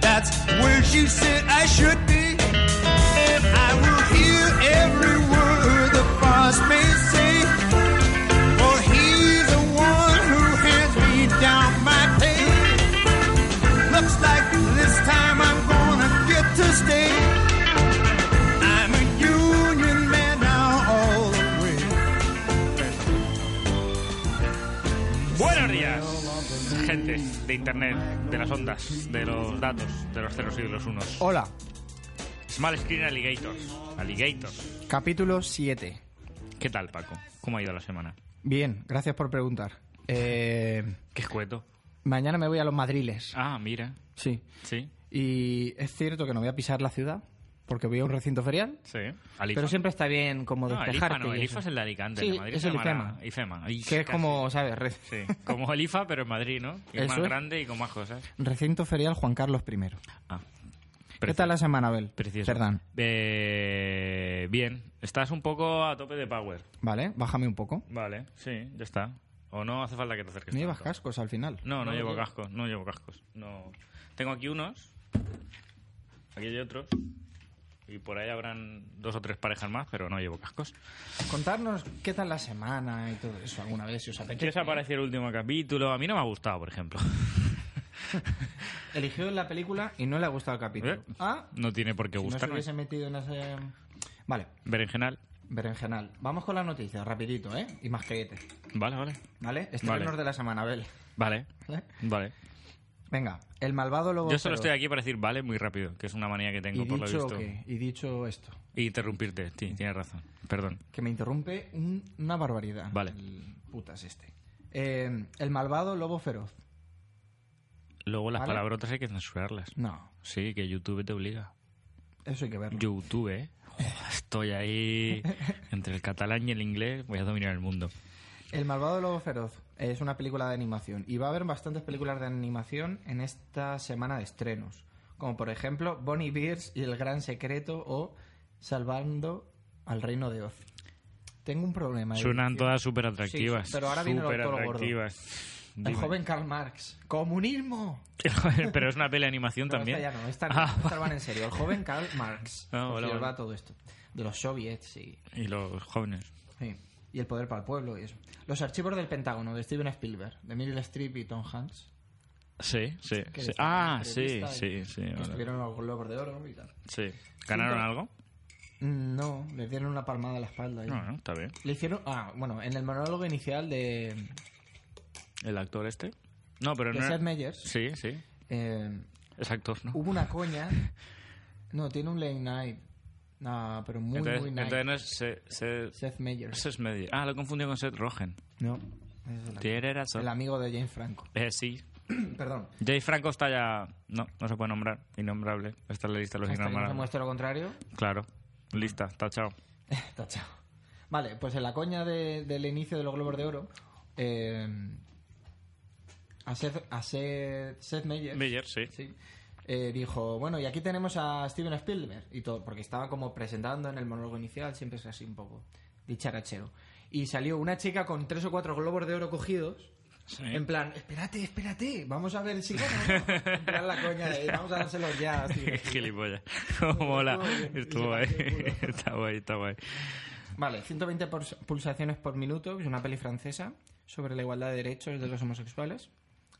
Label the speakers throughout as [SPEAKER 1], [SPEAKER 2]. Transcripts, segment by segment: [SPEAKER 1] That's where you said I should be. I will hear every word the boss may say. For he's the one who hands me down my pay. Looks like this time I'm gonna get to stay. I'm a union man now all the way.
[SPEAKER 2] Buenos días, gente de internet, de las ondas, de los datos, de los ceros y de los unos.
[SPEAKER 3] Hola,
[SPEAKER 2] Small Screen Alligators. Alligators.
[SPEAKER 3] capítulo 7.
[SPEAKER 2] ¿Qué tal, Paco? ¿Cómo ha ido la semana?
[SPEAKER 3] Bien, gracias por preguntar. Eh,
[SPEAKER 2] Qué escueto.
[SPEAKER 3] mañana me voy a los Madriles.
[SPEAKER 2] Ah, mira.
[SPEAKER 3] Sí.
[SPEAKER 2] Sí.
[SPEAKER 3] Y es cierto que no voy a pisar la ciudad porque voy a un recinto ferial.
[SPEAKER 2] Sí. Alifa.
[SPEAKER 3] Pero siempre está bien como
[SPEAKER 2] No, Ah, el IFA
[SPEAKER 3] despejarte.
[SPEAKER 2] no,
[SPEAKER 3] y
[SPEAKER 2] el
[SPEAKER 3] eso.
[SPEAKER 2] IFA es el de Alicante,
[SPEAKER 3] Sí,
[SPEAKER 2] el de Madrid
[SPEAKER 3] es
[SPEAKER 2] se
[SPEAKER 3] el
[SPEAKER 2] llamará
[SPEAKER 3] IFEMA.
[SPEAKER 2] IFEMA. Ay,
[SPEAKER 3] que es
[SPEAKER 2] casi.
[SPEAKER 3] como, ¿sabes? Re-
[SPEAKER 2] Sí, como el IFA, pero en Madrid, ¿no? Y
[SPEAKER 3] Eso
[SPEAKER 2] más
[SPEAKER 3] es.
[SPEAKER 2] grande y con más cosas.
[SPEAKER 3] Recinto ferial Juan Carlos I.
[SPEAKER 2] Ah.
[SPEAKER 3] ¿Qué tal la semana, Abel?
[SPEAKER 2] Precioso.
[SPEAKER 3] Perdón.
[SPEAKER 2] Eh, bien. Estás un poco a tope de power.
[SPEAKER 3] Vale, bájame un poco.
[SPEAKER 2] Vale, sí, ya está. O no hace falta que te acerques.
[SPEAKER 3] No llevas
[SPEAKER 2] tanto.
[SPEAKER 3] cascos al final.
[SPEAKER 2] No, no, llevo cascos, no llevo cascos. No. Tengo aquí unos, aquí hay otros, y por ahí habrán dos o tres parejas más, pero no llevo cascos.
[SPEAKER 3] Contarnos qué tal la semana y todo eso alguna vez si os
[SPEAKER 2] ¿Qué os
[SPEAKER 3] apetece.
[SPEAKER 2] ha parecido el último capítulo? A mí no me ha gustado, por ejemplo.
[SPEAKER 3] Eligió la película y no le ha gustado el capítulo.
[SPEAKER 2] ¿Eh?
[SPEAKER 3] Ah,
[SPEAKER 2] No tiene por qué
[SPEAKER 3] si no se
[SPEAKER 2] gustarme.
[SPEAKER 3] hubiese metido en ese... Vale,
[SPEAKER 2] Berenjenal.
[SPEAKER 3] berenjenal. Vamos con las noticias, rapidito, ¿eh? Y más que
[SPEAKER 2] Vale, vale.
[SPEAKER 3] ¿Vale? Este Estrenos
[SPEAKER 2] Vale.
[SPEAKER 3] de la semana, Abel.
[SPEAKER 2] Vale,
[SPEAKER 3] ¿Vale?
[SPEAKER 2] vale.
[SPEAKER 3] Venga, el malvado lobo...
[SPEAKER 2] Yo solo
[SPEAKER 3] feroz.
[SPEAKER 2] estoy aquí para decir vale muy rápido, que es una manía que tengo,
[SPEAKER 3] Y
[SPEAKER 2] por lo
[SPEAKER 3] dicho,
[SPEAKER 2] visto.
[SPEAKER 3] que- y dicho esto,
[SPEAKER 2] Y interrumpirte, sí, tienes razón. Perdón.
[SPEAKER 3] que me interrumpe un- una barbaridad.
[SPEAKER 2] Vale.
[SPEAKER 3] El putas este. Eh, el malvado lobo feroz.
[SPEAKER 2] Luego las
[SPEAKER 3] Vale. Mm.
[SPEAKER 2] palabrotas hay que censurarlas.
[SPEAKER 3] No,
[SPEAKER 2] Sí, que YouTube te obliga.
[SPEAKER 3] eso hay que verlo.
[SPEAKER 2] YouTube, ¿eh? Joder, Estoy ahí entre el catalán y el inglés, voy a dominar el mundo.
[SPEAKER 3] El malvado lobo feroz es una película de animación y va a haber bastantes películas de animación en esta semana de estrenos, como por ejemplo Bonnie Bears y el gran secreto o Salvando al reino de Oz. Tengo un problema. de
[SPEAKER 2] Suenan
[SPEAKER 3] dicción.
[SPEAKER 2] todas súper atractivas.
[SPEAKER 3] Sí, pero ahora viene lo- todo lo gordo.
[SPEAKER 2] atractivas.
[SPEAKER 3] El joven Karl Marx. ¡Comunismo!
[SPEAKER 2] pero es una peli de animación
[SPEAKER 3] No,
[SPEAKER 2] también.
[SPEAKER 3] Esta ya no, esta, no,
[SPEAKER 2] Ah,
[SPEAKER 3] esta van en serio. El joven Karl Marx.
[SPEAKER 2] Ah,
[SPEAKER 3] por
[SPEAKER 2] vale,
[SPEAKER 3] si os
[SPEAKER 2] vale.
[SPEAKER 3] va todo esto. De los soviets y,
[SPEAKER 2] y los jóvenes.
[SPEAKER 3] sí, y el poder para el pueblo y eso. Los archivos del Pentágono de Steven Spielberg, de Meryl Streep y Tom Hanks.
[SPEAKER 2] Sí, sí.
[SPEAKER 3] que
[SPEAKER 2] sí.
[SPEAKER 3] les dieron
[SPEAKER 2] Ah,
[SPEAKER 3] una
[SPEAKER 2] sí,
[SPEAKER 3] entrevista
[SPEAKER 2] sí,
[SPEAKER 3] y
[SPEAKER 2] sí.
[SPEAKER 3] que
[SPEAKER 2] vale.
[SPEAKER 3] Estuvieron en los globos de oro y tal.
[SPEAKER 2] Sí. ¿Ganaron
[SPEAKER 3] Sí,
[SPEAKER 2] algo?
[SPEAKER 3] Mm, No, le dieron una palmada a la espalda. ahí.
[SPEAKER 2] No, no, está bien.
[SPEAKER 3] Le hicieron. Ah, bueno, en el monólogo inicial de,
[SPEAKER 2] ¿El actor este? No, pero
[SPEAKER 3] de
[SPEAKER 2] no. era-
[SPEAKER 3] Seth Meyers
[SPEAKER 2] Sí, sí.
[SPEAKER 3] eh,
[SPEAKER 2] Es actor, ¿no?
[SPEAKER 3] hubo una coña. No, tiene un late night. No, pero muy,
[SPEAKER 2] entonces,
[SPEAKER 3] muy night.
[SPEAKER 2] entonces no es. Se, se-
[SPEAKER 3] Seth Meyers.
[SPEAKER 2] ese es medio. Ah, lo confundí con Seth Rogen.
[SPEAKER 3] No, es el, actor.
[SPEAKER 2] Tiene razón.
[SPEAKER 3] El amigo de James Franco.
[SPEAKER 2] Eh, sí,
[SPEAKER 3] Perdón.
[SPEAKER 2] Jay Franco está ya. No, no se puede nombrar. Innombrable. Esta es la lista de los
[SPEAKER 3] Hasta que no se
[SPEAKER 2] innombrables.
[SPEAKER 3] muestre lo contrario.
[SPEAKER 2] Claro. Lista, tachado.
[SPEAKER 3] Tachao. Vale, pues en la coña de- del inicio de los Globos de Oro, eh, a Seth, a Seth, Seth Meyers,
[SPEAKER 2] Meyer, sí.
[SPEAKER 3] sí, eh, dijo, bueno, y aquí tenemos a Steven Spielberg y todo, porque estaba como presentando en el monólogo inicial, siempre es así un poco dicharachero. Y salió una chica con tres o cuatro Globos de Oro cogidos.
[SPEAKER 2] Sí.
[SPEAKER 3] En plan, espérate, espérate, vamos a ver si gana. En plan la coña de, vamos a dárselos ya. a Steven Spielberg".
[SPEAKER 2] Gilipollas. Como mola.
[SPEAKER 3] Estuvo
[SPEAKER 2] Estuvo ahí.
[SPEAKER 3] bien. Y se partió el culo.
[SPEAKER 2] Está guay, está guay.
[SPEAKER 3] Vale, 120 pulsa- pulsaciones por minuto, es una peli francesa sobre la igualdad de derechos de los homosexuales.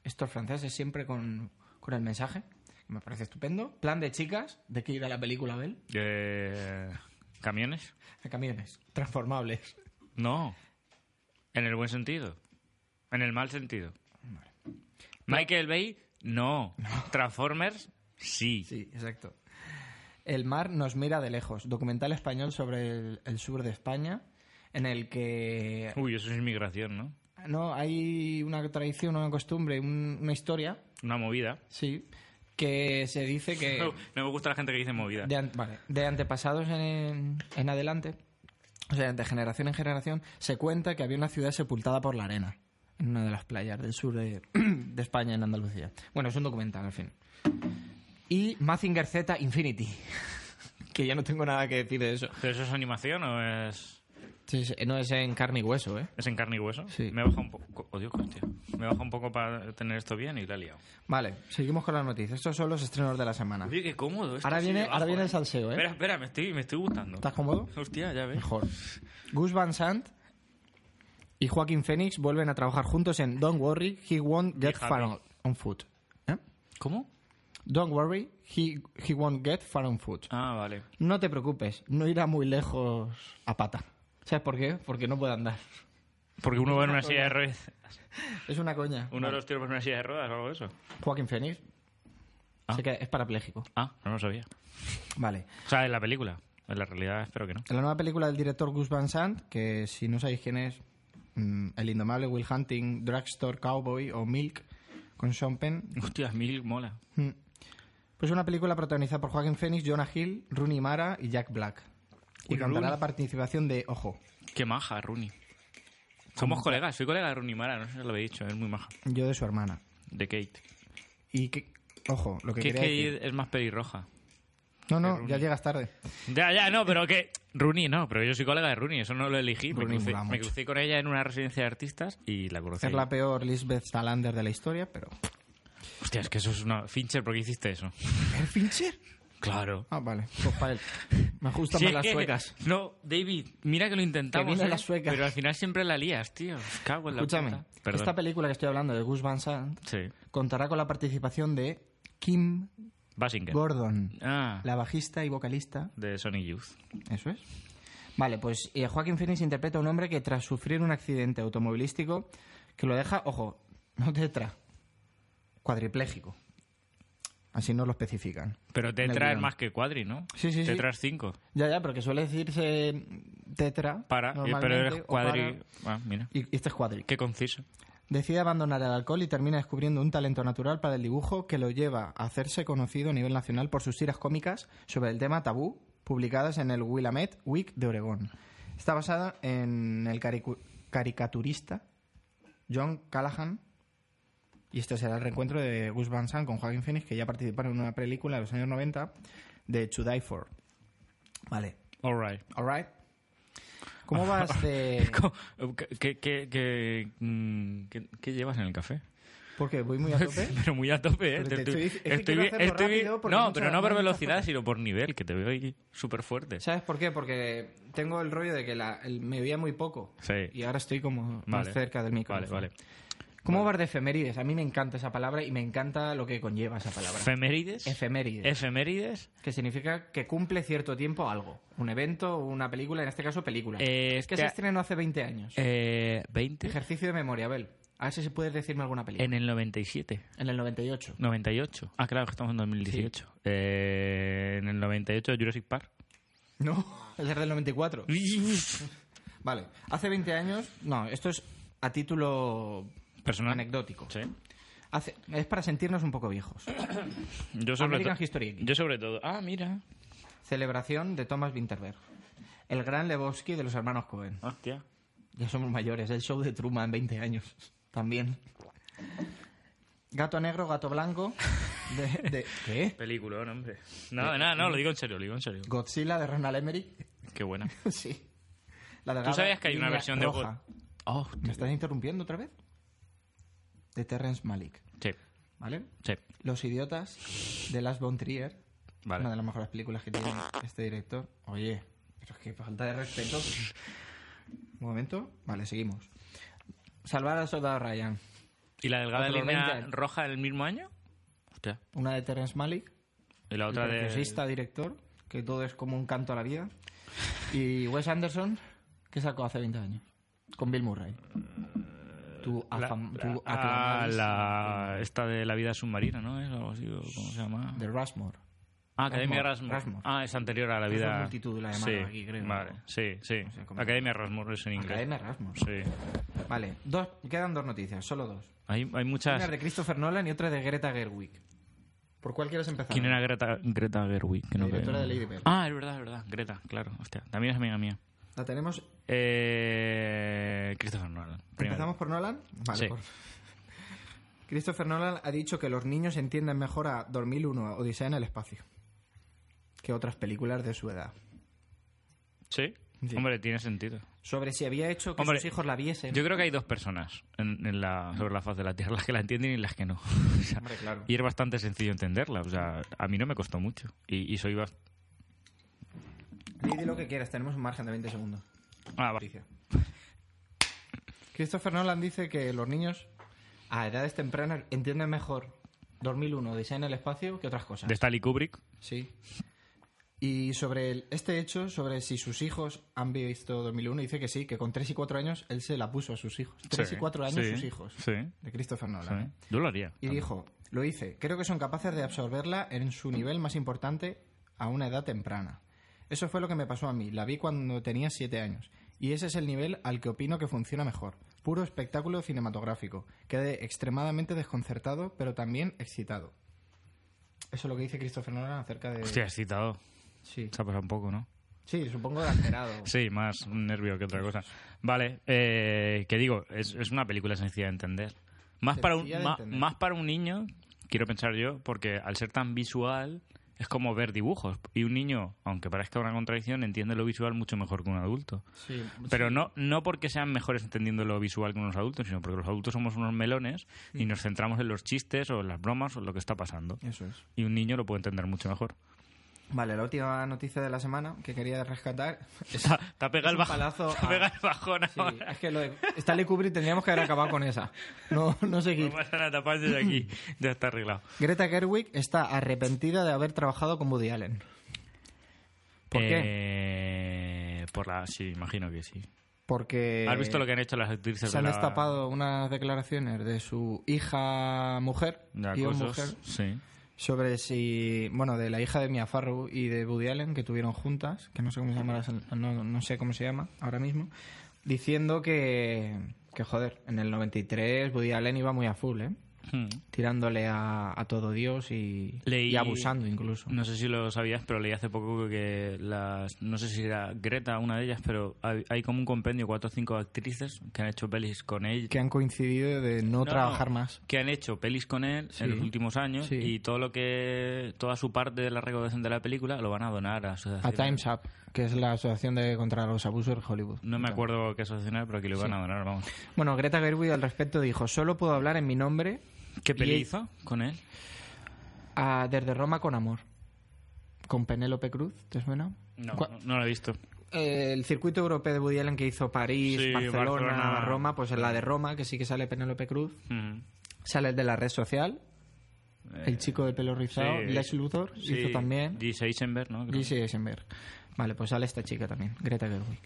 [SPEAKER 3] Estos franceses siempre con, con el mensaje, que me parece estupendo. Plan de chicas, de que ir a la película, Abel.
[SPEAKER 2] Eh, ¿Camiones?
[SPEAKER 3] A camiones, transformables.
[SPEAKER 2] No. En el buen sentido. En el mal sentido. Michael Bay, no. Transformers, sí.
[SPEAKER 3] Sí, exacto. El mar nos mira de lejos, documental español sobre el, el sur de España, en el que
[SPEAKER 2] Uy, eso es inmigración, ¿no?
[SPEAKER 3] no hay una tradición, una costumbre, un- una historia,
[SPEAKER 2] Una movida.
[SPEAKER 3] sí, que se dice que...
[SPEAKER 2] No, no me gusta la gente que dice movida.
[SPEAKER 3] de, an- vale, de antepasados en, en adelante, o sea, de generación en generación, se cuenta que había una ciudad sepultada por la arena en una de las playas del sur de, de España, en Andalucía. Bueno, es un documental, al fin. Y Mazinger Z Infinity, que ya no tengo nada que decir de eso.
[SPEAKER 2] ¿Pero eso es animación o es.?
[SPEAKER 3] Sí, sí, no es en carne y hueso, ¿eh?
[SPEAKER 2] Es en carne y hueso.
[SPEAKER 3] Sí.
[SPEAKER 2] Me baja un poco. Odio, hostia. Me baja un poco para tener esto bien y la he liado.
[SPEAKER 3] Vale, seguimos con las noticias. Estos son los estrenos de la semana.
[SPEAKER 2] Oye, qué cómodo esto.
[SPEAKER 3] Ahora
[SPEAKER 2] así
[SPEAKER 3] viene-
[SPEAKER 2] debajo,
[SPEAKER 3] ahora viene el salseo, ¿eh?
[SPEAKER 2] Espera, espera, me estoy, me estoy gustando.
[SPEAKER 3] ¿Estás cómodo?
[SPEAKER 2] Hostia, ya ves.
[SPEAKER 3] Mejor. Gus Van Sant y Joaquín Phoenix vuelven a trabajar juntos en Don't Worry, He Won't Get
[SPEAKER 2] Fíjate.
[SPEAKER 3] Far On, on Foot. ¿Eh?
[SPEAKER 2] ¿Cómo?
[SPEAKER 3] Don't Worry, he, he Won't Get Far On Foot.
[SPEAKER 2] Ah, vale.
[SPEAKER 3] No te preocupes, no irá muy lejos a pata. ¿Sabes por qué? Porque no puede andar.
[SPEAKER 2] Porque uno va en una silla de ruedas.
[SPEAKER 3] Es una coña.
[SPEAKER 2] Uno de los tíos va en una silla de ruedas o algo de eso.
[SPEAKER 3] Joaquín Phoenix
[SPEAKER 2] Ah.
[SPEAKER 3] se queda- es parapléjico.
[SPEAKER 2] Ah, no lo sabía.
[SPEAKER 3] Vale.
[SPEAKER 2] O sea, en la película. En la realidad espero que no.
[SPEAKER 3] La nueva película del director Gus Van Sant, que si no sabéis quién es, mm, El Indomable Will Hunting, Drugstore Cowboy o Milk, con Sean Penn,
[SPEAKER 2] Hostia, mil mola.
[SPEAKER 3] Mm. Pues una película protagonizada por Joaquín Phoenix, Jonah Hill, Rooney Mara y Jack Black. Y
[SPEAKER 2] Uy,
[SPEAKER 3] contará
[SPEAKER 2] Rooney.
[SPEAKER 3] la participación de Ojo.
[SPEAKER 2] Qué maja, Rooney. Somos colegas, soy colega de Rooney Mara, no sé si os lo he dicho, es muy maja.
[SPEAKER 3] Yo de su hermana.
[SPEAKER 2] De Kate.
[SPEAKER 3] Y que, ojo, lo que
[SPEAKER 2] Que
[SPEAKER 3] quería
[SPEAKER 2] Kate
[SPEAKER 3] decir.
[SPEAKER 2] es más pelirroja.
[SPEAKER 3] No,
[SPEAKER 2] de
[SPEAKER 3] no,
[SPEAKER 2] Rooney.
[SPEAKER 3] ya llegas tarde.
[SPEAKER 2] Ya, ya, no, pero que. Rooney no, pero yo soy colega de Rooney, eso no lo elegí. Me
[SPEAKER 3] Rooney
[SPEAKER 2] crucé,
[SPEAKER 3] mola
[SPEAKER 2] me
[SPEAKER 3] mucho.
[SPEAKER 2] crucé con ella en una residencia de artistas y la conocí.
[SPEAKER 3] Es la peor Lisbeth Salander de la historia, pero.
[SPEAKER 2] Hostia, es que eso es una. Fincher, ¿por qué hiciste eso?
[SPEAKER 3] ¿El Fincher?
[SPEAKER 2] Claro.
[SPEAKER 3] Ah, vale. Pues para él. Me gustan
[SPEAKER 2] Si
[SPEAKER 3] más
[SPEAKER 2] es
[SPEAKER 3] las
[SPEAKER 2] que-
[SPEAKER 3] suecas.
[SPEAKER 2] No, David, mira que lo intentamos.
[SPEAKER 3] vienen
[SPEAKER 2] ¿eh?
[SPEAKER 3] las suecas.
[SPEAKER 2] Pero al final siempre la lías, tío. Me Cago en la
[SPEAKER 3] Escúchame.
[SPEAKER 2] puta. Perdón.
[SPEAKER 3] Esta película que estoy hablando de Gus Van Sant
[SPEAKER 2] Sí.
[SPEAKER 3] contará con la participación de Kim
[SPEAKER 2] Basinger.
[SPEAKER 3] Gordon,
[SPEAKER 2] ah,
[SPEAKER 3] la bajista y vocalista
[SPEAKER 2] de Sonic Youth.
[SPEAKER 3] Eso es. Vale, pues eh, Joaquín Phoenix interpreta a un hombre que tras sufrir un accidente automovilístico que lo deja, ojo, no tetra, cuadripléjico. Así no lo especifican.
[SPEAKER 2] Pero
[SPEAKER 3] En el
[SPEAKER 2] Tetra es
[SPEAKER 3] guión.
[SPEAKER 2] más que Cuadri, ¿no?
[SPEAKER 3] Sí, sí, sí.
[SPEAKER 2] Tetra es 5.
[SPEAKER 3] Ya, ya, pero que suele decirse tetra.
[SPEAKER 2] Para, y- pero
[SPEAKER 3] normalmente,
[SPEAKER 2] eres
[SPEAKER 3] o
[SPEAKER 2] Cuadri.
[SPEAKER 3] para,
[SPEAKER 2] Ah, mira.
[SPEAKER 3] y y este es cuadri.
[SPEAKER 2] Qué conciso.
[SPEAKER 3] Decide abandonar el alcohol y termina descubriendo un talento natural para el dibujo que lo lleva a hacerse conocido a nivel nacional por sus tiras cómicas sobre el tema tabú, publicadas en el Willamette Week de Oregón. Está basada en el caricu- caricaturista John Callahan. Y este será el reencuentro de Gus Van Sant con Joaquin Phoenix, que ya participaron en una película de los años 90 de To Die For. Vale.
[SPEAKER 2] All right.
[SPEAKER 3] Alright. ¿Cómo vas de...?
[SPEAKER 2] Co- eh, ¿Qué, qué, qué, qué- mm, qué- qué llevas en el café?
[SPEAKER 3] Porque voy muy a tope.
[SPEAKER 2] Pero muy a tope, ¿eh?
[SPEAKER 3] Pero te estoy- es que quiero hacerlo rápido porque
[SPEAKER 2] no,
[SPEAKER 3] muchas-
[SPEAKER 2] pero no por
[SPEAKER 3] muchas
[SPEAKER 2] velocidad,
[SPEAKER 3] cosas.
[SPEAKER 2] sino por nivel, que te veo ahí súper fuerte.
[SPEAKER 3] ¿Sabes por qué? Porque tengo el rollo de que la- el- me veía muy poco.
[SPEAKER 2] Sí.
[SPEAKER 3] Y ahora estoy como más
[SPEAKER 2] Vale.
[SPEAKER 3] cerca del
[SPEAKER 2] Vale,
[SPEAKER 3] micrófono.
[SPEAKER 2] vale.
[SPEAKER 3] ¿Cómo vas de efemérides? A mí me encanta esa palabra y me encanta lo que conlleva esa palabra.
[SPEAKER 2] ¿Efemérides?
[SPEAKER 3] efemérides.
[SPEAKER 2] Efemérides.
[SPEAKER 3] que significa que cumple cierto tiempo algo. Un evento, una película, en este caso película.
[SPEAKER 2] Eh,
[SPEAKER 3] es que
[SPEAKER 2] este-
[SPEAKER 3] se estrenó hace 20 años.
[SPEAKER 2] Eh, 20.
[SPEAKER 3] Ejercicio de memoria, Abel. A ver si se puedes decirme alguna película.
[SPEAKER 2] En el 97.
[SPEAKER 3] En, el 98.
[SPEAKER 2] 98. Ah, claro, que estamos en 2018. Eh, en el 98, Jurassic Park.
[SPEAKER 3] No, es del 94. Vale. Hace 20 años... No, esto es a título
[SPEAKER 2] Personal.
[SPEAKER 3] anecdótico.
[SPEAKER 2] Sí.
[SPEAKER 3] Hace- es para sentirnos un poco viejos.
[SPEAKER 2] Yo sobre
[SPEAKER 3] American
[SPEAKER 2] to-
[SPEAKER 3] History X.
[SPEAKER 2] Yo sobre todo. Ah, mira.
[SPEAKER 3] Celebración de Thomas Winterberg. El gran Lebowski de los hermanos Cohen.
[SPEAKER 2] Hostia.
[SPEAKER 3] Ya somos mayores. El show de Truman en 20 años. También. Gato negro, gato blanco. De, de- ¿Qué?
[SPEAKER 2] Película, no, hombre. No, no, no, lo digo en serio, lo digo en serio.
[SPEAKER 3] Godzilla de Ronald Emmerich.
[SPEAKER 2] Qué buena.
[SPEAKER 3] Sí. La
[SPEAKER 2] ¿Tú sabías que hay una versión de
[SPEAKER 3] roja.
[SPEAKER 2] God- Oh, hostia.
[SPEAKER 3] ¿Me estás interrumpiendo otra vez? De Terrence Malick.
[SPEAKER 2] Sí,
[SPEAKER 3] ¿Vale?
[SPEAKER 2] sí.
[SPEAKER 3] Los idiotas de Lars von Trier.
[SPEAKER 2] Vale.
[SPEAKER 3] Una de las mejores películas que tiene este director. Oye, pero es que falta de respeto. Un momento. Vale, seguimos. Salvar al soldado Ryan.
[SPEAKER 2] ¿Y la delgada
[SPEAKER 3] Otro
[SPEAKER 2] línea
[SPEAKER 3] 20.
[SPEAKER 2] roja del mismo año? Hostia.
[SPEAKER 3] Una de Terrence Malick,
[SPEAKER 2] Y la
[SPEAKER 3] el
[SPEAKER 2] otra de.
[SPEAKER 3] preciosista director, que todo es como un canto a la vida. Y Wes Anderson, que sacó hace 20 años, con Bill Murray. Tu,
[SPEAKER 2] Eh, La-
[SPEAKER 3] afam-
[SPEAKER 2] la-
[SPEAKER 3] tu
[SPEAKER 2] ah,
[SPEAKER 3] aclamadísimo
[SPEAKER 2] la- esta de la vida submarina, ¿no? Es algo así, o ¿cómo se llama?
[SPEAKER 3] film De Rushmore.
[SPEAKER 2] Ah, Academia
[SPEAKER 3] Rasmus,
[SPEAKER 2] Rasmus.
[SPEAKER 3] Rasmus.
[SPEAKER 2] Ah, es anterior a la
[SPEAKER 3] Es
[SPEAKER 2] vida.
[SPEAKER 3] la multitud la llamaron
[SPEAKER 2] sí,
[SPEAKER 3] aquí, creo,
[SPEAKER 2] Vale,
[SPEAKER 3] ¿no?
[SPEAKER 2] sí, sí.
[SPEAKER 3] sea, como-
[SPEAKER 2] Academia Rasmus es en inglés.
[SPEAKER 3] Academia Rasmus.
[SPEAKER 2] Sí.
[SPEAKER 3] Vale, dos, quedan dos noticias, solo dos.
[SPEAKER 2] Hay, hay
[SPEAKER 3] Una
[SPEAKER 2] muchas.
[SPEAKER 3] de Christopher Nolan y otra de Greta Gerwig. ¿Por cuál quieres empezar?
[SPEAKER 2] ¿Quién era Greta, Greta Gerwig? Que no
[SPEAKER 3] La directora
[SPEAKER 2] creo.
[SPEAKER 3] de Lady Bird.
[SPEAKER 2] Ah, es verdad, es verdad. Greta, claro. Hostia, también es amiga mía.
[SPEAKER 3] La tenemos.
[SPEAKER 2] Eh, Christopher Nolan. primero.
[SPEAKER 3] ¿Empezamos por Nolan? Vale.
[SPEAKER 2] Sí.
[SPEAKER 3] por- Christopher Nolan ha dicho que los niños entienden mejor a 2001 Odisea en el espacio que otras películas de su edad.
[SPEAKER 2] Sí.
[SPEAKER 3] Sí.
[SPEAKER 2] Hombre, tiene sentido.
[SPEAKER 3] Sobre si había hecho que
[SPEAKER 2] Hombre,
[SPEAKER 3] sus hijos la viesen.
[SPEAKER 2] Yo creo que hay dos personas en, en la, sobre la faz de la Tierra, las que la entienden y las que no. O sea,
[SPEAKER 3] Hombre, claro.
[SPEAKER 2] y es bastante sencillo entenderla. O sea, a mí no me costó mucho. Y, y soy bas-
[SPEAKER 3] Di- di lo que quieras, tenemos un margen de 20 segundos.
[SPEAKER 2] Ah, va.
[SPEAKER 3] Patricia. Christopher Nolan dice que los niños a edades tempranas entienden mejor 2001, Odisea en el espacio, que otras cosas.
[SPEAKER 2] De Stanley Kubrick.
[SPEAKER 3] Sí. Y sobre el- este hecho, sobre si sus hijos han visto 2001, dice que sí, que con 3 y 4 años él se la puso a sus hijos. 3
[SPEAKER 2] Sí,
[SPEAKER 3] y 4 años
[SPEAKER 2] sí,
[SPEAKER 3] sus hijos.
[SPEAKER 2] Sí.
[SPEAKER 3] De Christopher
[SPEAKER 2] sí.
[SPEAKER 3] Nolan. ¿eh?
[SPEAKER 2] Yo lo haría.
[SPEAKER 3] Y dijo, lo hice, creo que son capaces de absorberla en su nivel más importante a una edad temprana. Eso fue lo que me pasó a mí, la vi cuando tenía siete años. Y ese es el nivel al que opino que funciona mejor. Puro espectáculo cinematográfico. Quedé extremadamente desconcertado, pero también excitado. Eso es lo que dice Christopher Nolan acerca de...
[SPEAKER 2] Hostia, excitado.
[SPEAKER 3] Sí.
[SPEAKER 2] Se ha pasado un poco, ¿no?
[SPEAKER 3] sí, supongo de alterado.
[SPEAKER 2] Sí, más un nervio que otra cosa. Vale, eh, que digo, es, es una película sencilla de entender. Más para, un,
[SPEAKER 3] Sencilla de
[SPEAKER 2] ma-
[SPEAKER 3] entender.
[SPEAKER 2] más para un niño, quiero pensar yo, porque al ser tan visual es como ver dibujos. Y un niño, aunque parezca una contradicción, entiende lo visual mucho mejor que un adulto.
[SPEAKER 3] Sí,
[SPEAKER 2] Pero no, no porque sean mejores entendiendo lo visual que unos adultos, sino porque los adultos somos unos melones y nos centramos en los chistes o en las bromas o en lo que está pasando.
[SPEAKER 3] Eso es.
[SPEAKER 2] Y un niño lo puede entender mucho mejor.
[SPEAKER 3] Vale, la última noticia de la semana que quería rescatar
[SPEAKER 2] Te ha pegado el,
[SPEAKER 3] es un
[SPEAKER 2] bajo-
[SPEAKER 3] palazo
[SPEAKER 2] te ha
[SPEAKER 3] a-
[SPEAKER 2] pegado el bajón
[SPEAKER 3] Sí,
[SPEAKER 2] ahora.
[SPEAKER 3] es que lo de Stanley Kubrick tendríamos que haber acabado con esa. No, no
[SPEAKER 2] No
[SPEAKER 3] seguir.
[SPEAKER 2] pasa nada, tapad desde aquí. Ya está arreglado.
[SPEAKER 3] Greta Gerwig está arrepentida de haber trabajado con Woody Allen. ¿Por qué?
[SPEAKER 2] Eh, por la... Sí, imagino que sí.
[SPEAKER 3] Porque
[SPEAKER 2] ¿Has visto lo que han hecho las actrices?
[SPEAKER 3] Eh, se han
[SPEAKER 2] de la-
[SPEAKER 3] destapado unas declaraciones de su hija mujer
[SPEAKER 2] de
[SPEAKER 3] y un
[SPEAKER 2] acosos?
[SPEAKER 3] mujer
[SPEAKER 2] Sí.
[SPEAKER 3] sobre si, bueno, de la hija de Mia Farrow y de Woody Allen que tuvieron juntas, que no sé cómo se llama, las- no, no sé cómo se llama ahora mismo, diciendo que que joder, en el 93 Woody Allen iba muy a full, ¿eh?
[SPEAKER 2] Hmm.
[SPEAKER 3] tirándole a, a todo Dios y,
[SPEAKER 2] Leí-
[SPEAKER 3] y abusando incluso.
[SPEAKER 2] No sé si lo sabías, pero leí hace poco que las... No sé si era Greta una de ellas, pero hay, hay como un compendio, cuatro o cinco actrices que han hecho pelis con él.
[SPEAKER 3] Que han coincidido de no,
[SPEAKER 2] No,
[SPEAKER 3] trabajar
[SPEAKER 2] no,
[SPEAKER 3] más.
[SPEAKER 2] Que han hecho pelis con él
[SPEAKER 3] Sí.
[SPEAKER 2] en los últimos años
[SPEAKER 3] Sí.
[SPEAKER 2] y todo lo que... Toda su parte de la recaudación de la película lo van a donar a
[SPEAKER 3] A
[SPEAKER 2] asociaciones.
[SPEAKER 3] Time's Up, que es la asociación de contra los abusos de Hollywood.
[SPEAKER 2] No me acuerdo qué asociación era, pero que lo van a donar, vamos.
[SPEAKER 3] Bueno, Greta Gerwig al respecto dijo, solo puedo hablar en mi nombre
[SPEAKER 2] ¿Qué peli
[SPEAKER 3] Y-
[SPEAKER 2] hizo con él?
[SPEAKER 3] a- desde Roma con amor. Con Penélope Cruz, ¿te suena?
[SPEAKER 2] No,
[SPEAKER 3] Cua-
[SPEAKER 2] no, no lo he visto.
[SPEAKER 3] Eh, El circuito europeo de Woody Allen que hizo París,
[SPEAKER 2] Sí,
[SPEAKER 3] Barcelona,
[SPEAKER 2] Barcelona.
[SPEAKER 3] Roma, pues en la de Roma, que sí que sale Penélope Cruz,
[SPEAKER 2] Mm.
[SPEAKER 3] sale el de la red social, el chico del pelo rizado,
[SPEAKER 2] Eh, sí.
[SPEAKER 3] Lex Luthor,
[SPEAKER 2] Sí,
[SPEAKER 3] hizo también.
[SPEAKER 2] Jesse Eisenberg, ¿no? Creo.
[SPEAKER 3] Jesse Eisenberg. Vale, pues sale esta chica también, Greta Gerwig.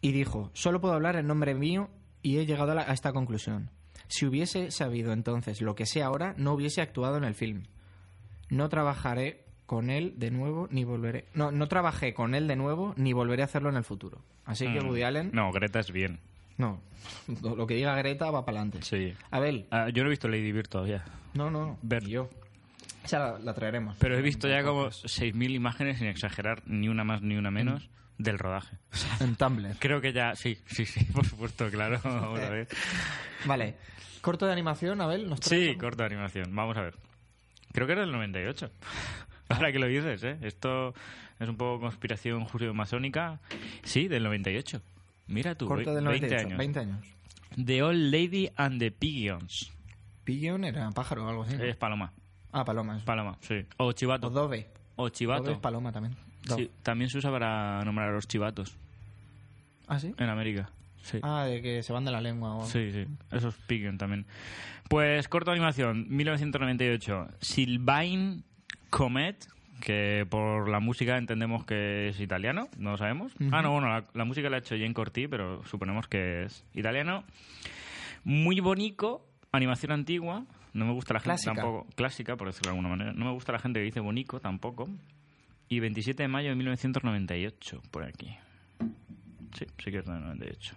[SPEAKER 3] Y dijo, solo puedo hablar en nombre mío y he llegado a, la- a esta conclusión. Si hubiese sabido entonces lo que sé ahora, no hubiese actuado en el film. No trabajaré con él de nuevo ni volveré... No, no trabajé con él de nuevo ni volveré a hacerlo en el futuro. Así que
[SPEAKER 2] Mm.
[SPEAKER 3] Woody Allen...
[SPEAKER 2] No, Greta es bien.
[SPEAKER 3] No. Lo- Lo que diga Greta va para adelante.
[SPEAKER 2] Sí.
[SPEAKER 3] Abel.
[SPEAKER 2] Ah, yo no he visto Lady Bird todavía.
[SPEAKER 3] No, no.
[SPEAKER 2] Ver.
[SPEAKER 3] ni yo. Esa la, la traeremos.
[SPEAKER 2] Pero he visto ya como 6.000 imágenes, sin exagerar, ni una más ni
[SPEAKER 3] Mm.
[SPEAKER 2] una menos, del rodaje. O sea,
[SPEAKER 3] En Tumblr.
[SPEAKER 2] creo que ya. Sí, sí, sí, por supuesto, claro. Vamos a ver.
[SPEAKER 3] Vale. Corto de animación, Abel. ¿nos traes
[SPEAKER 2] Sí, corto de animación. Vamos a ver. Creo que era del 98. Ahora que lo dices, ¿eh? Esto es un poco conspiración judeo-masónica. Sí, del 98. Mira tú,
[SPEAKER 3] Corto del
[SPEAKER 2] 20
[SPEAKER 3] 98, 20
[SPEAKER 2] años.
[SPEAKER 3] años.
[SPEAKER 2] The Old Lady and the Pigeons.
[SPEAKER 3] Pigeon era pájaro o algo así. ¿no?
[SPEAKER 2] Es Paloma.
[SPEAKER 3] Ah, paloma. eso.
[SPEAKER 2] Paloma, sí. O
[SPEAKER 3] o
[SPEAKER 2] Chivato.
[SPEAKER 3] dove.
[SPEAKER 2] O
[SPEAKER 3] Dove es
[SPEAKER 2] Chivato.
[SPEAKER 3] paloma también. Dove.
[SPEAKER 2] Sí, también se usa para nombrar a los chivatos
[SPEAKER 3] Ah, sí.
[SPEAKER 2] en América. Sí.
[SPEAKER 3] Ah, de que se van de la lengua. o-
[SPEAKER 2] Sí, sí. Esos piquen también. Pues corto de animación, 1998. Sylvain Comet, que por la música entendemos que es italiano, no lo sabemos. Ah, no, bueno, la, la música la ha hecho Jane Corti, pero suponemos que es italiano. Muy bonito, animación antigua. No me gusta la gente
[SPEAKER 3] Clásica.
[SPEAKER 2] tampoco. Clásica, por decirlo de alguna manera. No me gusta la gente que dice bonico tampoco. Y 27 de mayo de 1998, por aquí. Sí, sí que es de 98.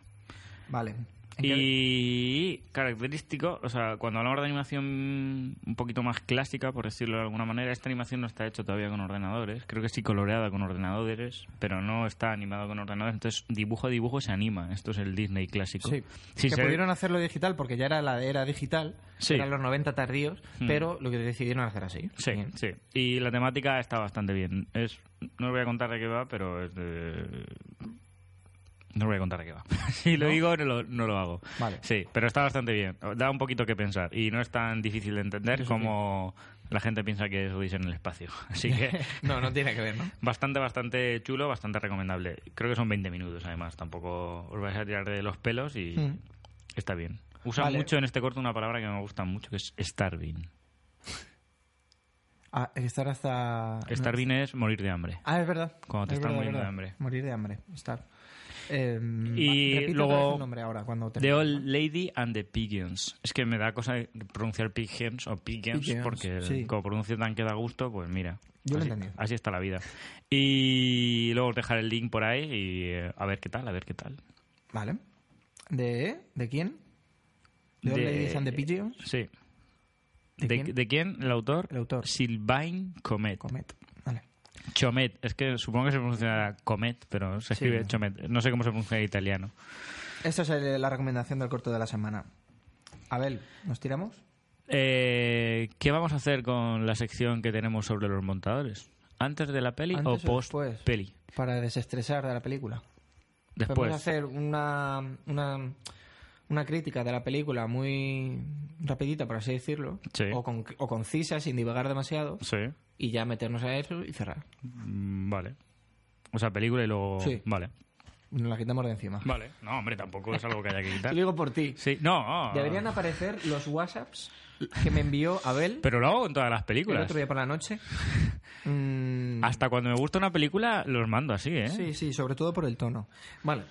[SPEAKER 3] Vale. ¿En qué-
[SPEAKER 2] Y característico, o sea, cuando hablamos de animación un poquito más clásica, por decirlo de alguna manera, esta animación no está hecha todavía con ordenadores. Creo que sí coloreada con ordenadores, pero no está animada con ordenadores. Entonces, dibujo a dibujo se anima. Esto es el Disney clásico.
[SPEAKER 3] Sí.
[SPEAKER 2] Si
[SPEAKER 3] que
[SPEAKER 2] se-
[SPEAKER 3] pudieron hacerlo digital porque ya era la era digital,
[SPEAKER 2] Sí. Mm.
[SPEAKER 3] eran los 90 tardíos, pero lo que decidieron hacer así.
[SPEAKER 2] Sí,
[SPEAKER 3] Bien.
[SPEAKER 2] sí. Y la temática está bastante bien. Es, no os voy a contar de qué va, pero es de No voy a contar de qué va. si lo digo, no lo, no lo hago.
[SPEAKER 3] Vale.
[SPEAKER 2] Sí, pero está bastante bien. Da un poquito que pensar. Y no es tan difícil de entender como la gente piensa que es Odisea en el espacio. Así que
[SPEAKER 3] No, no tiene que ver, ¿no?
[SPEAKER 2] bastante, bastante chulo, bastante recomendable. Creo que son 20 minutos, además. Tampoco os vais a tirar de los pelos y
[SPEAKER 3] Mm.
[SPEAKER 2] está bien. Usa
[SPEAKER 3] Vale.
[SPEAKER 2] mucho en este corto una palabra que me gusta mucho, que es starving.
[SPEAKER 3] Ah, estar hasta...
[SPEAKER 2] Starving es morir de hambre.
[SPEAKER 3] Ah, es verdad.
[SPEAKER 2] Cuando te
[SPEAKER 3] Es
[SPEAKER 2] estás
[SPEAKER 3] verdad,
[SPEAKER 2] muriendo
[SPEAKER 3] verdad.
[SPEAKER 2] de hambre.
[SPEAKER 3] Morir de hambre, estar. Eh,
[SPEAKER 2] Y
[SPEAKER 3] va, repite
[SPEAKER 2] luego-
[SPEAKER 3] otra vez el nombre ahora, cuando te...
[SPEAKER 2] The Old Lady and the Pigeons. Es que me da cosa pronunciar pigeons o pigeons,
[SPEAKER 3] Pigeons,
[SPEAKER 2] porque
[SPEAKER 3] sí.
[SPEAKER 2] como pronuncio tan que da gusto, pues mira.
[SPEAKER 3] Yo lo he
[SPEAKER 2] así,
[SPEAKER 3] entendido.
[SPEAKER 2] así está la vida. Y luego os dejaré el link por ahí y eh, a ver qué tal, a ver qué tal.
[SPEAKER 3] Vale. ¿De, ¿De quién? ¿De Old
[SPEAKER 2] De- Eh,
[SPEAKER 3] Ladies and the Pigeons?
[SPEAKER 2] Sí.
[SPEAKER 3] ¿De
[SPEAKER 2] ¿De,
[SPEAKER 3] quién?
[SPEAKER 2] de quién? ¿El autor?
[SPEAKER 3] El autor.
[SPEAKER 2] Sylvain Comet.
[SPEAKER 3] Comet. Vale.
[SPEAKER 2] Chomet. Es que supongo que se pronuncia Comet, pero se
[SPEAKER 3] Sí.
[SPEAKER 2] escribe Chomet. No sé cómo se pronuncia en italiano.
[SPEAKER 3] Esta es el- la recomendación del corto de la semana. Abel, ¿nos tiramos?
[SPEAKER 2] Eh, ¿Qué vamos a hacer con la sección que tenemos sobre los montadores? ¿Antes de la peli
[SPEAKER 3] ¿Antes
[SPEAKER 2] o
[SPEAKER 3] o
[SPEAKER 2] post
[SPEAKER 3] después?
[SPEAKER 2] peli?
[SPEAKER 3] Para desestresar de la película. Podemos
[SPEAKER 2] Después.
[SPEAKER 3] Pues hacer una, una, una crítica de la película muy rapidita, por así decirlo.
[SPEAKER 2] Sí.
[SPEAKER 3] O, con- o concisa, sin divagar demasiado.
[SPEAKER 2] Sí.
[SPEAKER 3] Y ya meternos a eso y cerrar.
[SPEAKER 2] Mm, Vale. O sea, película y luego.
[SPEAKER 3] Sí.
[SPEAKER 2] Vale.
[SPEAKER 3] Nos la quitamos de encima.
[SPEAKER 2] Vale. No, hombre, tampoco es algo que haya que
[SPEAKER 3] Te
[SPEAKER 2] quitar.
[SPEAKER 3] lo digo por ti.
[SPEAKER 2] Sí, no.
[SPEAKER 3] Deberían aparecer los WhatsApps que me envió Abel
[SPEAKER 2] Pero lo hago en todas las
[SPEAKER 3] el
[SPEAKER 2] películas.
[SPEAKER 3] otro día por la noche. Mm,
[SPEAKER 2] Hasta cuando me gusta una película, los mando así, ¿eh?
[SPEAKER 3] Sí, sí, sobre todo por el tono. Vale,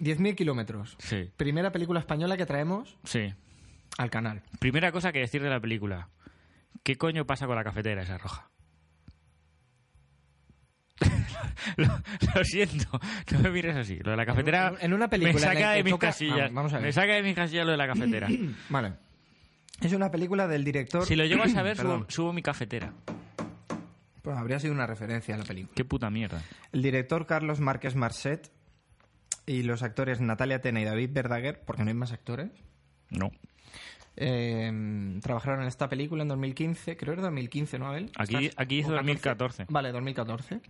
[SPEAKER 3] 10.000 kilómetros.
[SPEAKER 2] Sí.
[SPEAKER 3] Primera película española que traemos
[SPEAKER 2] Sí.
[SPEAKER 3] al canal.
[SPEAKER 2] Primera cosa que decir de la película. ¿Qué coño pasa con la cafetera esa roja? lo, lo siento, no me mires así. Lo de la cafetera
[SPEAKER 3] en una película
[SPEAKER 2] me
[SPEAKER 3] en la
[SPEAKER 2] saca
[SPEAKER 3] que
[SPEAKER 2] de mis
[SPEAKER 3] choca-
[SPEAKER 2] casillas.
[SPEAKER 3] vamos a ver.
[SPEAKER 2] Me saca de mis casillas lo de la cafetera.
[SPEAKER 3] Vale. Es una película del director...
[SPEAKER 2] si lo llego a saber, subo,
[SPEAKER 3] Perdón.
[SPEAKER 2] subo mi cafetera.
[SPEAKER 3] Pues habría sido una referencia a la película.
[SPEAKER 2] Qué puta mierda.
[SPEAKER 3] El director Carlos Márquez Marcet y los actores Natalia Tena y David Verdaguer, porque no hay más actores,
[SPEAKER 2] No.
[SPEAKER 3] eh, trabajaron en esta película en 2015. Creo que era 2015, ¿no, Abel?
[SPEAKER 2] Aquí,
[SPEAKER 3] ¿Estás-
[SPEAKER 2] aquí dice
[SPEAKER 3] o
[SPEAKER 2] 2014.
[SPEAKER 3] Vale, 2014.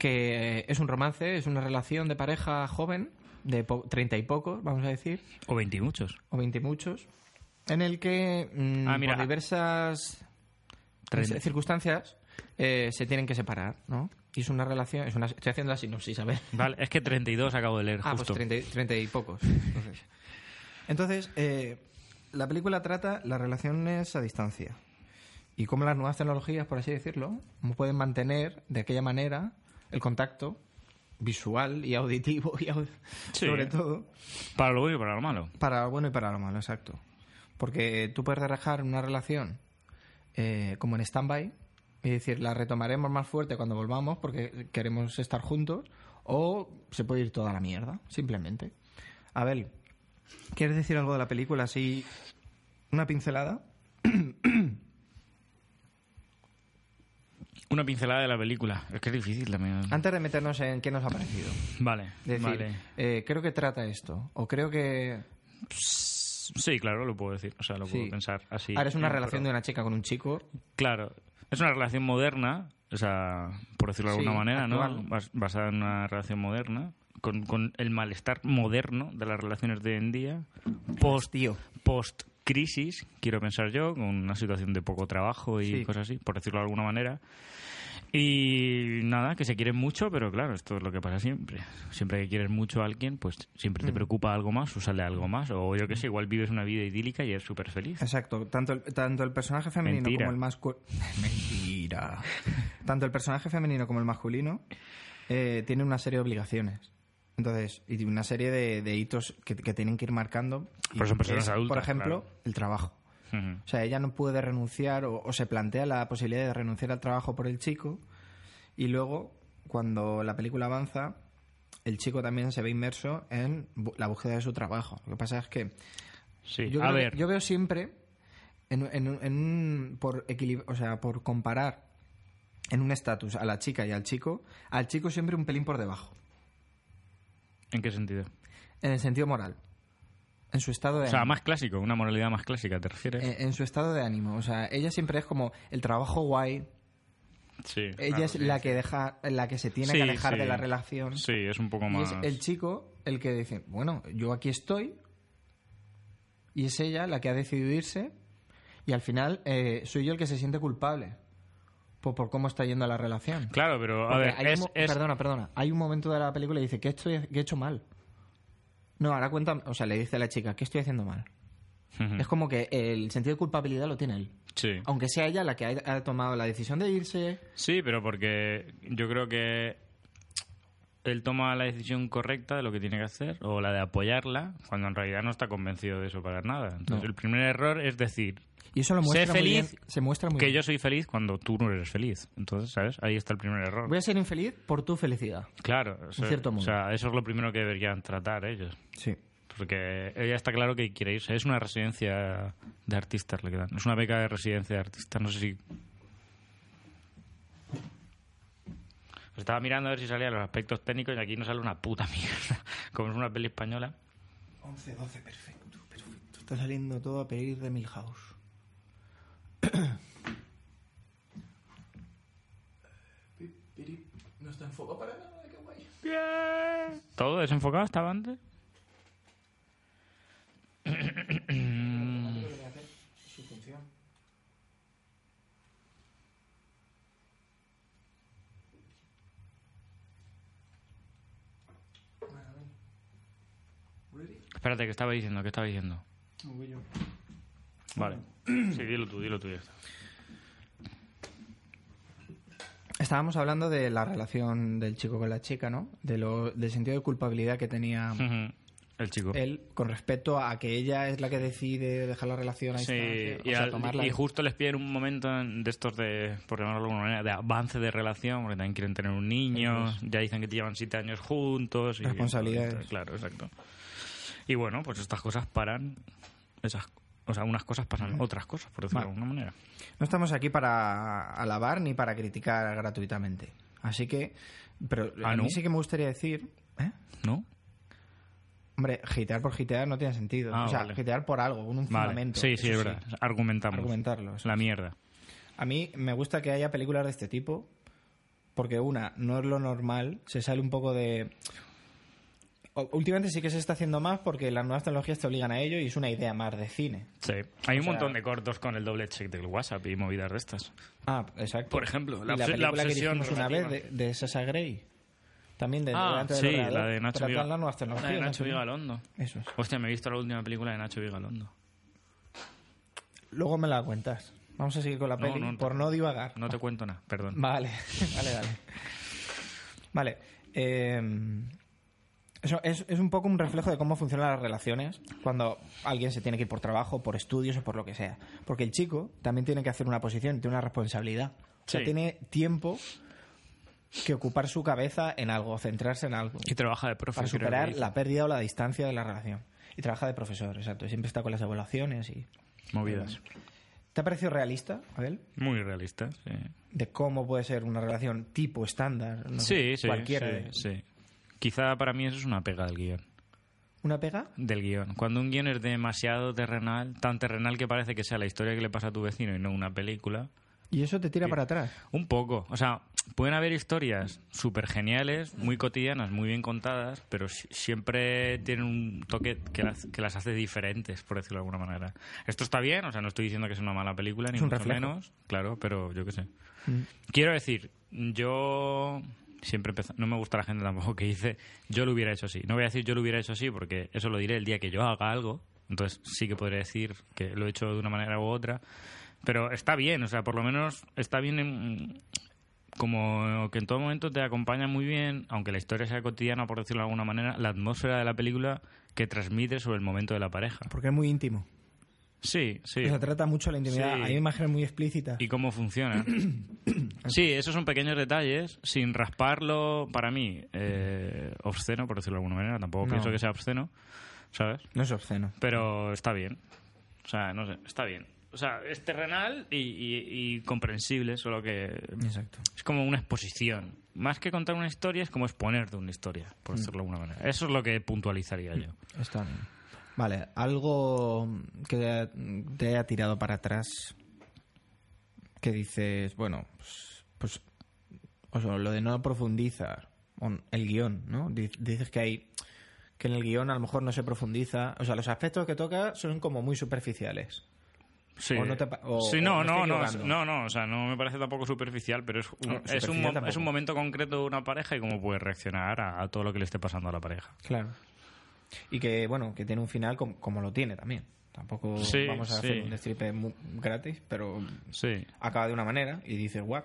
[SPEAKER 3] Que eh, es un romance, es una relación de pareja joven, de po- 30 y pocos, vamos a decir,
[SPEAKER 2] O 20 y muchos.
[SPEAKER 3] o 20 y muchos, en el que mm,
[SPEAKER 2] Ah, mira.
[SPEAKER 3] por diversas
[SPEAKER 2] Treinta.
[SPEAKER 3] circunstancias eh, se tienen que separar, ¿no? Y es una relación, es una, estoy haciendo la sinopsis, a ver.
[SPEAKER 2] Vale, es que 32 acabo de leer
[SPEAKER 3] Ah,
[SPEAKER 2] justo.
[SPEAKER 3] pues 30, y- 30 y pocos. Entonces, Entonces, eh, la película trata las relaciones a distancia y cómo las nuevas tecnologías, por así decirlo, cómo pueden mantener de aquella manera el contacto visual y auditivo, y au-
[SPEAKER 2] Sí.
[SPEAKER 3] sobre todo,
[SPEAKER 2] Para lo bueno y para lo malo.
[SPEAKER 3] para lo bueno y para lo malo, exacto. Porque tú puedes dejar una relación eh, como en stand-by y decir, la retomaremos más fuerte cuando volvamos porque queremos estar juntos, o se puede ir toda la mierda, simplemente. Abel, ¿quieres decir algo de la película así? ¿Una pincelada?
[SPEAKER 2] Una pincelada de la película. Es que es difícil también.
[SPEAKER 3] Antes de meternos en qué nos ha parecido.
[SPEAKER 2] Vale,
[SPEAKER 3] Ah, Decir,
[SPEAKER 2] vale.
[SPEAKER 3] eh, creo que trata esto, o creo que
[SPEAKER 2] Sí, claro, lo puedo decir. O sea, lo
[SPEAKER 3] Sí.
[SPEAKER 2] puedo pensar así.
[SPEAKER 3] ahora es una
[SPEAKER 2] Eh,
[SPEAKER 3] relación
[SPEAKER 2] pero-
[SPEAKER 3] de una chica con un chico,
[SPEAKER 2] Claro. Es una relación moderna, o sea, por decirlo de
[SPEAKER 3] Sí,
[SPEAKER 2] alguna manera,
[SPEAKER 3] actual.
[SPEAKER 2] ¿no? Bas- Basada en una relación moderna, con, con el malestar moderno de las relaciones de hoy en día, post,
[SPEAKER 3] Tío.
[SPEAKER 2] post crisis, quiero pensar yo, con una situación de poco trabajo y
[SPEAKER 3] Sí.
[SPEAKER 2] cosas así, por decirlo de alguna manera. Y nada, que se quieren mucho, pero claro, esto es lo que pasa siempre. Siempre que quieres mucho a alguien, pues siempre
[SPEAKER 3] Mm.
[SPEAKER 2] te preocupa algo más o sale algo más. O yo qué sé, igual vives una vida idílica y eres súper feliz.
[SPEAKER 3] Exacto, tanto el, tanto el personaje femenino
[SPEAKER 2] Mentira.
[SPEAKER 3] como el masculino. Mentira. tanto el personaje femenino como el masculino eh, tienen una serie de obligaciones. Entonces, y una serie de, de hitos que, que tienen que ir marcando. Y
[SPEAKER 2] Pero son personas
[SPEAKER 3] es, Por
[SPEAKER 2] adultas,
[SPEAKER 3] ejemplo,
[SPEAKER 2] claro.
[SPEAKER 3] el trabajo.
[SPEAKER 2] Ujú.
[SPEAKER 3] O sea, ella no puede renunciar o, o se plantea la posibilidad de renunciar al trabajo por el chico. Y luego, cuando la película avanza, el chico también se ve inmerso en bu- la búsqueda de su trabajo. Lo que pasa es que
[SPEAKER 2] Sí,
[SPEAKER 3] yo,
[SPEAKER 2] a
[SPEAKER 3] creo que-
[SPEAKER 2] ver.
[SPEAKER 3] yo veo siempre, en, en un- en un- por, equilib- o sea, por comparar en un estatus a la chica y al chico, al chico siempre un pelín por debajo,
[SPEAKER 2] ¿En qué sentido?
[SPEAKER 3] en el sentido moral, en su estado de
[SPEAKER 2] O sea,
[SPEAKER 3] ánimo.
[SPEAKER 2] más clásico, una moralidad más clásica, ¿te refieres?
[SPEAKER 3] eh, En su estado de ánimo. O sea, ella siempre es como el trabajo guay.
[SPEAKER 2] sí.
[SPEAKER 3] Ella es la que deja, la que se tiene que alejar de la relación.
[SPEAKER 2] Sí, es un poco
[SPEAKER 3] Y
[SPEAKER 2] más.
[SPEAKER 3] es el chico el que dice, bueno, yo aquí estoy, y es ella la que ha decidido irse, y al final eh, soy yo el que se siente culpable por, por cómo está yendo la relación.
[SPEAKER 2] Claro, pero a
[SPEAKER 3] Porque
[SPEAKER 2] ver,
[SPEAKER 3] hay un
[SPEAKER 2] es,
[SPEAKER 3] mo-
[SPEAKER 2] es-
[SPEAKER 3] Perdona, perdona. Hay un momento de la película y dice, ¿qué, estoy, qué he hecho mal? No, ahora cuenta, o sea, le dice a la chica, ¿qué estoy haciendo mal?
[SPEAKER 2] Ujú.
[SPEAKER 3] Es como que el sentido de culpabilidad lo tiene él.
[SPEAKER 2] Sí.
[SPEAKER 3] Aunque sea ella la que ha, ha tomado la decisión de irse.
[SPEAKER 2] Sí, pero porque yo creo que él toma la decisión correcta de lo que tiene que hacer o la de apoyarla cuando en realidad no está convencido de eso para nada. Entonces,
[SPEAKER 3] No.
[SPEAKER 2] el primer error es decir
[SPEAKER 3] Y eso lo
[SPEAKER 2] Sé
[SPEAKER 3] muestra muy
[SPEAKER 2] feliz,
[SPEAKER 3] bien, Se muestra muy
[SPEAKER 2] que
[SPEAKER 3] bien.
[SPEAKER 2] yo soy feliz cuando tú no eres feliz. Entonces, ¿sabes? Ahí está el primer error.
[SPEAKER 3] Voy a ser infeliz por tu felicidad.
[SPEAKER 2] Claro, o sea,
[SPEAKER 3] cierto modo.
[SPEAKER 2] o sea, eso es lo primero que deberían tratar ellos.
[SPEAKER 3] Sí.
[SPEAKER 2] Porque ella está claro que quiere irse. Es una residencia de artistas, le quedan. Es una beca de residencia de artistas. No sé si. Estaba mirando a ver si salían los aspectos técnicos y aquí no sale una puta mierda. Como es una peli española.
[SPEAKER 3] 11, 12, perfecto, perfecto. Está saliendo todo a pedir de Milhouse. no está enfocado para nada, qué guay.
[SPEAKER 2] ¿Todo desenfocado estaba antes?
[SPEAKER 3] Su función.
[SPEAKER 2] Espérate, ¿qué estaba diciendo? ¿Qué estaba diciendo? Vale. Sí, dilo tú, dilo tú. Ya está.
[SPEAKER 3] Estábamos hablando de la relación del chico con la chica, ¿no? De lo, del sentido de culpabilidad que tenía
[SPEAKER 2] Ujú. El chico.
[SPEAKER 3] él con respecto a que ella es la que decide dejar la relación a
[SPEAKER 2] Sí,
[SPEAKER 3] distancia,
[SPEAKER 2] y,
[SPEAKER 3] o sea,
[SPEAKER 2] al-
[SPEAKER 3] tomarla.
[SPEAKER 2] y justo les piden un momento en- de estos de, por llamarlo de alguna manera, de avance de relación, porque también quieren tener un niño, ya dicen que te llevan siete años juntos. Y,
[SPEAKER 3] Responsabilidades.
[SPEAKER 2] Claro, exacto. Y bueno, pues estas cosas paran, esas, o sea, unas cosas pasan otras cosas, por decirlo de alguna manera.
[SPEAKER 3] No estamos aquí para alabar ni para criticar gratuitamente. Así que, pero
[SPEAKER 2] Ah,
[SPEAKER 3] a
[SPEAKER 2] ¿no?
[SPEAKER 3] mí sí que me gustaría decir, ¿eh?
[SPEAKER 2] ¿No?
[SPEAKER 3] hombre, gitear por gitear no tiene sentido.
[SPEAKER 2] Ah,
[SPEAKER 3] o sea,
[SPEAKER 2] vale.
[SPEAKER 3] gitear por algo, con un
[SPEAKER 2] Vale.
[SPEAKER 3] fundamento.
[SPEAKER 2] Sí, sí,
[SPEAKER 3] eso
[SPEAKER 2] es verdad. Argumentamos.
[SPEAKER 3] Argumentarlo. eso.
[SPEAKER 2] La mierda.
[SPEAKER 3] A mí me gusta que haya películas de este tipo, porque una, no es lo normal, se sale un poco de... O- Últimamente sí que se está haciendo más porque las nuevas tecnologías te obligan a ello y es una idea más de cine.
[SPEAKER 2] Sí. Hay un
[SPEAKER 3] sea-
[SPEAKER 2] montón de cortos con el doble check del WhatsApp y movidas de estas.
[SPEAKER 3] Ah, exacto.
[SPEAKER 2] Por ejemplo,
[SPEAKER 3] Y
[SPEAKER 2] la, obs- la
[SPEAKER 3] la, película que
[SPEAKER 2] obsesión.
[SPEAKER 3] dijimos una vez
[SPEAKER 2] relativa.
[SPEAKER 3] de, de Sasha Grey. También de
[SPEAKER 2] Ah,
[SPEAKER 3] delante del
[SPEAKER 2] sí,
[SPEAKER 3] ordenador,
[SPEAKER 2] la de Nacho
[SPEAKER 3] tratan
[SPEAKER 2] Vigalondo.
[SPEAKER 3] las nuevas tecnologías,
[SPEAKER 2] La de Nacho
[SPEAKER 3] ¿no?
[SPEAKER 2] Vigalondo.
[SPEAKER 3] Eso es.
[SPEAKER 2] Hostia, me he visto la última película de Nacho Vigalondo.
[SPEAKER 3] Luego me la cuentas. Vamos a seguir con la
[SPEAKER 2] No,
[SPEAKER 3] peli
[SPEAKER 2] no, no.
[SPEAKER 3] por no divagar.
[SPEAKER 2] No te cuento nada, perdón.
[SPEAKER 3] Vale, vale, vale. Vale. eh, eso es, es un poco un reflejo de cómo funcionan las relaciones cuando alguien se tiene que ir por trabajo, por estudios o por lo que sea. Porque el chico también tiene que hacer una posición, tiene una responsabilidad. O sea,
[SPEAKER 2] Sí.
[SPEAKER 3] tiene tiempo que ocupar su cabeza en algo, centrarse en algo.
[SPEAKER 2] Y trabaja de profe.
[SPEAKER 3] para
[SPEAKER 2] creo que
[SPEAKER 3] superar
[SPEAKER 2] dice.
[SPEAKER 3] la pérdida o la distancia de la relación. Y trabaja de profesor, exacto. Y siempre está con las evaluaciones y...
[SPEAKER 2] Movidas.
[SPEAKER 3] ¿Te ha parecido realista, Abel?
[SPEAKER 2] Muy realista, sí.
[SPEAKER 3] De cómo puede ser una relación tipo estándar. no
[SPEAKER 2] sí,
[SPEAKER 3] sé,
[SPEAKER 2] sí,
[SPEAKER 3] Cualquiera.
[SPEAKER 2] sí,
[SPEAKER 3] de-
[SPEAKER 2] sí. Quizá para mí eso es una pega del guión.
[SPEAKER 3] ¿Una pega?
[SPEAKER 2] Del guión. Cuando un guión es demasiado terrenal, tan terrenal que parece que sea la historia que le pasa a tu vecino y no una película,
[SPEAKER 3] Y eso te tira para atrás.
[SPEAKER 2] Un poco. O sea, pueden haber historias súper geniales, muy cotidianas, muy bien contadas, pero si- siempre tienen un toque que las, que las hace diferentes, por decirlo de alguna manera. Esto está bien, o sea, no estoy diciendo que sea una mala película, ni
[SPEAKER 3] Es un
[SPEAKER 2] mucho
[SPEAKER 3] reflejo. Mm.
[SPEAKER 2] menos, claro, pero yo qué sé. Quiero decir, yo siempre empeza- no me gusta la gente tampoco que dice yo lo hubiera hecho así. No voy a decir yo lo hubiera hecho así porque eso lo diré el día que yo haga algo. Entonces sí que podré decir que lo he hecho de una manera u otra. Pero está bien, o sea, por lo menos está bien en- como que en todo momento te acompaña muy bien, aunque la historia sea cotidiana, por decirlo de alguna manera, la atmósfera de la película que transmite sobre el momento de la pareja.
[SPEAKER 3] Porque es muy íntimo.
[SPEAKER 2] Sí, sí.
[SPEAKER 3] Se trata mucho la intimidad.
[SPEAKER 2] Sí.
[SPEAKER 3] Hay imágenes muy explícitas.
[SPEAKER 2] y cómo funciona. Sí, esos son pequeños detalles, sin rasparlo, para mí, eh, obsceno, por decirlo de alguna manera. Tampoco
[SPEAKER 3] No.
[SPEAKER 2] pienso que sea obsceno, ¿sabes?
[SPEAKER 3] No es obsceno.
[SPEAKER 2] Pero está bien. O sea, no sé, está bien. O sea, es terrenal y, y- y comprensible, solo que
[SPEAKER 3] Exacto.
[SPEAKER 2] es como una exposición. Más que contar una historia, es como exponerte una historia, por
[SPEAKER 3] Mm.
[SPEAKER 2] decirlo de alguna manera. Eso es lo que puntualizaría yo.
[SPEAKER 3] Está bien. Vale, algo que te haya tirado para atrás que dices, bueno, pues, pues, o sea, lo de no profundizar, o el guión, ¿no? Di- Dices que hay que en el guión a lo mejor no se profundiza. O sea, los aspectos que toca son como muy superficiales.
[SPEAKER 2] Sí.
[SPEAKER 3] O no te pa- o-
[SPEAKER 2] Sí,
[SPEAKER 3] o
[SPEAKER 2] no,
[SPEAKER 3] me estoy
[SPEAKER 2] no, no,
[SPEAKER 3] equivocando.
[SPEAKER 2] no, no, o sea, no me parece tampoco superficial, pero es un,
[SPEAKER 3] No,
[SPEAKER 2] es un,
[SPEAKER 3] superficial
[SPEAKER 2] mo- es
[SPEAKER 3] tampoco.
[SPEAKER 2] un momento concreto de una pareja y cómo puede reaccionar a, a todo lo que le esté pasando a la pareja.
[SPEAKER 3] Claro. Y que, bueno, que tiene un final com- como, lo tiene también. Tampoco
[SPEAKER 2] Sí,
[SPEAKER 3] vamos a
[SPEAKER 2] sí.
[SPEAKER 3] hacer un destripe mu- gratis, pero
[SPEAKER 2] Sí,
[SPEAKER 3] acaba de una manera y dices, guau.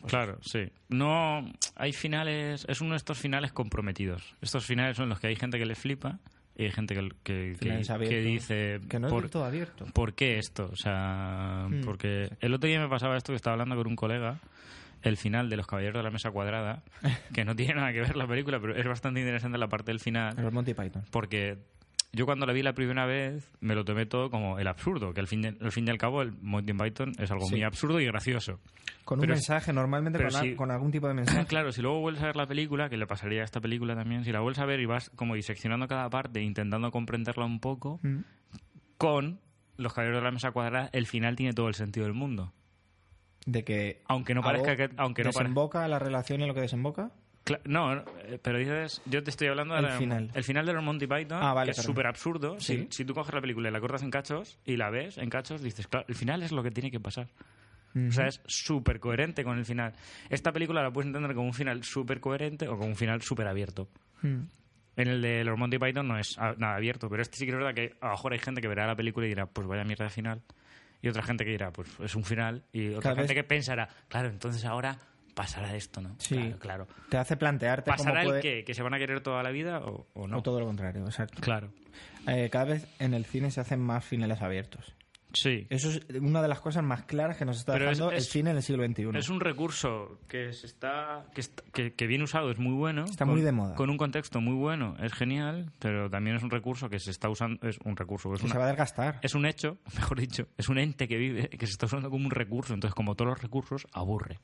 [SPEAKER 3] Pues
[SPEAKER 2] claro, sí. No, hay finales, es uno de estos finales comprometidos. Estos finales son los que hay gente que le flipa y hay gente que, que, que,
[SPEAKER 3] Finales abiertos.
[SPEAKER 2] que dice...
[SPEAKER 3] Que no es
[SPEAKER 2] "Por-
[SPEAKER 3] del todo abierto.
[SPEAKER 2] ¿Por qué esto? O sea, porque el otro día me pasaba esto que estaba hablando con un colega, el final de Los Caballeros de la Mesa Cuadrada, que no tiene nada que ver la película, pero es bastante interesante la parte del final,
[SPEAKER 3] Pero Monty Python.
[SPEAKER 2] porque yo cuando la vi la primera vez me lo tomé todo como el absurdo, que al fin, de- al fin y al cabo el Monty Python es algo
[SPEAKER 3] Sí.
[SPEAKER 2] muy absurdo y gracioso.
[SPEAKER 3] Con
[SPEAKER 2] Pero
[SPEAKER 3] un
[SPEAKER 2] es-
[SPEAKER 3] mensaje, normalmente
[SPEAKER 2] pero
[SPEAKER 3] con, a-
[SPEAKER 2] si-
[SPEAKER 3] con algún tipo de mensaje.
[SPEAKER 2] Claro, si luego vuelves a ver la película, que le pasaría a esta película también, si la vuelves a ver y vas como diseccionando cada parte, intentando comprenderla un poco,
[SPEAKER 3] Mm.
[SPEAKER 2] con Los Caballeros de la Mesa Cuadrada, el final tiene todo el sentido del mundo.
[SPEAKER 3] De que.
[SPEAKER 2] Aunque no parezca
[SPEAKER 3] algo
[SPEAKER 2] que- aunque no parezca-
[SPEAKER 3] ¿Desemboca la relación en lo que desemboca?
[SPEAKER 2] Cla- no, no, eh, pero dices, yo te estoy hablando del
[SPEAKER 3] El final.
[SPEAKER 2] El final de los Monty Python,
[SPEAKER 3] Ah, vale,
[SPEAKER 2] que es
[SPEAKER 3] perdón.
[SPEAKER 2] súper absurdo.
[SPEAKER 3] Sí.
[SPEAKER 2] Si, si tú coges la película y la cortas en cachos y la ves en cachos, dices, claro, el final es lo que tiene que pasar. O sea, es súper coherente con el final. Esta película la puedes entender como un final súper coherente o como un final súper abierto.
[SPEAKER 3] Mm.
[SPEAKER 2] En el de los Monty Python no es a- nada abierto, pero este sí que es verdad que a lo mejor hay gente que verá la película y dirá, pues vaya mierda de final. Y otra gente que dirá, pues es un final. Y otra
[SPEAKER 3] Cada
[SPEAKER 2] gente
[SPEAKER 3] vez-
[SPEAKER 2] que pensará, claro, entonces ahora pasará esto, ¿no?
[SPEAKER 3] Sí.
[SPEAKER 2] Claro, claro.
[SPEAKER 3] Te hace plantearte cómo
[SPEAKER 2] ¿Pasará
[SPEAKER 3] puede.
[SPEAKER 2] el qué? ¿Que se van a querer toda la vida o, o no?
[SPEAKER 3] O todo lo contrario, exacto.
[SPEAKER 2] Claro.
[SPEAKER 3] Eh, cada vez en el cine se hacen más finales abiertos.
[SPEAKER 2] Sí.
[SPEAKER 3] Eso es una de las cosas más claras que nos está
[SPEAKER 2] Pero es-
[SPEAKER 3] dejando
[SPEAKER 2] es-
[SPEAKER 3] el cine en el siglo XXI.
[SPEAKER 2] Es un recurso que se está que, est- que, que bien usado, es muy bueno.
[SPEAKER 3] Está
[SPEAKER 2] con-
[SPEAKER 3] muy de moda.
[SPEAKER 2] Con un contexto muy bueno, es genial, pero también es un recurso que se está usando, es un recurso, es,
[SPEAKER 3] que
[SPEAKER 2] una-
[SPEAKER 3] Pues se va a desgastar.
[SPEAKER 2] es un hecho, mejor dicho, es un ente que vive, que se está usando como un recurso, entonces como todos los recursos, aburre.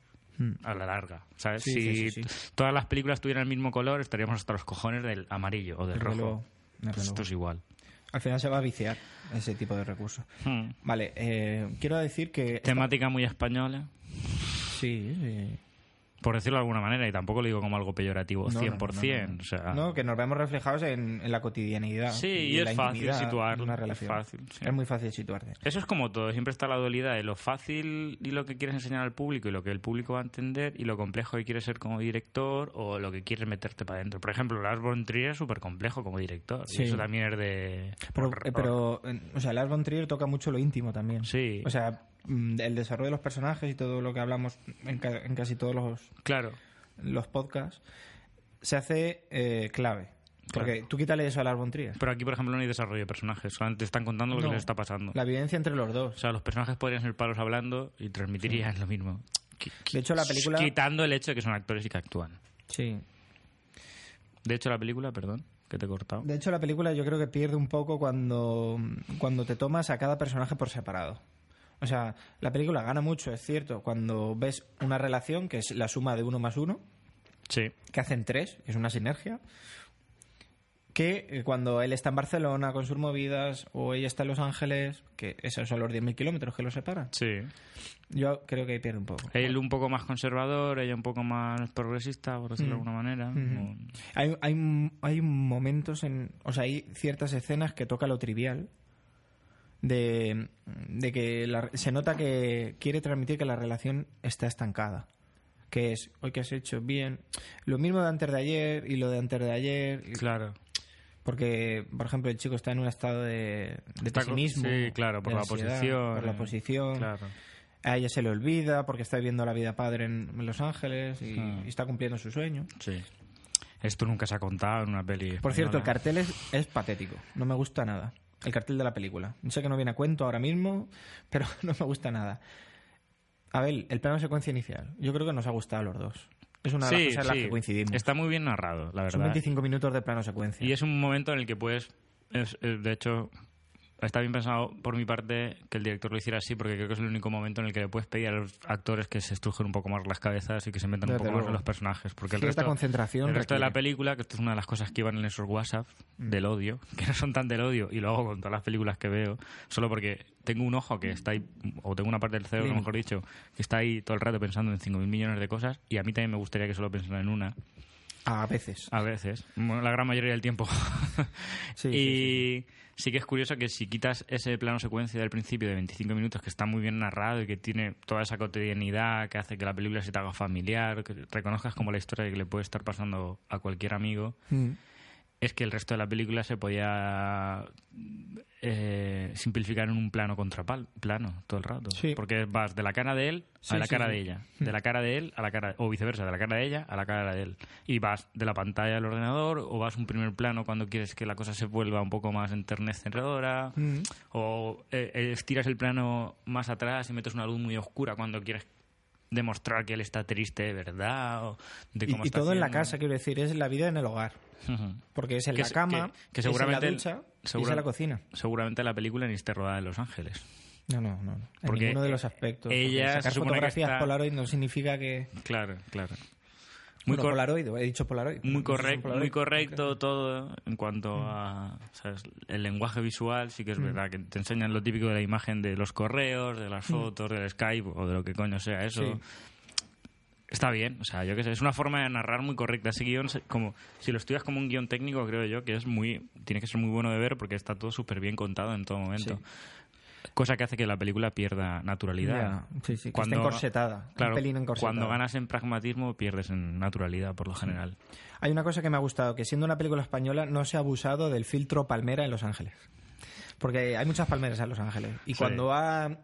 [SPEAKER 2] A la larga, ¿sabes?
[SPEAKER 3] Hmm. Sí,
[SPEAKER 2] si
[SPEAKER 3] sí, sí, sí.
[SPEAKER 2] t- todas las películas tuvieran el mismo color, estaríamos hasta los cojones del amarillo o del
[SPEAKER 3] Desde
[SPEAKER 2] rojo.
[SPEAKER 3] luego, desde
[SPEAKER 2] Pues esto
[SPEAKER 3] luego.
[SPEAKER 2] es igual.
[SPEAKER 3] Al final se va a viciar ese tipo de recursos.
[SPEAKER 2] Hmm.
[SPEAKER 3] Vale, eh, quiero decir que...
[SPEAKER 2] Temática muy española.
[SPEAKER 3] Sí, sí.
[SPEAKER 2] por decirlo de alguna manera, y tampoco lo digo como algo peyorativo,
[SPEAKER 3] No, no,
[SPEAKER 2] 100%.
[SPEAKER 3] no, no, no.
[SPEAKER 2] O sea,
[SPEAKER 3] No, que nos vemos reflejados en, en la cotidianidad.
[SPEAKER 2] Ah. Sí,
[SPEAKER 3] en
[SPEAKER 2] y
[SPEAKER 3] la
[SPEAKER 2] es fácil
[SPEAKER 3] intimidad de
[SPEAKER 2] situarlo,
[SPEAKER 3] Una
[SPEAKER 2] es
[SPEAKER 3] relación.
[SPEAKER 2] fácil, sí.
[SPEAKER 3] Es muy fácil situarte.
[SPEAKER 2] Eso es como todo, siempre está la dualidad de lo fácil y lo que quieres enseñar al público y lo que el público va a entender y lo complejo que quieres ser como director o lo que quieres meterte para adentro. Por ejemplo, Lars von Trier es súper complejo como director
[SPEAKER 3] Sí.
[SPEAKER 2] y eso también es de...
[SPEAKER 3] Pero, eh, pero, eh, o sea, Lars von Trier toca mucho lo íntimo también.
[SPEAKER 2] Sí.
[SPEAKER 3] O sea, mm, el desarrollo de los personajes y todo lo que hablamos en, ca- en casi todos los,
[SPEAKER 2] Claro,
[SPEAKER 3] los podcasts se hace eh, clave. Porque tú quítale eso a Lars von Trier.
[SPEAKER 2] pero aquí por ejemplo no hay desarrollo de personajes, solamente te están contando lo que
[SPEAKER 3] No.
[SPEAKER 2] les está pasando.
[SPEAKER 3] La vivencia entre los
[SPEAKER 2] O
[SPEAKER 3] dos.
[SPEAKER 2] sea, los personajes podrían ser palos hablando y transmitirían lo mismo. Qui- qui-
[SPEAKER 3] De hecho, la película...
[SPEAKER 2] Quitando el hecho de que son actores y que actúan.
[SPEAKER 3] Sí.
[SPEAKER 2] De hecho, la película, perdón, que te he cortado.
[SPEAKER 3] De hecho, la película yo creo que pierde un poco cuando, cuando te tomas a cada personaje por separado. O sea, la película gana mucho, es cierto, cuando ves una relación que es la suma de uno más uno,
[SPEAKER 2] Sí.
[SPEAKER 3] que hacen tres, que es una sinergia, que eh, cuando él está en Barcelona con sus movidas o ella está en Los Ángeles, que esos son los 10.000 kilómetros que los separan,
[SPEAKER 2] Sí.
[SPEAKER 3] yo creo que ahí pierde un poco.
[SPEAKER 2] Él un poco más conservador, ella un poco más progresista, por decirlo de alguna manera.
[SPEAKER 3] Mm. Hay, hay, hay momentos en. O sea, hay ciertas escenas que toca lo trivial. De, de que la- se nota que quiere transmitir que la relación está estancada. Que es, hoy que has hecho bien. Lo mismo de antes de ayer y lo de antes de ayer.
[SPEAKER 2] O- claro.
[SPEAKER 3] Porque, por ejemplo, el chico está en un estado de, de
[SPEAKER 2] Está co-
[SPEAKER 3] pesimismo.
[SPEAKER 2] sí, claro, por
[SPEAKER 3] de
[SPEAKER 2] la
[SPEAKER 3] ansiedad,
[SPEAKER 2] posición,
[SPEAKER 3] Por la
[SPEAKER 2] eh,
[SPEAKER 3] posición.
[SPEAKER 2] Claro.
[SPEAKER 3] A ella se le olvida porque está viviendo la vida padre en Los Ángeles y-
[SPEAKER 2] Ah.
[SPEAKER 3] y está cumpliendo su sueño.
[SPEAKER 2] Sí. Esto nunca se ha contado en una peli.
[SPEAKER 3] Por cierto, el
[SPEAKER 2] española.
[SPEAKER 3] cartel es, es patético. No me gusta nada. El cartel de la película. Sé que no viene a cuento ahora mismo, pero no me gusta nada. A ver, el plano secuencia inicial. Yo creo que nos ha gustado a los dos. Es una de las
[SPEAKER 2] Sí,
[SPEAKER 3] cosas en las
[SPEAKER 2] sí.
[SPEAKER 3] que coincidimos.
[SPEAKER 2] Está muy bien narrado, la
[SPEAKER 3] Son
[SPEAKER 2] verdad.
[SPEAKER 3] 25 minutos de plano secuencia.
[SPEAKER 2] Y es un momento en el que puedes. es- es- de hecho, está bien pensado por mi parte que el director lo hiciera así, porque creo que es el único momento en el que le puedes pedir a los actores que se estrujen un poco más las cabezas y que se metan
[SPEAKER 3] Desde
[SPEAKER 2] un poco más
[SPEAKER 3] luego.
[SPEAKER 2] en los personajes. Porque el
[SPEAKER 3] Cierta
[SPEAKER 2] resto,
[SPEAKER 3] concentración
[SPEAKER 2] el resto de la
[SPEAKER 3] requiere.
[SPEAKER 2] película, que Mm. esto es una de las cosas que iban en esos WhatsApp del odio, que no son tan del odio, y lo hago con todas las películas que veo, solo porque tengo un ojo que está ahí, o tengo una parte del cerebro,
[SPEAKER 3] Límite.
[SPEAKER 2] mejor dicho, que está ahí todo el rato pensando en 5.000 millones de cosas, y a mí también me gustaría que solo pensaran en una.
[SPEAKER 3] A veces.
[SPEAKER 2] A veces, bueno, la gran mayoría del tiempo.
[SPEAKER 3] Sí,
[SPEAKER 2] y
[SPEAKER 3] sí,
[SPEAKER 2] sí que es curioso que si quitas ese plano secuencia del principio de 25 minutos, que está muy bien narrado y que tiene toda esa cotidianidad que hace que la película se te haga familiar, que reconozcas como la historia que le puede estar pasando a cualquier amigo,
[SPEAKER 3] Mm.
[SPEAKER 2] es que el resto de la película se podía eh, simplificar en un plano contra pal- plano todo el rato.
[SPEAKER 3] Sí.
[SPEAKER 2] Porque vas de la cara de él a
[SPEAKER 3] Sí,
[SPEAKER 2] la
[SPEAKER 3] sí,
[SPEAKER 2] cara
[SPEAKER 3] sí. Hmm.
[SPEAKER 2] de ella. De la cara de él a la cara... O viceversa, de la cara de ella a la cara de él. Y vas de la pantalla del ordenador o vas un primer plano cuando quieres que la cosa se vuelva un poco más enternecedora.
[SPEAKER 3] Mm.
[SPEAKER 2] O eh, eh, estiras el plano más atrás y metes una luz muy oscura cuando quieres demostrar que él está triste de verdad o de cómo
[SPEAKER 3] Y, y
[SPEAKER 2] está
[SPEAKER 3] todo en la
[SPEAKER 2] haciendo.
[SPEAKER 3] casa, quiero decir, es la vida en el hogar.
[SPEAKER 2] Ujú.
[SPEAKER 3] Porque es en
[SPEAKER 2] Que
[SPEAKER 3] la
[SPEAKER 2] se-
[SPEAKER 3] cama,
[SPEAKER 2] que- que seguramente el-
[SPEAKER 3] es en la ducha, y es
[SPEAKER 2] segura-
[SPEAKER 3] en la cocina.
[SPEAKER 2] seguramente la película ni esté rodada en Los Ángeles.
[SPEAKER 3] No, no, no. no. En
[SPEAKER 2] Porque e-
[SPEAKER 3] ninguno de los aspectos. porque
[SPEAKER 2] ella se
[SPEAKER 3] sacar
[SPEAKER 2] supone que
[SPEAKER 3] fotografías
[SPEAKER 2] está-
[SPEAKER 3] Polaroid no significa que...
[SPEAKER 2] Claro, claro. Muy,
[SPEAKER 3] Muy bueno,
[SPEAKER 2] cor-
[SPEAKER 3] Polaroid, he dicho Polaroid.
[SPEAKER 2] muy,
[SPEAKER 3] No sé si
[SPEAKER 2] correc-
[SPEAKER 3] son Polaroid.
[SPEAKER 2] muy correcto todo en cuanto
[SPEAKER 3] Mm.
[SPEAKER 2] a ¿sabes? el lenguaje visual. Sí que es verdad que te enseñan lo típico de la imagen de los correos, de las fotos, del Skype o de lo que coño sea eso.
[SPEAKER 3] Mm. Sí.
[SPEAKER 2] Está bien, o sea, yo qué sé, es una forma de narrar muy correcta. Ese guión, se- como, si lo estudias como un guión técnico, creo yo que es muy, tiene que ser muy bueno de ver porque está todo súper bien contado en todo momento. Cosa que hace que la película pierda naturalidad.
[SPEAKER 3] Ya, sí, sí, que está encorsetada, un
[SPEAKER 2] Claro,
[SPEAKER 3] pelín encorsetada.
[SPEAKER 2] Cuando ganas en pragmatismo, pierdes en naturalidad por lo general.
[SPEAKER 3] Hay una cosa que me ha gustado, que siendo una película española no se ha abusado del filtro palmera en Los Ángeles. Porque hay muchas palmeras en Los Ángeles. Y
[SPEAKER 2] Sí.
[SPEAKER 3] cuando va...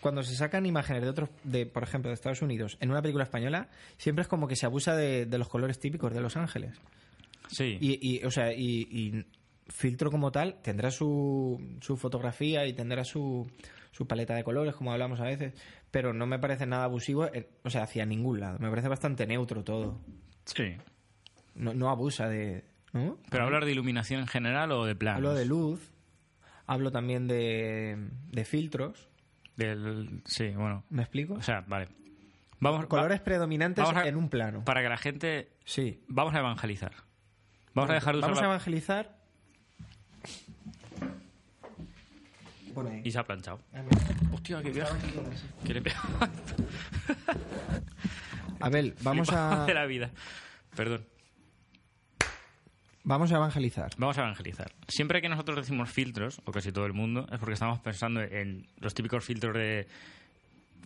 [SPEAKER 3] Cuando se sacan imágenes de otros, de, por ejemplo, de Estados Unidos, en una película española, siempre es como que se abusa de, de los colores típicos de Los Ángeles.
[SPEAKER 2] Sí.
[SPEAKER 3] Y, y, o sea, y, y filtro como tal tendrá su, su fotografía y tendrá su, su paleta de colores, como hablamos a veces, pero no me parece nada abusivo, eh, o sea, hacia ningún lado. Me parece bastante neutro todo.
[SPEAKER 2] sí.
[SPEAKER 3] No, no abusa de... ¿no?
[SPEAKER 2] Pero hablar de iluminación en general o de planos.
[SPEAKER 3] Hablo de luz, hablo también de, de filtros,
[SPEAKER 2] Del- sí, bueno.
[SPEAKER 3] ¿me explico?
[SPEAKER 2] O sea, vale. Vamos,
[SPEAKER 3] colores
[SPEAKER 2] va-
[SPEAKER 3] predominantes
[SPEAKER 2] vamos a-
[SPEAKER 3] en un plano.
[SPEAKER 2] para que la gente.
[SPEAKER 3] Sí.
[SPEAKER 2] Vamos a evangelizar. Vamos a dejar de usar
[SPEAKER 3] Vamos a
[SPEAKER 2] la-
[SPEAKER 3] evangelizar. Pon ahí.
[SPEAKER 2] Y se ha planchado.
[SPEAKER 3] Ah,
[SPEAKER 2] Hostia, qué viaje. Que le he pegado.
[SPEAKER 3] Abel, vamos
[SPEAKER 2] Flipado
[SPEAKER 3] a,
[SPEAKER 2] de la vida. Perdón.
[SPEAKER 3] vamos a evangelizar.
[SPEAKER 2] Vamos a evangelizar. Siempre que nosotros decimos filtros, o casi todo el mundo, es porque estamos pensando en los típicos filtros de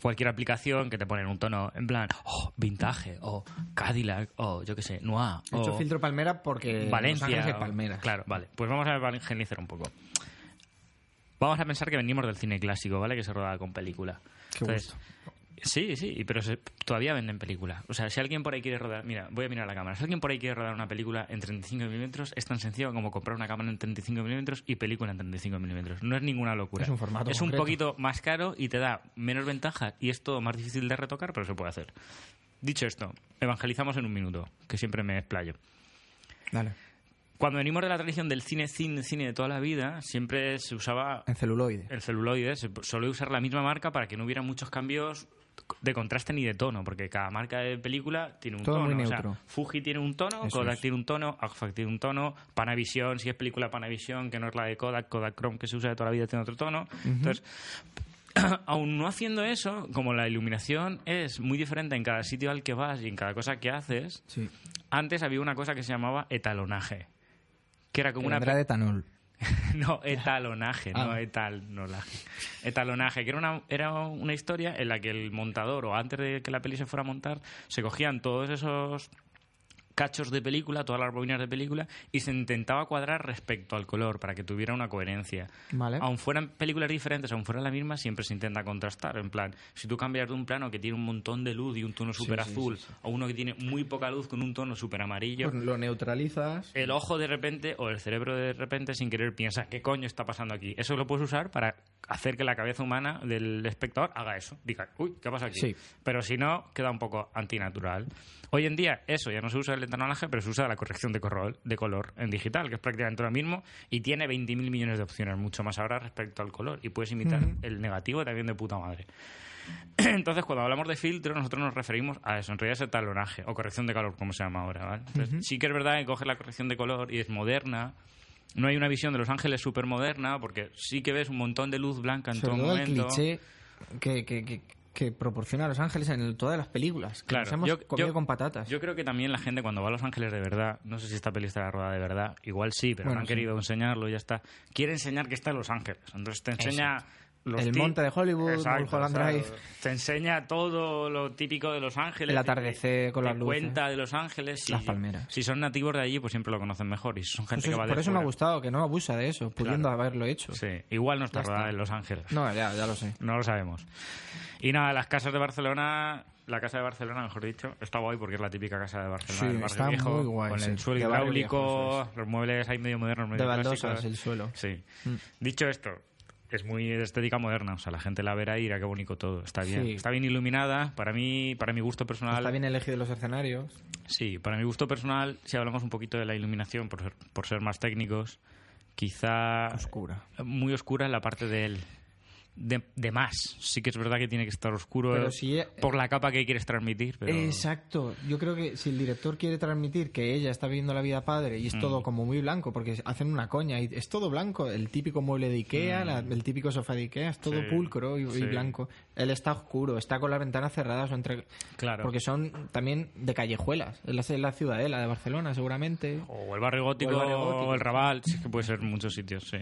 [SPEAKER 2] cualquier aplicación que te ponen un tono en plan, oh, vintage, o Cadillac, o yo qué sé, Noir,
[SPEAKER 3] He hecho
[SPEAKER 2] o
[SPEAKER 3] filtro palmera porque
[SPEAKER 2] Oh. Valencia.
[SPEAKER 3] Los Ángeles
[SPEAKER 2] o-
[SPEAKER 3] es palmera.
[SPEAKER 2] Claro, vale. Pues vamos a evangelizar un poco. Vamos a pensar que venimos del cine clásico, ¿vale? Que se rodaba con película.
[SPEAKER 3] Qué
[SPEAKER 2] Sí, sí, pero se- todavía venden película. O sea, si alguien por ahí quiere rodar, mira, voy a mirar la cámara. Si alguien por ahí quiere rodar una película en 35 milímetros, es tan sencillo como comprar una cámara en 35 milímetros y película en 35 milímetros. No es ninguna locura.
[SPEAKER 3] Es un formato
[SPEAKER 2] Es un
[SPEAKER 3] concreto.
[SPEAKER 2] poquito más caro y te da menos ventaja y es todo más difícil de retocar, pero se puede hacer. Dicho esto, evangelizamos en un minuto, que siempre me explayo
[SPEAKER 3] Dale.
[SPEAKER 2] cuando venimos de la tradición del cine, cine, cine de toda la vida, siempre se usaba
[SPEAKER 3] En celuloide.
[SPEAKER 2] el celuloide, se solía usar la misma marca para que no hubiera muchos cambios de contraste ni de tono, porque cada marca de película tiene un
[SPEAKER 3] Todo
[SPEAKER 2] tono.
[SPEAKER 3] muy
[SPEAKER 2] o sea,
[SPEAKER 3] neutro.
[SPEAKER 2] Fuji tiene un tono,
[SPEAKER 3] Eso
[SPEAKER 2] Kodak
[SPEAKER 3] es.
[SPEAKER 2] tiene un tono, Agfac tiene un tono, Panavision, si es película Panavision, que no es la de Kodak, Kodak Chrome, que se usa de toda la vida, tiene otro tono. Entonces, aún no haciendo eso, como la iluminación es muy diferente en cada sitio al que vas y en cada cosa que haces,
[SPEAKER 3] Sí.
[SPEAKER 2] antes había una cosa que se llamaba etalonaje. Que era como una.
[SPEAKER 3] de etanol.
[SPEAKER 2] No, etalonaje,
[SPEAKER 3] Ah.
[SPEAKER 2] no etalolaje. Etalonaje, que era una, era una historia en la que el montador, o antes de que la peli se fuera a montar, se cogían todos esos cachos de película, todas las bobinas de película, y se intentaba cuadrar respecto al color para que tuviera una coherencia.
[SPEAKER 3] Vale.
[SPEAKER 2] Aun fueran películas diferentes, aun fueran la misma, siempre se intenta contrastar. En plan, si tú cambias de un plano que tiene un montón de luz y un tono súper azul, a uno que tiene muy poca luz con un tono súper amarillo,
[SPEAKER 3] Pues lo neutralizas.
[SPEAKER 2] el ojo de repente o el cerebro de repente sin querer piensa, ¿qué coño está pasando aquí? Eso lo puedes usar para hacer que la cabeza humana del espectador haga eso, diga, uy, ¿qué pasa aquí?
[SPEAKER 3] Sí.
[SPEAKER 2] Pero si no, queda un poco antinatural. Hoy en día eso ya no se usa el etanonaje, pero se usa la corrección de color, de color en digital, que es prácticamente lo mismo, y tiene 20.000 millones de opciones, mucho más ahora respecto al color, y puedes imitar el negativo también de puta madre. Entonces, cuando hablamos de filtro, nosotros nos referimos a eso. En realidad es talonaje o corrección de calor, como se llama ahora. ¿vale? Entonces, Sí que es verdad que coge la corrección de color y es moderna. No hay una visión de Los Ángeles súper moderna, porque sí que ves un montón de luz blanca en
[SPEAKER 3] sobre
[SPEAKER 2] todo
[SPEAKER 3] todo el
[SPEAKER 2] momento.
[SPEAKER 3] cliché que, que- que- que proporciona a Los Ángeles en el- todas las películas. que
[SPEAKER 2] Claro,
[SPEAKER 3] nos hemos
[SPEAKER 2] yo-
[SPEAKER 3] comido
[SPEAKER 2] yo-
[SPEAKER 3] con patatas.
[SPEAKER 2] Yo creo que también la gente cuando va a Los Ángeles de verdad, no sé si esta peli estará rodada de verdad, igual sí, pero
[SPEAKER 3] Bueno,
[SPEAKER 2] no han
[SPEAKER 3] sí.
[SPEAKER 2] querido enseñarlo, ya está. Quiere enseñar que está en Los Ángeles, entonces te enseña... los
[SPEAKER 3] El
[SPEAKER 2] ti-
[SPEAKER 3] monte de Hollywood, Mulholland Drive.
[SPEAKER 2] Te enseña todo lo típico de Los Ángeles.
[SPEAKER 3] El atardecer con
[SPEAKER 2] te
[SPEAKER 3] las luces.
[SPEAKER 2] cuenta de Los Ángeles.
[SPEAKER 3] Las
[SPEAKER 2] y-
[SPEAKER 3] palmeras. Pues
[SPEAKER 2] Si son nativos de allí, pues siempre lo conocen mejor. Y si son gente
[SPEAKER 3] Eso es-
[SPEAKER 2] que va de
[SPEAKER 3] por eso me ha
[SPEAKER 2] fuera.
[SPEAKER 3] gustado, que no abusa de eso, pudiendo haberlo hecho.
[SPEAKER 2] Sí, igual no está
[SPEAKER 3] Ya está.
[SPEAKER 2] rodada en Los Ángeles.
[SPEAKER 3] No, ya, ya lo sé.
[SPEAKER 2] No lo sabemos. Y nada, las casas de Barcelona, la casa de Barcelona, mejor dicho, está guay porque es la típica casa de Barcelona.
[SPEAKER 3] Sí,
[SPEAKER 2] del barrio
[SPEAKER 3] está
[SPEAKER 2] viejo,
[SPEAKER 3] muy guay,
[SPEAKER 2] Con el
[SPEAKER 3] sí.
[SPEAKER 2] suelo
[SPEAKER 3] De barrio
[SPEAKER 2] hidráulico,
[SPEAKER 3] viejo, eso
[SPEAKER 2] los muebles ahí medio modernos, medio
[SPEAKER 3] De baldosas,
[SPEAKER 2] clásicos.
[SPEAKER 3] el suelo. Mm.
[SPEAKER 2] Sí. Dicho esto, es muy de estética moderna. O sea, la gente la verá y dirá qué bonito todo. Está bien.
[SPEAKER 3] Sí.
[SPEAKER 2] Está bien iluminada. Para mí, para mi gusto personal.
[SPEAKER 3] Está bien elegido los escenarios.
[SPEAKER 2] Sí, para mi gusto personal, si hablamos un poquito de la iluminación, por ser, por ser más técnicos, quizá
[SPEAKER 3] Oscura.
[SPEAKER 2] muy oscura en la parte del de, de más. Sí que es verdad que tiene que estar oscuro
[SPEAKER 3] Pero si e-
[SPEAKER 2] por la capa que quieres transmitir, pero
[SPEAKER 3] Exacto. Yo creo que si el director quiere transmitir que ella está viviendo la vida padre y es
[SPEAKER 2] Mm.
[SPEAKER 3] todo como muy blanco, porque hacen una coña y es todo blanco, el típico mueble de Ikea, la- el típico sofá de Ikea, es todo
[SPEAKER 2] Mm. Sí,
[SPEAKER 3] pulcro y, y
[SPEAKER 2] sí.
[SPEAKER 3] blanco. Él está oscuro, está con las ventanas cerradas o entre...
[SPEAKER 2] Claro.
[SPEAKER 3] Porque son también de callejuelas. Es la, es la ciudadela de Barcelona, seguramente.
[SPEAKER 2] o el barrio gótico o el,
[SPEAKER 3] barrio gótico.
[SPEAKER 2] Raval, sí que puede ser muchos sitios, sí.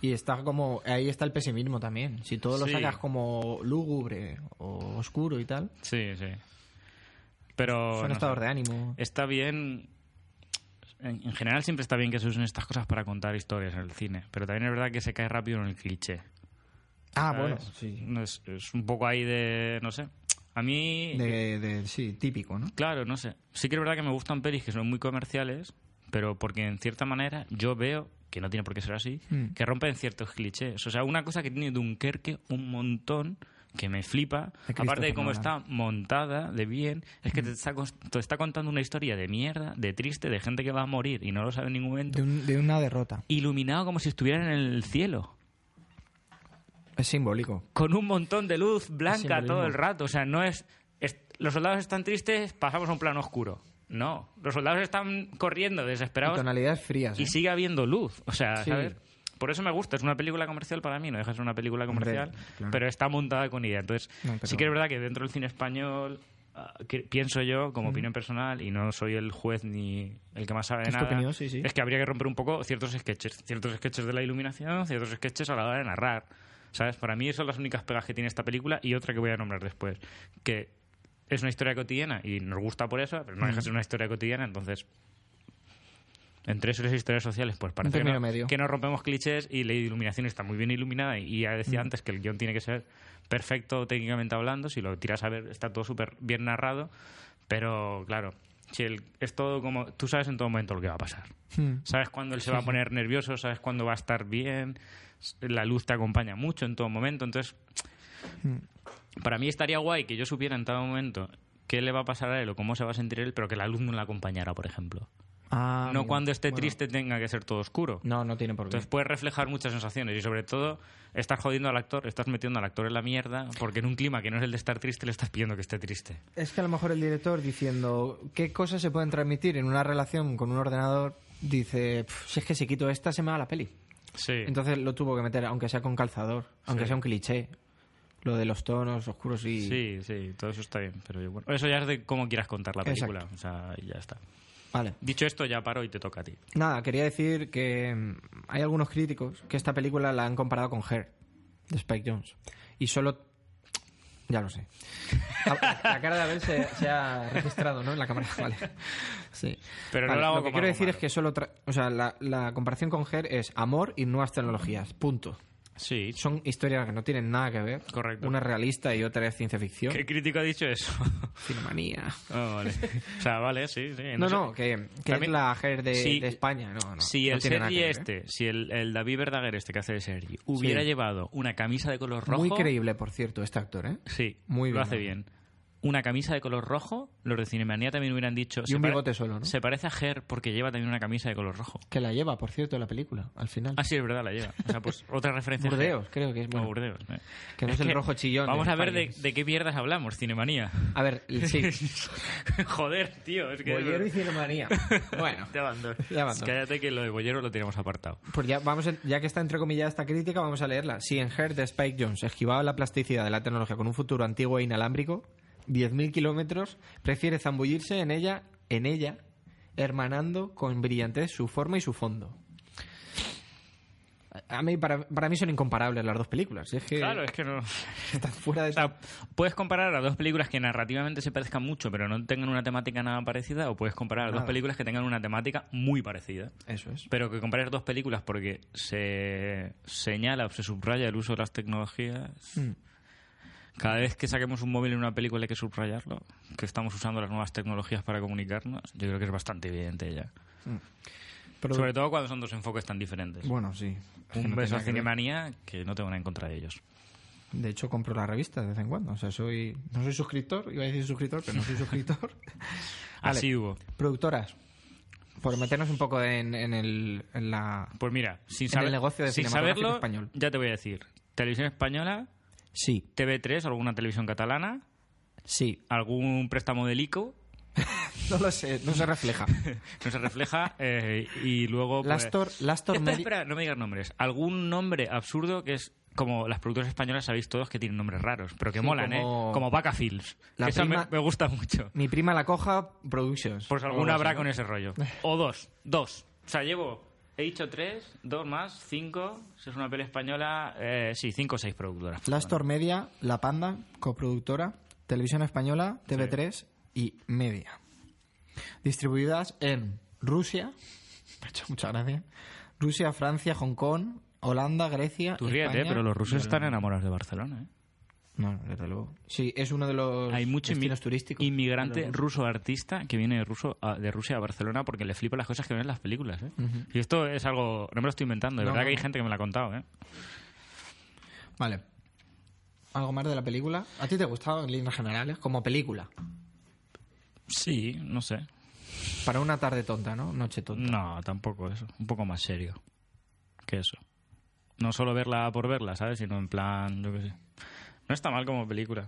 [SPEAKER 3] Y está como... Ahí está el pesimismo también. Si todo lo
[SPEAKER 2] Sí.
[SPEAKER 3] sacas como lúgubre o oscuro y tal,
[SPEAKER 2] Sí, sí. Pero
[SPEAKER 3] son
[SPEAKER 2] no sé.
[SPEAKER 3] estados de ánimo.
[SPEAKER 2] está bien. En, en general siempre está bien que se usen estas cosas para contar historias en el cine, pero también es verdad que se cae rápido en el cliché.
[SPEAKER 3] Ah,
[SPEAKER 2] ¿sabes?
[SPEAKER 3] bueno, sí.
[SPEAKER 2] No Es, es un poco ahí de, no sé. A mí,
[SPEAKER 3] De- de, sí, típico, ¿no?
[SPEAKER 2] claro, no sé. Sí que es verdad que me gustan pelis que son muy comerciales, pero porque en cierta manera yo veo, que no tiene por qué ser así,
[SPEAKER 3] Mm.
[SPEAKER 2] que rompen ciertos clichés. O sea, una cosa que tiene Dunkerque un montón que me flipa, aparte de
[SPEAKER 3] De Christopher
[SPEAKER 2] cómo
[SPEAKER 3] Nolan. Mm.
[SPEAKER 2] está montada de bien, es que te está, cons- te está contando una historia de mierda, de triste, de gente que va a morir y no lo sabe en ningún momento,
[SPEAKER 3] De, un- de una derrota.
[SPEAKER 2] iluminado como si estuvieran en el cielo.
[SPEAKER 3] Es simbólico.
[SPEAKER 2] con un montón de luz blanca
[SPEAKER 3] simbolismo.
[SPEAKER 2] todo el rato. O sea, no es, es- Los soldados están tristes, pasamos a un plano oscuro. No. Los soldados están corriendo
[SPEAKER 3] Y
[SPEAKER 2] desesperados
[SPEAKER 3] tonalidades frías.
[SPEAKER 2] y
[SPEAKER 3] ¿eh?
[SPEAKER 2] sigue habiendo luz. O sea,
[SPEAKER 3] Sí.
[SPEAKER 2] ¿sabes? Por eso me gusta. Es una película comercial para mí, no deja de ser una película
[SPEAKER 3] Hombre,
[SPEAKER 2] comercial,
[SPEAKER 3] claro.
[SPEAKER 2] pero está montada con idea. Entonces,
[SPEAKER 3] No, pero-
[SPEAKER 2] sí que es verdad que dentro del cine español. ah, que- pienso yo, como opinión personal, y no soy el juez ni el que más sabe de
[SPEAKER 3] Mm. Es tu
[SPEAKER 2] nada,
[SPEAKER 3] opinión, sí, sí.
[SPEAKER 2] es que habría que romper un poco ciertos sketches, ciertos sketches de la iluminación, ciertos sketches a la hora de narrar. ¿Sabes? Para mí son las únicas pegas que tiene esta película y otra que voy a nombrar después, que es una historia cotidiana y nos gusta por eso, pero
[SPEAKER 3] Mm.
[SPEAKER 2] no deja de ser una historia cotidiana, entonces entre eso y las historias sociales, pues
[SPEAKER 3] Un
[SPEAKER 2] parece que
[SPEAKER 3] término
[SPEAKER 2] no,
[SPEAKER 3] medio.
[SPEAKER 2] que no rompemos clichés y la iluminación está muy bien iluminada. Y ya
[SPEAKER 3] Mm.
[SPEAKER 2] decía antes que el guión tiene que ser perfecto técnicamente hablando. Si lo tiras a ver, está todo súper bien narrado. Pero claro, si el- es todo como. Tú sabes en todo momento lo que va a pasar.
[SPEAKER 3] Hmm.
[SPEAKER 2] Sabes cuándo él se va a poner nervioso, sabes cuándo va a estar bien. s- La luz te acompaña mucho en todo momento. Entonces,
[SPEAKER 3] Mm.
[SPEAKER 2] para mí estaría guay que yo supiera en todo momento qué le va a pasar a él o cómo se va a sentir él, pero que la luz no la acompañara, por ejemplo
[SPEAKER 3] Ah,
[SPEAKER 2] no
[SPEAKER 3] amigo.
[SPEAKER 2] cuando esté
[SPEAKER 3] Bueno,
[SPEAKER 2] triste tenga que ser todo oscuro.
[SPEAKER 3] No, no tiene por qué.
[SPEAKER 2] Entonces puedes reflejar muchas sensaciones y sobre todo estás jodiendo al actor, estás metiendo al actor en la mierda porque en un clima que no es el de estar triste le estás pidiendo que esté triste.
[SPEAKER 3] Es que a lo mejor el director diciendo qué cosas se pueden transmitir en una relación con un ordenador, dice, "Pf, si es que si quito esta se me va la peli.
[SPEAKER 2] Sí.
[SPEAKER 3] Entonces lo tuvo que meter, aunque sea con calzador, aunque sea un cliché. Lo de los tonos oscuros y...
[SPEAKER 2] sí, sí, todo eso está bien, pero yo- bueno, eso ya es de cómo quieras contar la película,
[SPEAKER 3] Exacto.
[SPEAKER 2] o sea, y ya está.
[SPEAKER 3] Vale.
[SPEAKER 2] Dicho esto, ya paro y te toca a ti.
[SPEAKER 3] Nada, quería decir que mm, hay algunos críticos que esta película la han comparado con Her, de Spike Jones. Y solo... Ya lo sé. La la cara de Abel se, se ha registrado, ¿no? En la cámara, vale. Sí.
[SPEAKER 2] Pero no
[SPEAKER 3] Vale,
[SPEAKER 2] lo hago
[SPEAKER 3] que
[SPEAKER 2] como algo
[SPEAKER 3] quiero decir es
[SPEAKER 2] malo.
[SPEAKER 3] que solo... tra- O sea, la, la comparación con Her es amor y nuevas tecnologías. Punto.
[SPEAKER 2] Sí.
[SPEAKER 3] Son historias que no tienen nada que ver.
[SPEAKER 2] Correcto.
[SPEAKER 3] Una es realista y otra es ciencia ficción.
[SPEAKER 2] ¿Qué crítico ha dicho eso?
[SPEAKER 3] Cinemanía.
[SPEAKER 2] Ah, vale. O sea, vale, sí, sí.
[SPEAKER 3] No,
[SPEAKER 2] sé-
[SPEAKER 3] no, que, que
[SPEAKER 2] También-
[SPEAKER 3] es la Her de,
[SPEAKER 2] Sí.
[SPEAKER 3] de España. No, no,
[SPEAKER 2] si
[SPEAKER 3] no
[SPEAKER 2] el
[SPEAKER 3] tiene nada
[SPEAKER 2] Sergi
[SPEAKER 3] que ver, ¿eh?
[SPEAKER 2] este, si el, el David Verdaguer este que hace de Sergi, hubiera llevado una camisa de color rojo...
[SPEAKER 3] Muy creíble, por cierto, este actor, ¿eh?
[SPEAKER 2] Sí,
[SPEAKER 3] Muy
[SPEAKER 2] lo
[SPEAKER 3] bien,
[SPEAKER 2] hace
[SPEAKER 3] ¿no?
[SPEAKER 2] bien. una camisa de color rojo, los de Cinemanía también hubieran dicho...
[SPEAKER 3] Y un
[SPEAKER 2] pare-
[SPEAKER 3] bigote solo, ¿no?
[SPEAKER 2] Se parece a Ger porque lleva también una camisa de color rojo.
[SPEAKER 3] Que la lleva, por cierto, la película, al final.
[SPEAKER 2] Ah, sí, es verdad, la lleva. O sea, pues otra referencia. a Ger.
[SPEAKER 3] Burdeos, creo que es.
[SPEAKER 2] No,
[SPEAKER 3] bueno.
[SPEAKER 2] Burdeos. eh.
[SPEAKER 3] Que no es, el rojo chillón.
[SPEAKER 2] Vamos
[SPEAKER 3] de
[SPEAKER 2] a ver de,
[SPEAKER 3] Fargas.
[SPEAKER 2] de qué mierdas hablamos, Cinemanía.
[SPEAKER 3] A ver, sí.
[SPEAKER 2] Joder, tío, es que...
[SPEAKER 3] Bollero y Cinemanía. Bueno,
[SPEAKER 2] Te abandono.
[SPEAKER 3] Ya abandono.
[SPEAKER 2] Cállate que lo de Bollero lo tenemos apartado.
[SPEAKER 3] pues ya, vamos en- ya que está entrecomillada esta crítica, vamos a leerla. Si en Her de Spike Jones esquivaba la plasticidad de la tecnología con un futuro antiguo e inalámbrico, 10.000 kilómetros, prefiere zambullirse en ella, en ella, hermanando con brillantez su forma y su fondo. A mí, para, para mí son incomparables las dos películas. Es que
[SPEAKER 2] Claro, es que no...
[SPEAKER 3] están fuera de...
[SPEAKER 2] O sea, puedes comparar a dos películas que narrativamente se parezcan mucho, pero no tengan una temática nada parecida, o puedes comparar a dos
[SPEAKER 3] Nada.
[SPEAKER 2] películas que tengan una temática muy parecida.
[SPEAKER 3] Eso es.
[SPEAKER 2] Pero que comparar dos películas porque se señala o se subraya el uso de las tecnologías.
[SPEAKER 3] Mm.
[SPEAKER 2] Cada vez que saquemos un móvil en una película hay que subrayarlo, que estamos usando las nuevas tecnologías para comunicarnos. Yo creo que es bastante evidente ya.
[SPEAKER 3] Pero-
[SPEAKER 2] Sobre todo cuando son dos enfoques tan diferentes.
[SPEAKER 3] Bueno, sí.
[SPEAKER 2] un
[SPEAKER 3] No
[SPEAKER 2] beso a
[SPEAKER 3] tenía que ver.
[SPEAKER 2] Cinemanía que no tengo nada en contra de ellos.
[SPEAKER 3] De hecho, compro la revista de vez en cuando. O sea, soy no soy suscriptor, iba a decir suscriptor, pero no soy suscriptor. Vale.
[SPEAKER 2] Así hubo.
[SPEAKER 3] Productoras, por meternos un poco en, en el, en la...
[SPEAKER 2] Pues mira, sin,
[SPEAKER 3] En
[SPEAKER 2] saber-
[SPEAKER 3] el negocio de
[SPEAKER 2] sin
[SPEAKER 3] cinematográfico
[SPEAKER 2] saberlo,
[SPEAKER 3] español.
[SPEAKER 2] ya te voy a decir. Televisión española,
[SPEAKER 3] Sí,
[SPEAKER 2] TV3, alguna televisión catalana,
[SPEAKER 3] sí.
[SPEAKER 2] algún préstamo del ICO,
[SPEAKER 3] No lo sé, no se refleja.
[SPEAKER 2] no se refleja, eh, y luego... pues-
[SPEAKER 3] Lastor, Lastor
[SPEAKER 2] Espera,
[SPEAKER 3] Medi-
[SPEAKER 2] espera, no me digas nombres. Algún nombre absurdo que es como las productoras españolas sabéis todos que tienen nombres raros, pero que
[SPEAKER 3] Sí,
[SPEAKER 2] molan,
[SPEAKER 3] como-
[SPEAKER 2] ¿eh? Como Vaca Films.
[SPEAKER 3] La
[SPEAKER 2] que esa me-
[SPEAKER 3] prima-
[SPEAKER 2] me, gusta mucho.
[SPEAKER 3] Mi prima la coja, Productions.
[SPEAKER 2] Pues
[SPEAKER 3] Algo
[SPEAKER 2] alguna
[SPEAKER 3] así,
[SPEAKER 2] habrá
[SPEAKER 3] ¿no?
[SPEAKER 2] con ese rollo. O dos, dos. O sea, llevo... He dicho tres, dos más, cinco. Si es una peli española, eh, sí, cinco o seis productoras.
[SPEAKER 3] Lastor Media, La Panda, coproductora, Televisión Española, TV3 y Media. Distribuidas en Rusia, me ha hecho mucha gracia, Rusia, Francia, Hong Kong, Holanda, Grecia.
[SPEAKER 2] Tú ríete,
[SPEAKER 3] España
[SPEAKER 2] eh, pero los
[SPEAKER 3] y
[SPEAKER 2] rusos están
[SPEAKER 3] Holanda.
[SPEAKER 2] enamorados de Barcelona. ¿eh?
[SPEAKER 3] No, no, desde luego. Sí, es uno de los
[SPEAKER 2] Hay mucho inmi-
[SPEAKER 3] destinos turísticos.
[SPEAKER 2] inmigrante ruso artista que viene de, ruso a- de Rusia a Barcelona porque le flipan las cosas que ven en las películas. ¿eh? Y esto es algo, no me lo estoy inventando, de
[SPEAKER 3] No,
[SPEAKER 2] verdad que hay
[SPEAKER 3] no.
[SPEAKER 2] gente que me lo ha contado. ¿eh?
[SPEAKER 3] Vale. ¿Algo más de la película? ¿A ti te ha gustado en líneas generales? Como película.
[SPEAKER 2] Sí, no sé.
[SPEAKER 3] Para una tarde tonta, ¿no? Noche tonta.
[SPEAKER 2] No, tampoco eso. Un poco más serio que eso. No solo verla por verla, ¿sabes? Sino en plan, yo qué sé. No está mal como película.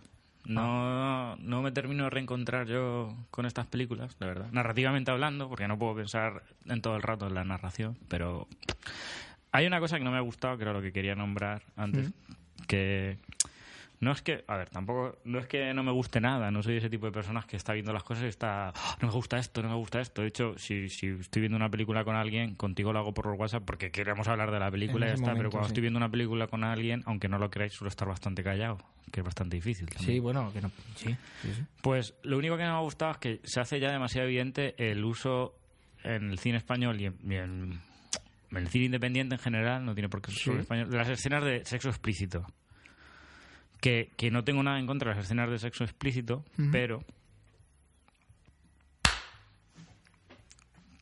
[SPEAKER 2] No,
[SPEAKER 3] Ah.
[SPEAKER 2] no me termino de reencontrar yo con estas películas, la verdad. Narrativamente hablando, porque no puedo pensar en todo el rato en la narración, pero hay una cosa que no me ha gustado, que era lo que quería nombrar antes, que no es que, a ver, tampoco, no es que no me guste nada, no soy ese tipo de personas que está viendo las cosas y está, "Ah, no me gusta esto, no me gusta esto. De hecho, si, si estoy viendo una película con alguien, contigo lo hago por WhatsApp porque queremos hablar de la película y
[SPEAKER 3] En
[SPEAKER 2] ya
[SPEAKER 3] ese
[SPEAKER 2] está, pero
[SPEAKER 3] momento,
[SPEAKER 2] cuando
[SPEAKER 3] sí.
[SPEAKER 2] estoy viendo una película con alguien, aunque no lo creáis, suelo estar bastante callado, que es bastante difícil. también.
[SPEAKER 3] Sí, bueno, que no. Sí, sí, sí.
[SPEAKER 2] Pues lo único que no me ha gustado es que se hace ya demasiado evidente el uso en el cine español y en, y en- en el cine independiente en general, no tiene por qué ser solo
[SPEAKER 3] Sí.
[SPEAKER 2] español, de las escenas de sexo explícito. Que, que no tengo nada en contra de las escenas de sexo explícito, pero...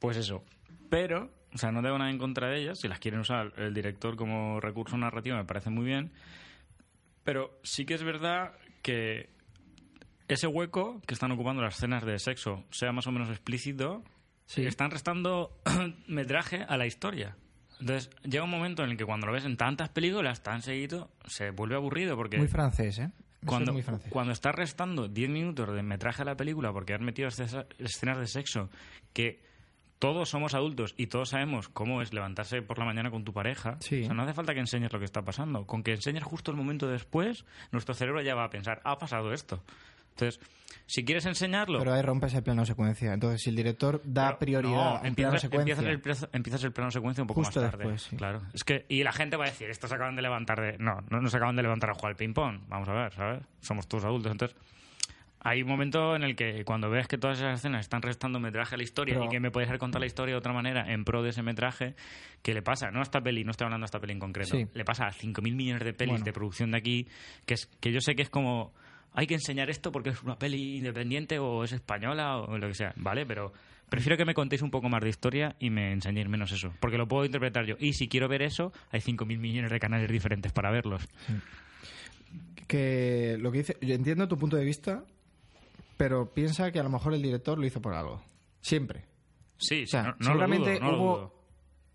[SPEAKER 2] Pues eso. Pero, o sea, no tengo nada en contra de ellas. Si las quieren usar el director como recurso narrativo, me parece muy bien. Pero sí que es verdad que ese hueco que están ocupando las escenas de sexo sea más o menos explícito,
[SPEAKER 3] Sí.
[SPEAKER 2] están restando metraje a la historia. Entonces, llega un momento en el que cuando lo ves en tantas películas tan seguido, se vuelve aburrido porque
[SPEAKER 3] Muy francés, ¿eh? Eso es
[SPEAKER 2] cuando,
[SPEAKER 3] muy francés.
[SPEAKER 2] cuando estás restando 10 minutos de metraje a la película porque has metido escesa- escenas de sexo que todos somos adultos y todos sabemos cómo es levantarse por la mañana con tu pareja,
[SPEAKER 3] Sí.
[SPEAKER 2] o sea, no hace falta que enseñes lo que está pasando. Con que enseñes justo el momento después, nuestro cerebro ya va a pensar, ha pasado esto. Entonces, si quieres enseñarlo...
[SPEAKER 3] Pero ahí rompes el plano secuencia. Entonces, si el director da
[SPEAKER 2] Pero- no,
[SPEAKER 3] prioridad a un plano
[SPEAKER 2] empiezas,
[SPEAKER 3] secuencia.
[SPEAKER 2] empiezas el, plazo- empiezas el plano secuencia un poco
[SPEAKER 3] Justo
[SPEAKER 2] más tarde.
[SPEAKER 3] después, sí.
[SPEAKER 2] Claro. Es que, y la gente va a decir, estos acaban de levantar de. No, no nos acaban de levantar a jugar al ping-pong. Vamos a ver, ¿sabes? Somos todos adultos. Entonces, hay un momento en el que cuando veas que todas esas escenas están restando metraje a la historia
[SPEAKER 3] Pero-
[SPEAKER 2] y que me puedes haber contado la historia de otra manera en pro de ese metraje, que le pasa, no a esta peli, no estoy hablando de esta peli en concreto,
[SPEAKER 3] Sí.
[SPEAKER 2] le pasa a 5.000 millones de pelis
[SPEAKER 3] Bueno.
[SPEAKER 2] de producción de aquí, que, es, que yo sé que es como. Hay que enseñar esto porque es una peli independiente o es española o lo que sea, ¿vale? Pero prefiero que me contéis un poco más de historia y me enseñéis menos eso, porque lo puedo interpretar yo. Y si quiero ver eso, hay 5.000 millones de canales diferentes para verlos.
[SPEAKER 3] Que lo que dice. Yo entiendo tu punto de vista, pero piensa que a lo mejor el director lo hizo por algo. Siempre.
[SPEAKER 2] Sí,
[SPEAKER 3] O sea,
[SPEAKER 2] no, no lo
[SPEAKER 3] seguramente
[SPEAKER 2] dudo, no lo
[SPEAKER 3] hubo
[SPEAKER 2] dudo.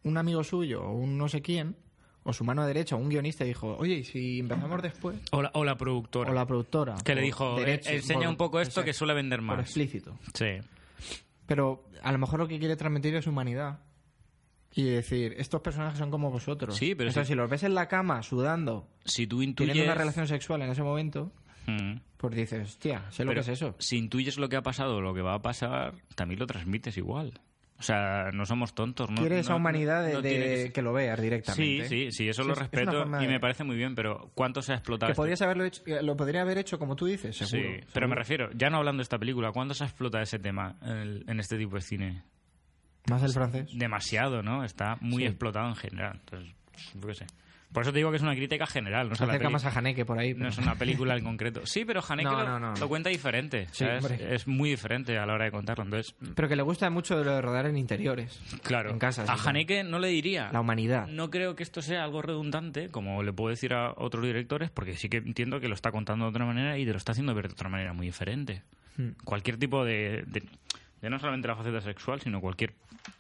[SPEAKER 3] un amigo suyo o un no sé quién, o su mano derecha, o un guionista, y dijo, oye, ¿y si empezamos después?
[SPEAKER 2] O la, o la productora.
[SPEAKER 3] O la productora.
[SPEAKER 2] que le
[SPEAKER 3] o
[SPEAKER 2] dijo, "Eh,
[SPEAKER 3] derechos,
[SPEAKER 2] enseña
[SPEAKER 3] por-
[SPEAKER 2] un poco esto
[SPEAKER 3] exacto,
[SPEAKER 2] que suele vender
[SPEAKER 3] Por
[SPEAKER 2] más.
[SPEAKER 3] explícito.
[SPEAKER 2] Sí.
[SPEAKER 3] Pero a lo mejor lo que quiere transmitir es humanidad. Y decir, estos personajes son como vosotros.
[SPEAKER 2] Sí, pero
[SPEAKER 3] o sea,
[SPEAKER 2] sí.
[SPEAKER 3] si los ves en la cama sudando,
[SPEAKER 2] Si tú intuyes...
[SPEAKER 3] teniendo una relación sexual en ese momento,
[SPEAKER 2] Mm.
[SPEAKER 3] pues dices, hostia, sé lo
[SPEAKER 2] Pero
[SPEAKER 3] que es eso.
[SPEAKER 2] Si intuyes lo que ha pasado o lo que va a pasar, también lo transmites igual. O sea, no somos tontos. No,
[SPEAKER 3] quiere
[SPEAKER 2] no-
[SPEAKER 3] esa humanidad de,
[SPEAKER 2] no
[SPEAKER 3] de-
[SPEAKER 2] tiene que
[SPEAKER 3] que, lo veas
[SPEAKER 2] ser- Sí,
[SPEAKER 3] directamente.
[SPEAKER 2] sí, sí, eso
[SPEAKER 3] Sí,
[SPEAKER 2] lo
[SPEAKER 3] es- es una
[SPEAKER 2] respeto
[SPEAKER 3] forma
[SPEAKER 2] y
[SPEAKER 3] de-
[SPEAKER 2] me parece muy bien, pero ¿cuánto se ha explotado?
[SPEAKER 3] Que
[SPEAKER 2] este-
[SPEAKER 3] podrías haberlo hecho, eh, lo podría haber hecho como tú dices,
[SPEAKER 2] Sí,
[SPEAKER 3] seguro.
[SPEAKER 2] pero me
[SPEAKER 3] seguro.
[SPEAKER 2] refiero, ya no hablando de esta película, ¿cuánto se ha explotado ese tema en, el- en este tipo de cine?
[SPEAKER 3] Más el francés.
[SPEAKER 2] Demasiado, ¿no? Está muy
[SPEAKER 3] Sí.
[SPEAKER 2] explotado en general. Entonces, pues, yo qué sé. Por eso te digo que es una crítica general, no, es
[SPEAKER 3] Se
[SPEAKER 2] a la
[SPEAKER 3] acerca
[SPEAKER 2] peli-
[SPEAKER 3] más a Haneke por ahí.
[SPEAKER 2] no
[SPEAKER 3] pero-
[SPEAKER 2] es una película en concreto. Sí, pero Haneke
[SPEAKER 3] No,
[SPEAKER 2] lo,
[SPEAKER 3] no, no.
[SPEAKER 2] lo cuenta diferente.
[SPEAKER 3] Sí,
[SPEAKER 2] ¿sabes?
[SPEAKER 3] hombre.
[SPEAKER 2] es muy diferente a la hora de contarlo. Entonces,
[SPEAKER 3] Pero que le gusta mucho lo de rodar en interiores.
[SPEAKER 2] Claro.
[SPEAKER 3] En casa.
[SPEAKER 2] a Haneke no le diría.
[SPEAKER 3] La humanidad.
[SPEAKER 2] No creo que esto sea algo redundante, como le puedo decir a otros directores, porque sí que entiendo que lo está contando de otra manera y te lo está haciendo ver de otra manera muy diferente.
[SPEAKER 3] Hmm.
[SPEAKER 2] Cualquier tipo de, de- de no solamente la faceta sexual, sino cualquier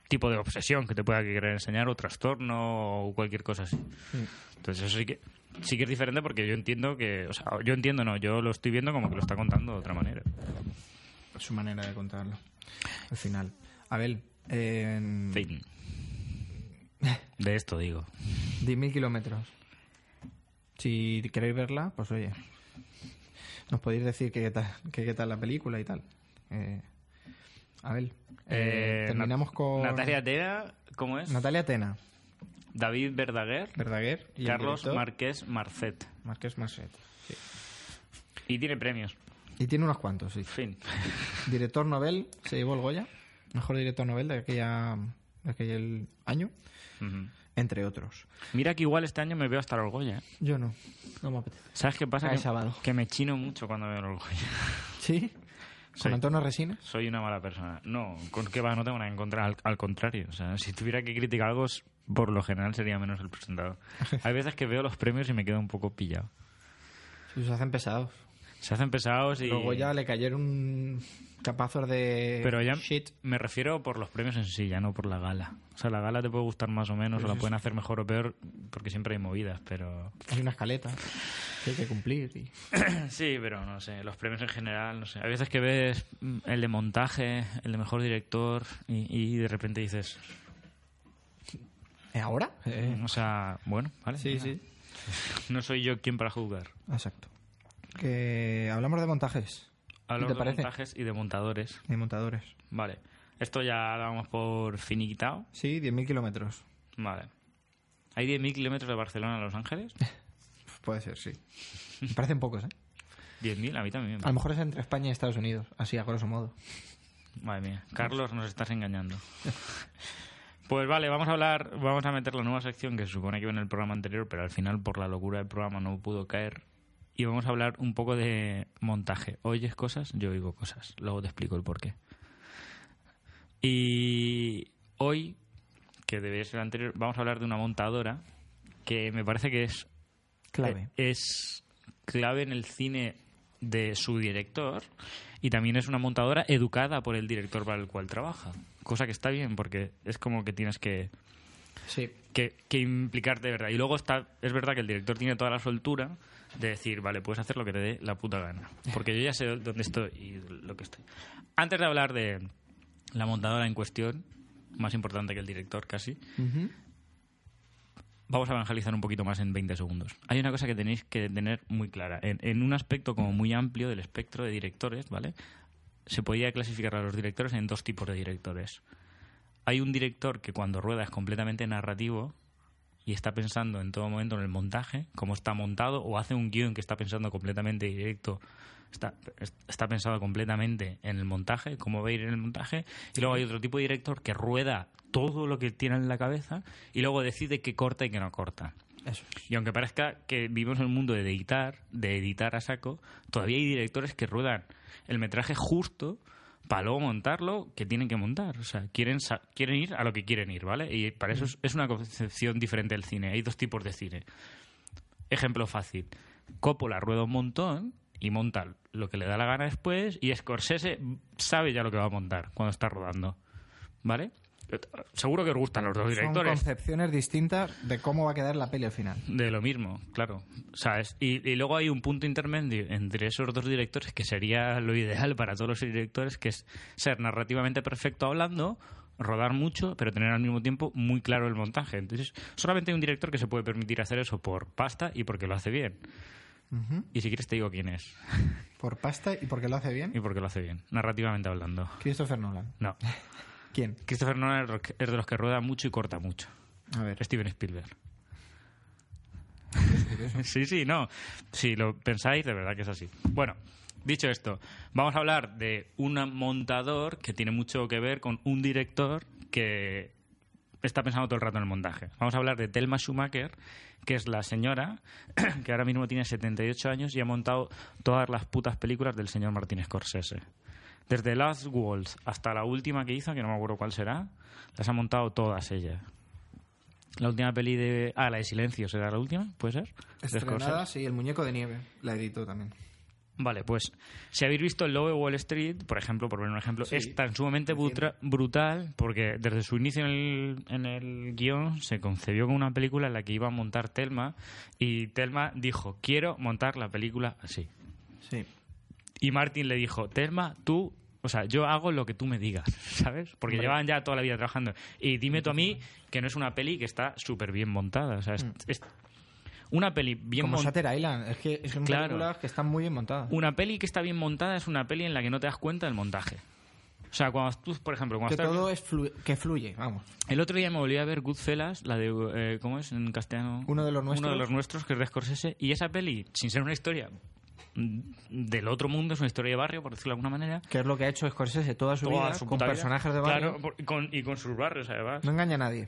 [SPEAKER 2] tipo de obsesión que te pueda querer enseñar, o trastorno, o cualquier cosa así.
[SPEAKER 3] Hmm.
[SPEAKER 2] Entonces eso sí que, sí que es diferente porque yo entiendo que... O sea, yo entiendo no, yo lo estoy viendo como que lo está contando de otra manera.
[SPEAKER 3] Su manera de contarlo. Al final. Abel, en
[SPEAKER 2] Fin. De esto digo.
[SPEAKER 3] 10.000 kilómetros. Si queréis verla, pues oye. Nos podéis decir qué tal, qué, qué tal la película y tal. Eh, Abel,
[SPEAKER 2] Eh,
[SPEAKER 3] eh, terminamos
[SPEAKER 2] Nat-
[SPEAKER 3] con
[SPEAKER 2] Natalia Tena, ¿cómo es?
[SPEAKER 3] Natalia Tena,
[SPEAKER 2] David Verdaguer,
[SPEAKER 3] Verdaguer y el
[SPEAKER 2] Carlos
[SPEAKER 3] director,
[SPEAKER 2] Marqués Marcet.
[SPEAKER 3] Marqués Marcet. Sí.
[SPEAKER 2] Y tiene premios.
[SPEAKER 3] Y tiene unos cuantos, sí.
[SPEAKER 2] Fin.
[SPEAKER 3] Director Nobel, se llevó el Goya. Mejor director Nobel de, aquella, de aquel año,
[SPEAKER 2] Ujú.
[SPEAKER 3] entre otros.
[SPEAKER 2] Mira que igual este año me veo hasta el Goya. ¿eh?
[SPEAKER 3] Yo no, no me apetece.
[SPEAKER 2] ¿Sabes qué pasa?
[SPEAKER 3] Ah,
[SPEAKER 2] Que,
[SPEAKER 3] es sábado.
[SPEAKER 2] que me chino mucho cuando veo el Goya.
[SPEAKER 3] ¿Sí?
[SPEAKER 2] Sí.
[SPEAKER 3] ¿Con Antonio Resines?
[SPEAKER 2] Soy una mala persona. No, con qué va, no tengo nada en contra. Al, al contrario. O sea, si tuviera que criticar algo, s- por lo general sería menos el presentado. Hay veces que veo los premios y me quedo un poco pillado.
[SPEAKER 3] Sí, se hacen pesados.
[SPEAKER 2] Se hacen pesados y...
[SPEAKER 3] Luego ya le cayeron capazos de
[SPEAKER 2] Pero ya
[SPEAKER 3] shit.
[SPEAKER 2] me refiero por los premios en sí, ya no por la gala. O sea, la gala te puede gustar más o menos, o la pueden hacer mejor o peor, porque siempre hay movidas, pero...
[SPEAKER 3] Hay una escaleta que hay que cumplir. y-
[SPEAKER 2] Sí, pero no sé, los premios en general, no sé. Hay veces que ves mm, el de montaje, el de mejor director, y, y de repente dices,
[SPEAKER 3] ¿Eh, ¿Ahora?
[SPEAKER 2] mm, o sea, bueno, vale.
[SPEAKER 3] Sí,
[SPEAKER 2] venga.
[SPEAKER 3] sí.
[SPEAKER 2] No soy yo quien para juzgar.
[SPEAKER 3] Exacto. Que hablamos de montajes
[SPEAKER 2] Hablamos
[SPEAKER 3] te
[SPEAKER 2] de
[SPEAKER 3] parece?
[SPEAKER 2] montajes y de montadores.
[SPEAKER 3] y montadores.
[SPEAKER 2] Vale. Esto ya lo vamos por finiquitado.
[SPEAKER 3] Sí, 10.000 kilómetros.
[SPEAKER 2] Vale. Hay 10.000 kilómetros de Barcelona a Los Ángeles.
[SPEAKER 3] Puede ser, sí. Me parecen pocos, ¿eh?
[SPEAKER 2] 10.000, a mí también.
[SPEAKER 3] A lo mejor es entre España y Estados Unidos, así a grosso modo.
[SPEAKER 2] Madre mía, Carlos, nos estás engañando. Pues vale, vamos a hablar, vamos a meter la nueva sección que se supone que iba en el programa anterior, pero al final por la locura del programa no pudo caer. Y vamos a hablar un poco de montaje. Oyes cosas, yo oigo cosas. Luego te explico el porqué. Y hoy, que debería ser el anterior, vamos a hablar de una montadora que me parece que es
[SPEAKER 3] Clave.
[SPEAKER 2] eh, Es clave en el cine de su director y también es una montadora educada por el director para el cual trabaja. Cosa que está bien porque es como que tienes que,
[SPEAKER 3] Sí.
[SPEAKER 2] que, que implicarte de verdad. Y luego está, es verdad que el director tiene toda la soltura de decir, vale, puedes hacer lo que te dé la puta gana. Porque yo ya sé dónde estoy y lo que estoy. Antes de hablar de la montadora en cuestión, más importante que el director casi,
[SPEAKER 3] Ujú.
[SPEAKER 2] Vamos a evangelizar un poquito más en 20 segundos. Hay una cosa que tenéis que tener muy clara. En, en un aspecto como muy amplio del espectro de directores, ¿vale? Se podía clasificar a los directores en dos tipos de directores. Hay un director que cuando rueda es completamente narrativo y está pensando en todo momento en el montaje, cómo está montado, o hace un guión que está pensando completamente directo, está, est- está pensado completamente en el montaje, cómo va a ir en el montaje, y luego hay otro tipo de director que rueda todo lo que tiene en la cabeza y luego decide qué corta y qué no corta.
[SPEAKER 3] Eso.
[SPEAKER 2] Y aunque parezca que vivimos en el mundo de editar, de editar a saco, todavía hay directores que ruedan el metraje justo para luego montarlo que tienen que montar. O sea, quieren, sa- quieren ir a lo que quieren ir, ¿vale? Y para eso es, es una concepción diferente del cine. Hay dos tipos de cine. Ejemplo fácil. Coppola rueda un montón y montan lo que le da la gana después y Scorsese sabe ya lo que va a montar cuando está rodando. ¿Vale? Eh, Seguro que os gustan los dos
[SPEAKER 3] Son
[SPEAKER 2] directores.
[SPEAKER 3] concepciones distintas de cómo va a quedar la peli al final.
[SPEAKER 2] De lo mismo, claro. ¿Sabes? Y, y luego hay un punto intermedio entre esos dos directores que sería lo ideal para todos los directores, que es ser narrativamente perfecto hablando, rodar mucho, pero tener al mismo tiempo muy claro el montaje. Entonces, solamente hay un director que se puede permitir hacer eso por pasta y porque lo hace bien.
[SPEAKER 3] Ujú.
[SPEAKER 2] Y si quieres te digo quién es
[SPEAKER 3] Por pasta y porque lo hace bien.
[SPEAKER 2] y porque lo hace bien, narrativamente hablando.
[SPEAKER 3] Christopher Nolan.
[SPEAKER 2] No.
[SPEAKER 3] ¿Quién?
[SPEAKER 2] Christopher Nolan es de los que- es de los que rueda mucho y corta mucho.
[SPEAKER 3] A ver.
[SPEAKER 2] Steven Spielberg. sí, sí, no. Si lo pensáis, de verdad que es así. Bueno, dicho esto, vamos a hablar de un montador que tiene mucho que ver con un director que está pensando todo el rato en el montaje. Vamos a hablar de Thelma Schumacher, que es la señora que ahora mismo tiene 78 años y ha montado todas las putas películas del señor Martin Scorsese. Desde Last Waltz hasta la última que hizo, que no me acuerdo cuál será, las ha montado todas ellas. La última peli de... Ah, la de Silencio, ¿será la última? ¿Puede ser? De Scorsese.
[SPEAKER 3] Estrenada, sí, El muñeco de nieve. La editó también.
[SPEAKER 2] Vale, pues si habéis visto El Lobo de Wall Street, por ejemplo, por poner un ejemplo, es tan sumamente butra- brutal porque desde su inicio en el, en el guión se concebió como una película en la que iba a montar Telma y Telma dijo, quiero montar la película así.
[SPEAKER 3] Sí.
[SPEAKER 2] Y Martin le dijo, Telma, tú, o sea, yo hago lo que tú me digas, ¿sabes? Porque llevaban ya toda la vida trabajando. Y dime tú a mí que no es una peli que está súper bien montada. O sea, es, es una peli bien
[SPEAKER 3] Como
[SPEAKER 2] montada.
[SPEAKER 3] Shutter Island. Es que es que son
[SPEAKER 2] Claro.
[SPEAKER 3] películas que están muy bien montadas.
[SPEAKER 2] Una peli que está bien montada es una peli en la que no te das cuenta del montaje. O sea, cuando tú, por ejemplo, cuando
[SPEAKER 3] que
[SPEAKER 2] estás-
[SPEAKER 3] todo es flu- que fluye, vamos.
[SPEAKER 2] El otro día me volví a ver Goodfellas, la de... eh, ¿Cómo es en castellano?
[SPEAKER 3] Uno de los
[SPEAKER 2] Uno
[SPEAKER 3] nuestros.
[SPEAKER 2] de los nuestros, que es de Scorsese. Y esa peli, sin ser una historia mm, del otro mundo, es una historia de barrio, por decirlo de alguna manera.
[SPEAKER 3] Que es lo que ha hecho Scorsese toda su
[SPEAKER 2] Toda
[SPEAKER 3] vida
[SPEAKER 2] su
[SPEAKER 3] con
[SPEAKER 2] puta vida.
[SPEAKER 3] personajes de barrio.
[SPEAKER 2] Claro, pues- por- con- y con sus barrios, además.
[SPEAKER 3] No engaña a nadie.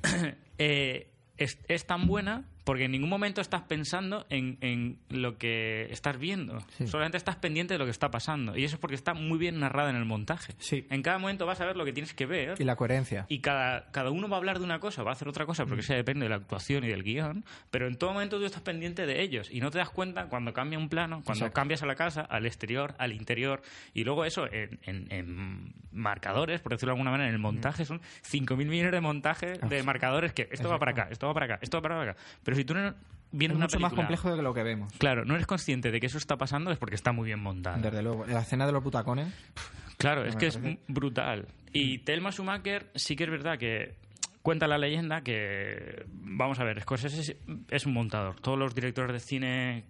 [SPEAKER 2] eh, es, es tan buena porque en ningún momento estás pensando en, en lo que estás viendo.
[SPEAKER 3] Sí.
[SPEAKER 2] Solamente estás pendiente de lo que está pasando. Y eso es porque está muy bien narrada en el montaje.
[SPEAKER 3] Sí.
[SPEAKER 2] En cada momento vas a ver lo que tienes que ver.
[SPEAKER 3] Y la coherencia.
[SPEAKER 2] Y cada, cada uno va a hablar de una cosa, va a hacer otra cosa,
[SPEAKER 3] Mm.
[SPEAKER 2] porque eso ya depende de la actuación y del guión, pero en todo momento tú estás pendiente de ellos y no te das cuenta cuando cambia un plano, cuando
[SPEAKER 3] Exacto.
[SPEAKER 2] cambias a la casa, al exterior, al interior, y luego eso en, en- en marcadores, por decirlo de alguna manera, en el montaje
[SPEAKER 3] Mm.
[SPEAKER 2] son 5.000 millones de montajes
[SPEAKER 3] Ah,
[SPEAKER 2] de marcadores que esto va para acá, esto va para acá, esto va para acá. Pero si tú no
[SPEAKER 3] Es
[SPEAKER 2] vienes
[SPEAKER 3] mucho
[SPEAKER 2] una
[SPEAKER 3] más
[SPEAKER 2] película-
[SPEAKER 3] complejo de lo que vemos.
[SPEAKER 2] Claro, no eres consciente de que eso está pasando es porque está muy bien montada.
[SPEAKER 3] Desde luego. La escena de los putacones.
[SPEAKER 2] Claro, es
[SPEAKER 3] me
[SPEAKER 2] que es
[SPEAKER 3] parece.
[SPEAKER 2] brutal. Y Thelma Schumacher sí que es verdad que cuenta la leyenda que, vamos a ver, Scorsese es- es un montador. Todos los directores de cine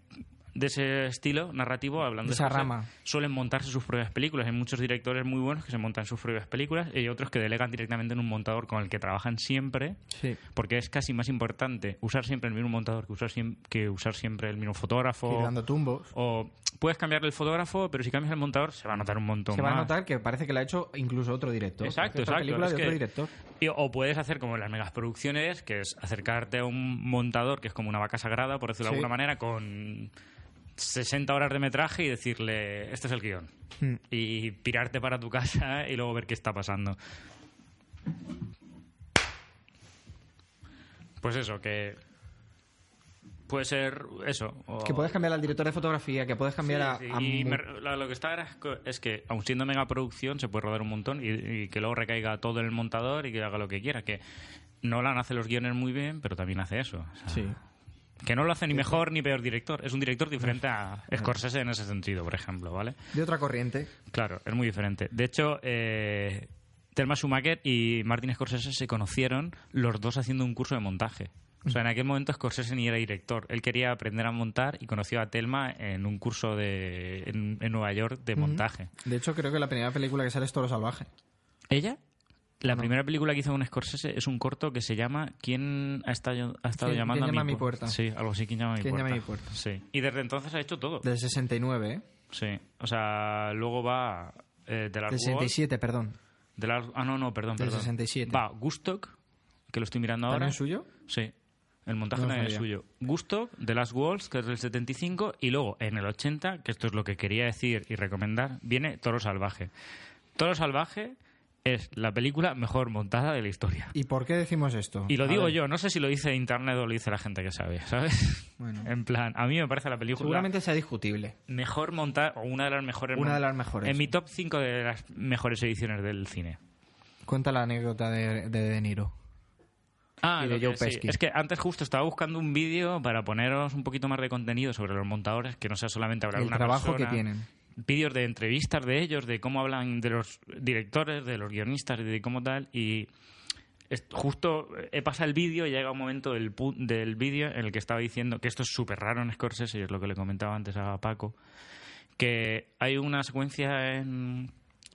[SPEAKER 2] de ese estilo narrativo, hablando
[SPEAKER 3] De esa
[SPEAKER 2] Scorsese,
[SPEAKER 3] rama.
[SPEAKER 2] suelen montarse sus propias películas. Hay muchos directores muy buenos que se montan sus propias películas y hay otros que delegan directamente en un montador con el que trabajan siempre
[SPEAKER 3] Sí.
[SPEAKER 2] porque es casi más importante usar siempre el mismo montador que usar, siem- que usar siempre el mismo fotógrafo.
[SPEAKER 3] Ir dando tumbos.
[SPEAKER 2] O puedes cambiarle el fotógrafo, pero si cambias el montador se va a notar un montón
[SPEAKER 3] Se va a
[SPEAKER 2] más.
[SPEAKER 3] notar que parece que la ha hecho incluso otro director.
[SPEAKER 2] Exacto,
[SPEAKER 3] Parece otra
[SPEAKER 2] exacto.
[SPEAKER 3] película
[SPEAKER 2] Es
[SPEAKER 3] de otro
[SPEAKER 2] que-
[SPEAKER 3] director.
[SPEAKER 2] Y- o puedes hacer como en las megas producciones, que es acercarte a un montador que es como una vaca sagrada, por decirlo de
[SPEAKER 3] Sí.
[SPEAKER 2] alguna manera, con 60 horas de metraje y decirle, este es el guión.
[SPEAKER 3] Hmm.
[SPEAKER 2] Y pirarte para tu casa y luego ver qué está pasando. Pues eso, que puede ser eso. o-
[SPEAKER 3] Que puedes cambiar al director de fotografía, que puedes cambiar
[SPEAKER 2] Sí,
[SPEAKER 3] a, a
[SPEAKER 2] sí, y
[SPEAKER 3] mu-
[SPEAKER 2] me- lo, lo que está era co- es que, aun siendo megaproducción, se puede rodar un montón y, y que luego recaiga todo en el montador y que haga lo que quiera. Que Nolan hace los guiones muy bien, pero también hace eso. O sea,
[SPEAKER 3] Sí.
[SPEAKER 2] Que no lo hace ni mejor ni peor director. Es un director diferente a Scorsese en ese sentido, por ejemplo, ¿vale?
[SPEAKER 3] De otra corriente.
[SPEAKER 2] Claro, es muy diferente. De hecho, eh, Thelma Schumacher y Martin Scorsese se conocieron los dos haciendo un curso de montaje. O sea, en aquel momento Scorsese ni era director. Él quería aprender a montar y conoció a Thelma en un curso de, en, en Nueva York de montaje.
[SPEAKER 3] De hecho, creo que la primera película que sale es Toro Salvaje.
[SPEAKER 2] ¿Ella? La primera película que hizo con Scorsese es un corto que se llama ¿Quién ha estado, ha estado
[SPEAKER 3] ¿Quién-
[SPEAKER 2] llamando
[SPEAKER 3] quién
[SPEAKER 2] a,
[SPEAKER 3] llama
[SPEAKER 2] mi
[SPEAKER 3] a mi
[SPEAKER 2] pu-
[SPEAKER 3] puerta?
[SPEAKER 2] Sí, algo así, ¿Quién llama a mi
[SPEAKER 3] ¿Quién
[SPEAKER 2] puerta?
[SPEAKER 3] llama a mi puerta?
[SPEAKER 2] Sí. Y desde entonces ha hecho todo.
[SPEAKER 3] Del 69, ¿eh?
[SPEAKER 2] Sí. O sea, luego va eh, The Last
[SPEAKER 3] Del
[SPEAKER 2] Waltz.
[SPEAKER 3] 67, perdón.
[SPEAKER 2] De la- ah, no, no, perdón,
[SPEAKER 3] Del
[SPEAKER 2] perdón.
[SPEAKER 3] 67.
[SPEAKER 2] Va, Gustock, que lo estoy mirando ahora.
[SPEAKER 3] ¿También es suyo?
[SPEAKER 2] Sí. El montaje
[SPEAKER 3] No lo
[SPEAKER 2] también es
[SPEAKER 3] sabía.
[SPEAKER 2] suyo. Gustock, The Last Walls, que es del 75, y luego en el 80, que esto es lo que quería decir y recomendar, viene Toro Salvaje. Toro Salvaje es la película mejor montada de la historia.
[SPEAKER 3] ¿Y por qué decimos esto?
[SPEAKER 2] Y lo
[SPEAKER 3] A
[SPEAKER 2] digo
[SPEAKER 3] ver,
[SPEAKER 2] yo, no sé si lo dice internet o lo dice la gente que sabe, ¿sabes?
[SPEAKER 3] Bueno.
[SPEAKER 2] En plan, a mí me parece la película
[SPEAKER 3] Seguramente sea discutible.
[SPEAKER 2] mejor montada, o una de las mejores.
[SPEAKER 3] Una de las
[SPEAKER 2] mon-
[SPEAKER 3] mejores,
[SPEAKER 2] En mi
[SPEAKER 3] sí.
[SPEAKER 2] top 5 de las mejores ediciones del cine.
[SPEAKER 3] Cuenta la anécdota de De, de Niro.
[SPEAKER 2] Ah,
[SPEAKER 3] Y
[SPEAKER 2] lo
[SPEAKER 3] de
[SPEAKER 2] que-
[SPEAKER 3] Joe
[SPEAKER 2] sí.
[SPEAKER 3] Pesci.
[SPEAKER 2] Es que antes justo estaba buscando un vídeo para poneros un poquito más de contenido sobre los montadores, que no sea solamente hablar
[SPEAKER 3] El
[SPEAKER 2] de una
[SPEAKER 3] trabajo
[SPEAKER 2] persona.
[SPEAKER 3] que tienen.
[SPEAKER 2] Vídeos de entrevistas de ellos, de cómo hablan de los directores, de los guionistas, de cómo tal. Y es- justo he pasado el vídeo y llega un momento del, pu- del vídeo en el que estaba diciendo que esto es súper raro en Scorsese, y es lo que le comentaba antes a Paco, que hay una secuencia en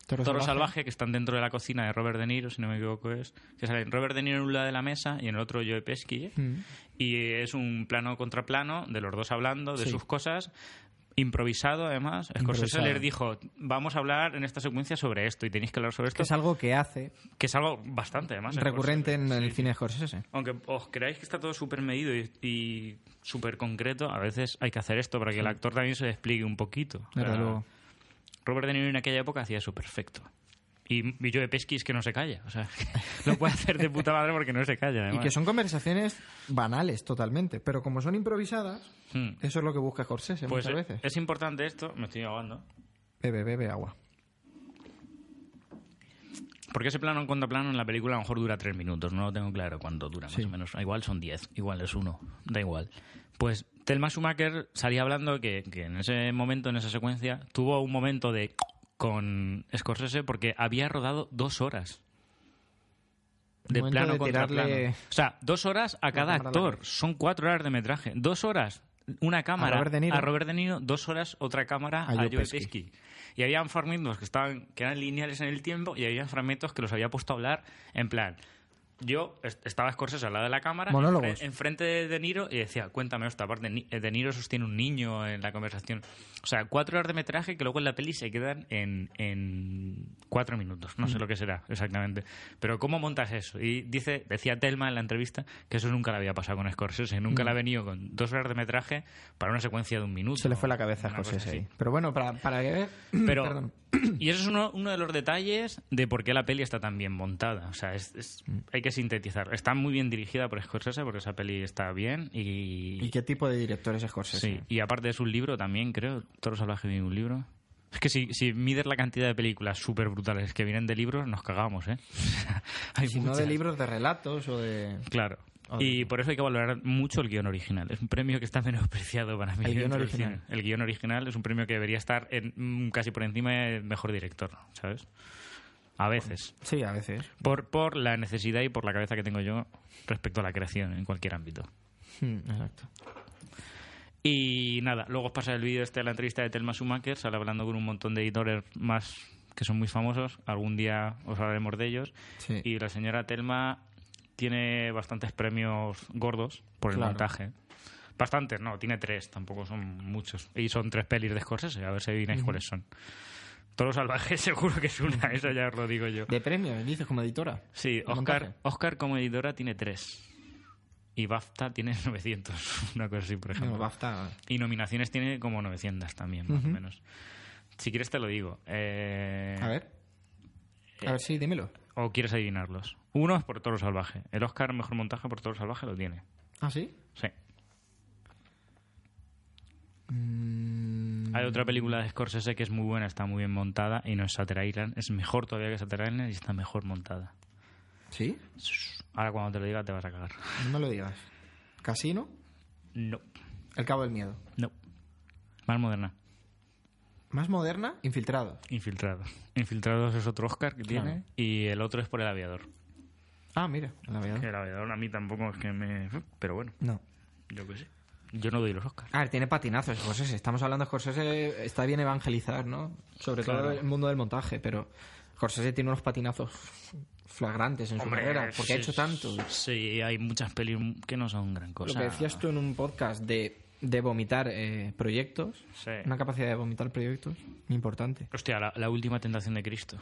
[SPEAKER 3] Toro,
[SPEAKER 2] Toro salvaje. que están dentro de la cocina de Robert De Niro, si no me equivoco es, que salen Robert De Niro en un lado de la mesa y en el otro Joe Pesci,
[SPEAKER 3] Mm.
[SPEAKER 2] y es un plano contra plano de los dos hablando de
[SPEAKER 3] Sí.
[SPEAKER 2] sus cosas, improvisado además. Scorsese
[SPEAKER 3] Improvisado.
[SPEAKER 2] les dijo, vamos a hablar en esta secuencia sobre esto y tenéis que hablar sobre esto,
[SPEAKER 3] Que es algo que hace
[SPEAKER 2] que es algo bastante además.
[SPEAKER 3] recurrente en
[SPEAKER 2] Scorsese.
[SPEAKER 3] el
[SPEAKER 2] Ah, pues Sí.
[SPEAKER 3] cine de Scorsese.
[SPEAKER 2] Aunque os creáis que está todo súper medido y, y súper concreto, a veces hay que hacer esto para que el actor también se despliegue un poquito. O
[SPEAKER 3] Desde
[SPEAKER 2] sea,
[SPEAKER 3] luego.
[SPEAKER 2] Robert De Niro en aquella época hacía eso perfecto. Y, y Joe Pesky es que no se calla. O sea, lo puede hacer de puta madre porque no se calla.
[SPEAKER 3] Y
[SPEAKER 2] además.
[SPEAKER 3] que son conversaciones banales totalmente, pero como son improvisadas,
[SPEAKER 2] Hmm.
[SPEAKER 3] eso es lo que busca Scorsese
[SPEAKER 2] Pues
[SPEAKER 3] muchas
[SPEAKER 2] eh,
[SPEAKER 3] veces.
[SPEAKER 2] es importante esto. Me estoy ahogando.
[SPEAKER 3] Bebe, bebe agua.
[SPEAKER 2] Porque ese plano en contraplano en la película a lo mejor dura tres minutos. No lo tengo claro cuánto dura, más
[SPEAKER 3] Sí.
[SPEAKER 2] o menos. Ah, Igual son diez, igual es uno. Da igual. Pues Thelma Schumacher salía hablando que, que en ese momento, en esa secuencia, tuvo un momento de con Scorsese porque había rodado dos horas. De
[SPEAKER 3] Momento
[SPEAKER 2] plano
[SPEAKER 3] de
[SPEAKER 2] contra
[SPEAKER 3] tirarle-
[SPEAKER 2] plano. O sea, dos horas a cada
[SPEAKER 3] cámara a la
[SPEAKER 2] actor.
[SPEAKER 3] cabeza.
[SPEAKER 2] Son cuatro horas de metraje. Dos horas una cámara
[SPEAKER 3] Robert De Niro.
[SPEAKER 2] Robert De Niro, dos horas otra cámara a,
[SPEAKER 3] A Joe
[SPEAKER 2] Joe
[SPEAKER 3] Pesci.
[SPEAKER 2] Pesci. Y habían fragmentos que estaban que eran lineales en el tiempo y había fragmentos que los había puesto a hablar en plan. Yo est- estaba Scorsese al lado de la cámara,
[SPEAKER 3] Monólogos.
[SPEAKER 2] enfre- enfrente de De Niro, y decía, cuéntame esta parte. Ni- eh, De Niro sostiene un niño en la conversación. O sea, cuatro horas de metraje que luego en la peli se quedan en, en cuatro minutos. No sé
[SPEAKER 3] Mm.
[SPEAKER 2] lo que será exactamente. Pero ¿cómo montas eso? Y dice, decía Telma en la entrevista que eso nunca le había pasado con Scorsese. Nunca le ha venido con dos horas de metraje para una secuencia de un minuto.
[SPEAKER 3] Mm. Se le fue la cabeza a
[SPEAKER 2] Una cosa
[SPEAKER 3] Scorsese
[SPEAKER 2] así.
[SPEAKER 3] ahí. Pero bueno, para, para que ver.
[SPEAKER 2] Pero,
[SPEAKER 3] Perdón.
[SPEAKER 2] y eso es uno, uno de los detalles de por qué la peli está tan bien montada. O sea, es, es-
[SPEAKER 3] Mm.
[SPEAKER 2] hay que sintetizar. Está muy bien dirigida por Scorsese porque esa peli está bien. Y,
[SPEAKER 3] ¿Y qué tipo de director es Scorsese?
[SPEAKER 2] sí, y aparte es un libro también, creo. Toro Salvaje viene de un libro. Es que si, si mides la cantidad de películas súper brutales que vienen de libros, nos cagamos, ¿eh? hay
[SPEAKER 3] Si no de
[SPEAKER 2] muchas.
[SPEAKER 3] libros de relatos o de.
[SPEAKER 2] Claro. Y por eso hay que valorar mucho el guión original. Es un premio que está menospreciado para mí.
[SPEAKER 3] El guión
[SPEAKER 2] Introducción.
[SPEAKER 3] original.
[SPEAKER 2] El guión original es un premio que debería estar en, mm, casi por encima de mejor director, ¿sabes? A veces.
[SPEAKER 3] Sí, a veces.
[SPEAKER 2] Por, por la necesidad y por la cabeza que tengo yo respecto a la creación en cualquier ámbito.
[SPEAKER 3] Hmm, Exacto.
[SPEAKER 2] Y nada, luego os pasa el vídeo este de la entrevista de Telma Schumacher, sale hablando con un montón de editores más que son muy famosos, algún día os hablaremos de ellos.
[SPEAKER 3] Sí.
[SPEAKER 2] Y la señora Telma tiene bastantes premios gordos por el
[SPEAKER 3] Claro.
[SPEAKER 2] montaje. Bastantes, no, tiene tres, tampoco son muchos. Y son tres pelis de Scorsese, a ver si adivináis cuáles son. Toro Salvaje seguro que es una, eso ya os lo digo yo.
[SPEAKER 3] De premios, dices, como editora.
[SPEAKER 2] Sí,
[SPEAKER 3] ¿De
[SPEAKER 2] Oscar,
[SPEAKER 3] montaje?
[SPEAKER 2] Oscar como editora tiene tres. Y BAFTA tiene 900, una cosa así, por ejemplo.
[SPEAKER 3] No, basta.
[SPEAKER 2] Y nominaciones tiene como 900 también, más o menos. Si quieres te lo digo. Eh,
[SPEAKER 3] A ver. A ver, sí, dímelo.
[SPEAKER 2] ¿O quieres adivinarlos? Uno es por Toro Salvaje. El Oscar Mejor Montaje por Toro Salvaje lo tiene.
[SPEAKER 3] ¿Ah, sí?
[SPEAKER 2] Sí. Hay otra película de Scorsese que es muy buena, está muy bien montada y no es Shutter Island. Es mejor todavía que Shutter Island y está mejor montada.
[SPEAKER 3] ¿Sí?
[SPEAKER 2] Ahora cuando te lo diga te vas a cagar.
[SPEAKER 3] No me lo digas. ¿Casino?
[SPEAKER 2] No,
[SPEAKER 3] El Cabo del Miedo.
[SPEAKER 2] no. Más moderna.
[SPEAKER 3] Más moderna, Infiltrados.
[SPEAKER 2] Infiltrados. Infiltrados es otro Oscar que
[SPEAKER 3] Claro.
[SPEAKER 2] tiene y el otro es por El Aviador.
[SPEAKER 3] Ah, mira, la verdad.
[SPEAKER 2] El Aviador a mí tampoco es que me... Pero bueno,
[SPEAKER 3] No.
[SPEAKER 2] yo qué sé. Yo no doy los Oscars.
[SPEAKER 3] A ver, tiene patinazos Scorsese. Estamos hablando de Scorsese, está bien evangelizar, ¿no? Sobre
[SPEAKER 2] Claro.
[SPEAKER 3] todo el mundo del montaje, pero Scorsese tiene unos patinazos flagrantes en su carrera, porque ha
[SPEAKER 2] sí,
[SPEAKER 3] hecho tanto.
[SPEAKER 2] Sí, hay muchas pelis que no son gran cosa.
[SPEAKER 3] Lo que decías tú en un podcast de, de vomitar eh, proyectos,
[SPEAKER 2] Sí.
[SPEAKER 3] una capacidad de vomitar proyectos, importante.
[SPEAKER 2] Hostia, la, la última tentación de Cristo.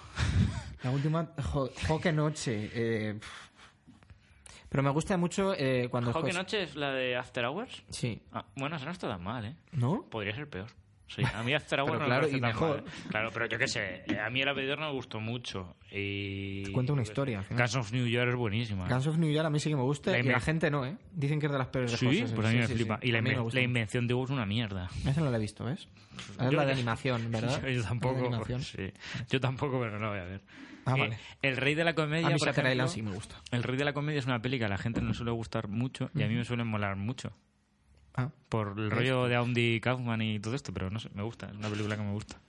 [SPEAKER 3] La última, jo, jo, qué noche. eh, pff. pero me gusta mucho eh, cuando...
[SPEAKER 2] ¿Joque
[SPEAKER 3] Scors-
[SPEAKER 2] Noche es la de After Hours?
[SPEAKER 3] Sí.
[SPEAKER 2] Ah, bueno, eso no está tan mal, ¿eh?
[SPEAKER 3] ¿No?
[SPEAKER 2] Podría ser peor. Sí, a mí hasta
[SPEAKER 4] Pero
[SPEAKER 2] bueno
[SPEAKER 4] claro,
[SPEAKER 2] me parece
[SPEAKER 4] y
[SPEAKER 2] tan
[SPEAKER 4] mejor.
[SPEAKER 2] mal. Claro, pero yo qué sé, eh, a mí el apedidor no me gustó mucho. Y...
[SPEAKER 3] Te cuento una historia, al final.
[SPEAKER 2] Guns of New York es buenísima.
[SPEAKER 3] Guns of New York a mí sí que me gusta
[SPEAKER 2] La
[SPEAKER 3] y la
[SPEAKER 2] inven-
[SPEAKER 3] gente no, ¿eh? Dicen que es de las peores
[SPEAKER 2] Sí,
[SPEAKER 3] cosas.
[SPEAKER 2] pues a mí
[SPEAKER 3] sí,
[SPEAKER 2] me
[SPEAKER 3] sí,
[SPEAKER 2] flipa.
[SPEAKER 3] sí.
[SPEAKER 2] Y la,
[SPEAKER 3] A mí me
[SPEAKER 2] inven-
[SPEAKER 3] gusta.
[SPEAKER 2] la invención de Hugo es una mierda.
[SPEAKER 3] Esa no la he visto, ¿ves? Es
[SPEAKER 2] Yo-
[SPEAKER 3] la de animación, ¿verdad?
[SPEAKER 2] Yo
[SPEAKER 3] La de
[SPEAKER 2] tampoco.
[SPEAKER 3] animación.
[SPEAKER 2] sí. Yo tampoco, pero no la voy a ver.
[SPEAKER 3] Ah,
[SPEAKER 2] Eh,
[SPEAKER 3] vale.
[SPEAKER 2] El Rey de la Comedia.
[SPEAKER 3] A mí
[SPEAKER 2] por
[SPEAKER 3] Shutter Island
[SPEAKER 2] ejemplo,
[SPEAKER 3] sí me gusta.
[SPEAKER 2] El Rey de la Comedia es una peli que a la gente no le suele gustar mucho y a mí me suelen molar mucho.
[SPEAKER 3] Ah.
[SPEAKER 2] Por el rollo de Andy Kaufman y todo esto, pero no sé, me gusta. Es una película que me gusta.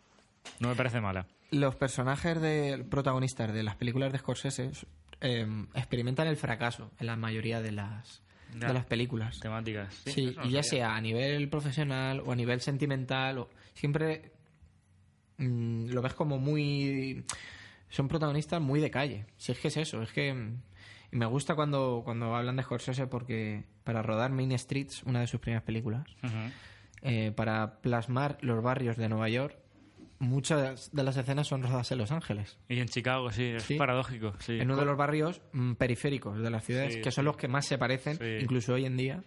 [SPEAKER 2] No me parece mala.
[SPEAKER 3] Los personajes de protagonistas de las películas de Scorsese eh, experimentan el fracaso en la mayoría de las,
[SPEAKER 2] Ya.
[SPEAKER 3] de las películas.
[SPEAKER 2] Temáticas.
[SPEAKER 3] Sí,
[SPEAKER 2] eso no
[SPEAKER 3] y
[SPEAKER 2] sabía.
[SPEAKER 3] ya sea a nivel profesional o a nivel sentimental, o siempre mm, lo ves como muy... Son protagonistas muy de calle. Si es que es eso, es que... mm, y me gusta cuando, cuando hablan de Scorsese porque para rodar Main Streets, una de sus primeras películas,
[SPEAKER 2] Ujú.
[SPEAKER 3] eh, para plasmar los barrios de Nueva York, muchas de las escenas son rodadas en Los Ángeles.
[SPEAKER 2] Y en Chicago, sí, es
[SPEAKER 3] Sí.
[SPEAKER 2] paradójico. Sí.
[SPEAKER 3] en uno de los barrios mm, periféricos de las ciudades,
[SPEAKER 2] Sí,
[SPEAKER 3] que son los que más se parecen,
[SPEAKER 2] Sí.
[SPEAKER 3] incluso hoy en día,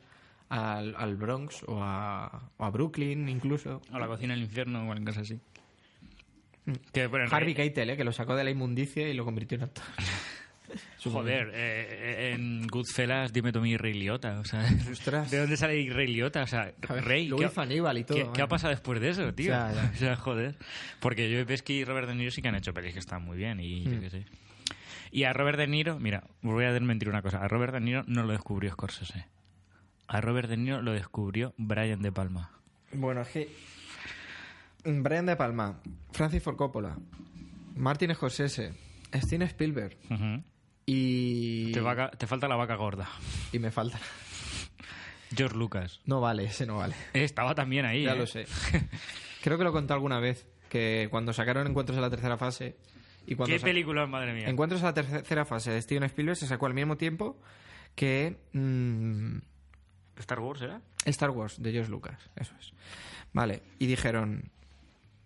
[SPEAKER 3] al, al Bronx o a, o a Brooklyn, incluso.
[SPEAKER 2] O la cocina del infierno o en casa así. Que, bueno, en
[SPEAKER 3] Mm. Harvey
[SPEAKER 2] realidad-
[SPEAKER 3] Keitel, eh, que lo sacó de la inmundicia y lo convirtió en actor.
[SPEAKER 2] Joder, eh, eh, en Goodfellas dime Tommy Rey Liotta. O sea,
[SPEAKER 3] Ostras.
[SPEAKER 2] ¿De dónde sale Rey Liotta? O sea,
[SPEAKER 3] A ver,
[SPEAKER 2] Rey.
[SPEAKER 3] luego
[SPEAKER 2] ¿qué,
[SPEAKER 3] hizo Aníbal y todo, eh.
[SPEAKER 2] ¿qué,
[SPEAKER 3] bueno.
[SPEAKER 2] qué ha pasado después de eso, tío? O
[SPEAKER 3] Ya,
[SPEAKER 2] sea,
[SPEAKER 3] ya.
[SPEAKER 2] joder. Porque Joe Pesci y Robert De Niro sí que han hecho pelis que están muy bien y
[SPEAKER 3] Hmm.
[SPEAKER 2] yo qué sé. Y a Robert De Niro, mira, os voy a desmentir una cosa. A Robert De Niro no lo descubrió Scorsese. A Robert De Niro lo descubrió Brian De Palma.
[SPEAKER 3] Bueno, es que. Brian De Palma, Francis Ford Coppola, Martin Scorsese, Steven Spielberg
[SPEAKER 2] Ujú.
[SPEAKER 3] y.
[SPEAKER 2] Te, vaca- te falta la vaca gorda.
[SPEAKER 3] Y me falta.
[SPEAKER 2] George Lucas.
[SPEAKER 3] No vale, ese no vale.
[SPEAKER 2] Eh, Estaba también ahí.
[SPEAKER 3] Ya
[SPEAKER 2] eh.
[SPEAKER 3] lo sé. Creo que lo conté alguna vez, que cuando sacaron Encuentros en la tercera fase y cuando
[SPEAKER 2] Qué
[SPEAKER 3] sa-
[SPEAKER 2] película, madre mía.
[SPEAKER 3] Encuentros en la tercera fase de Steven Spielberg se sacó al mismo tiempo que mm,
[SPEAKER 2] Star Wars, ¿era?
[SPEAKER 3] Star Wars de George Lucas, eso es. Vale, y dijeron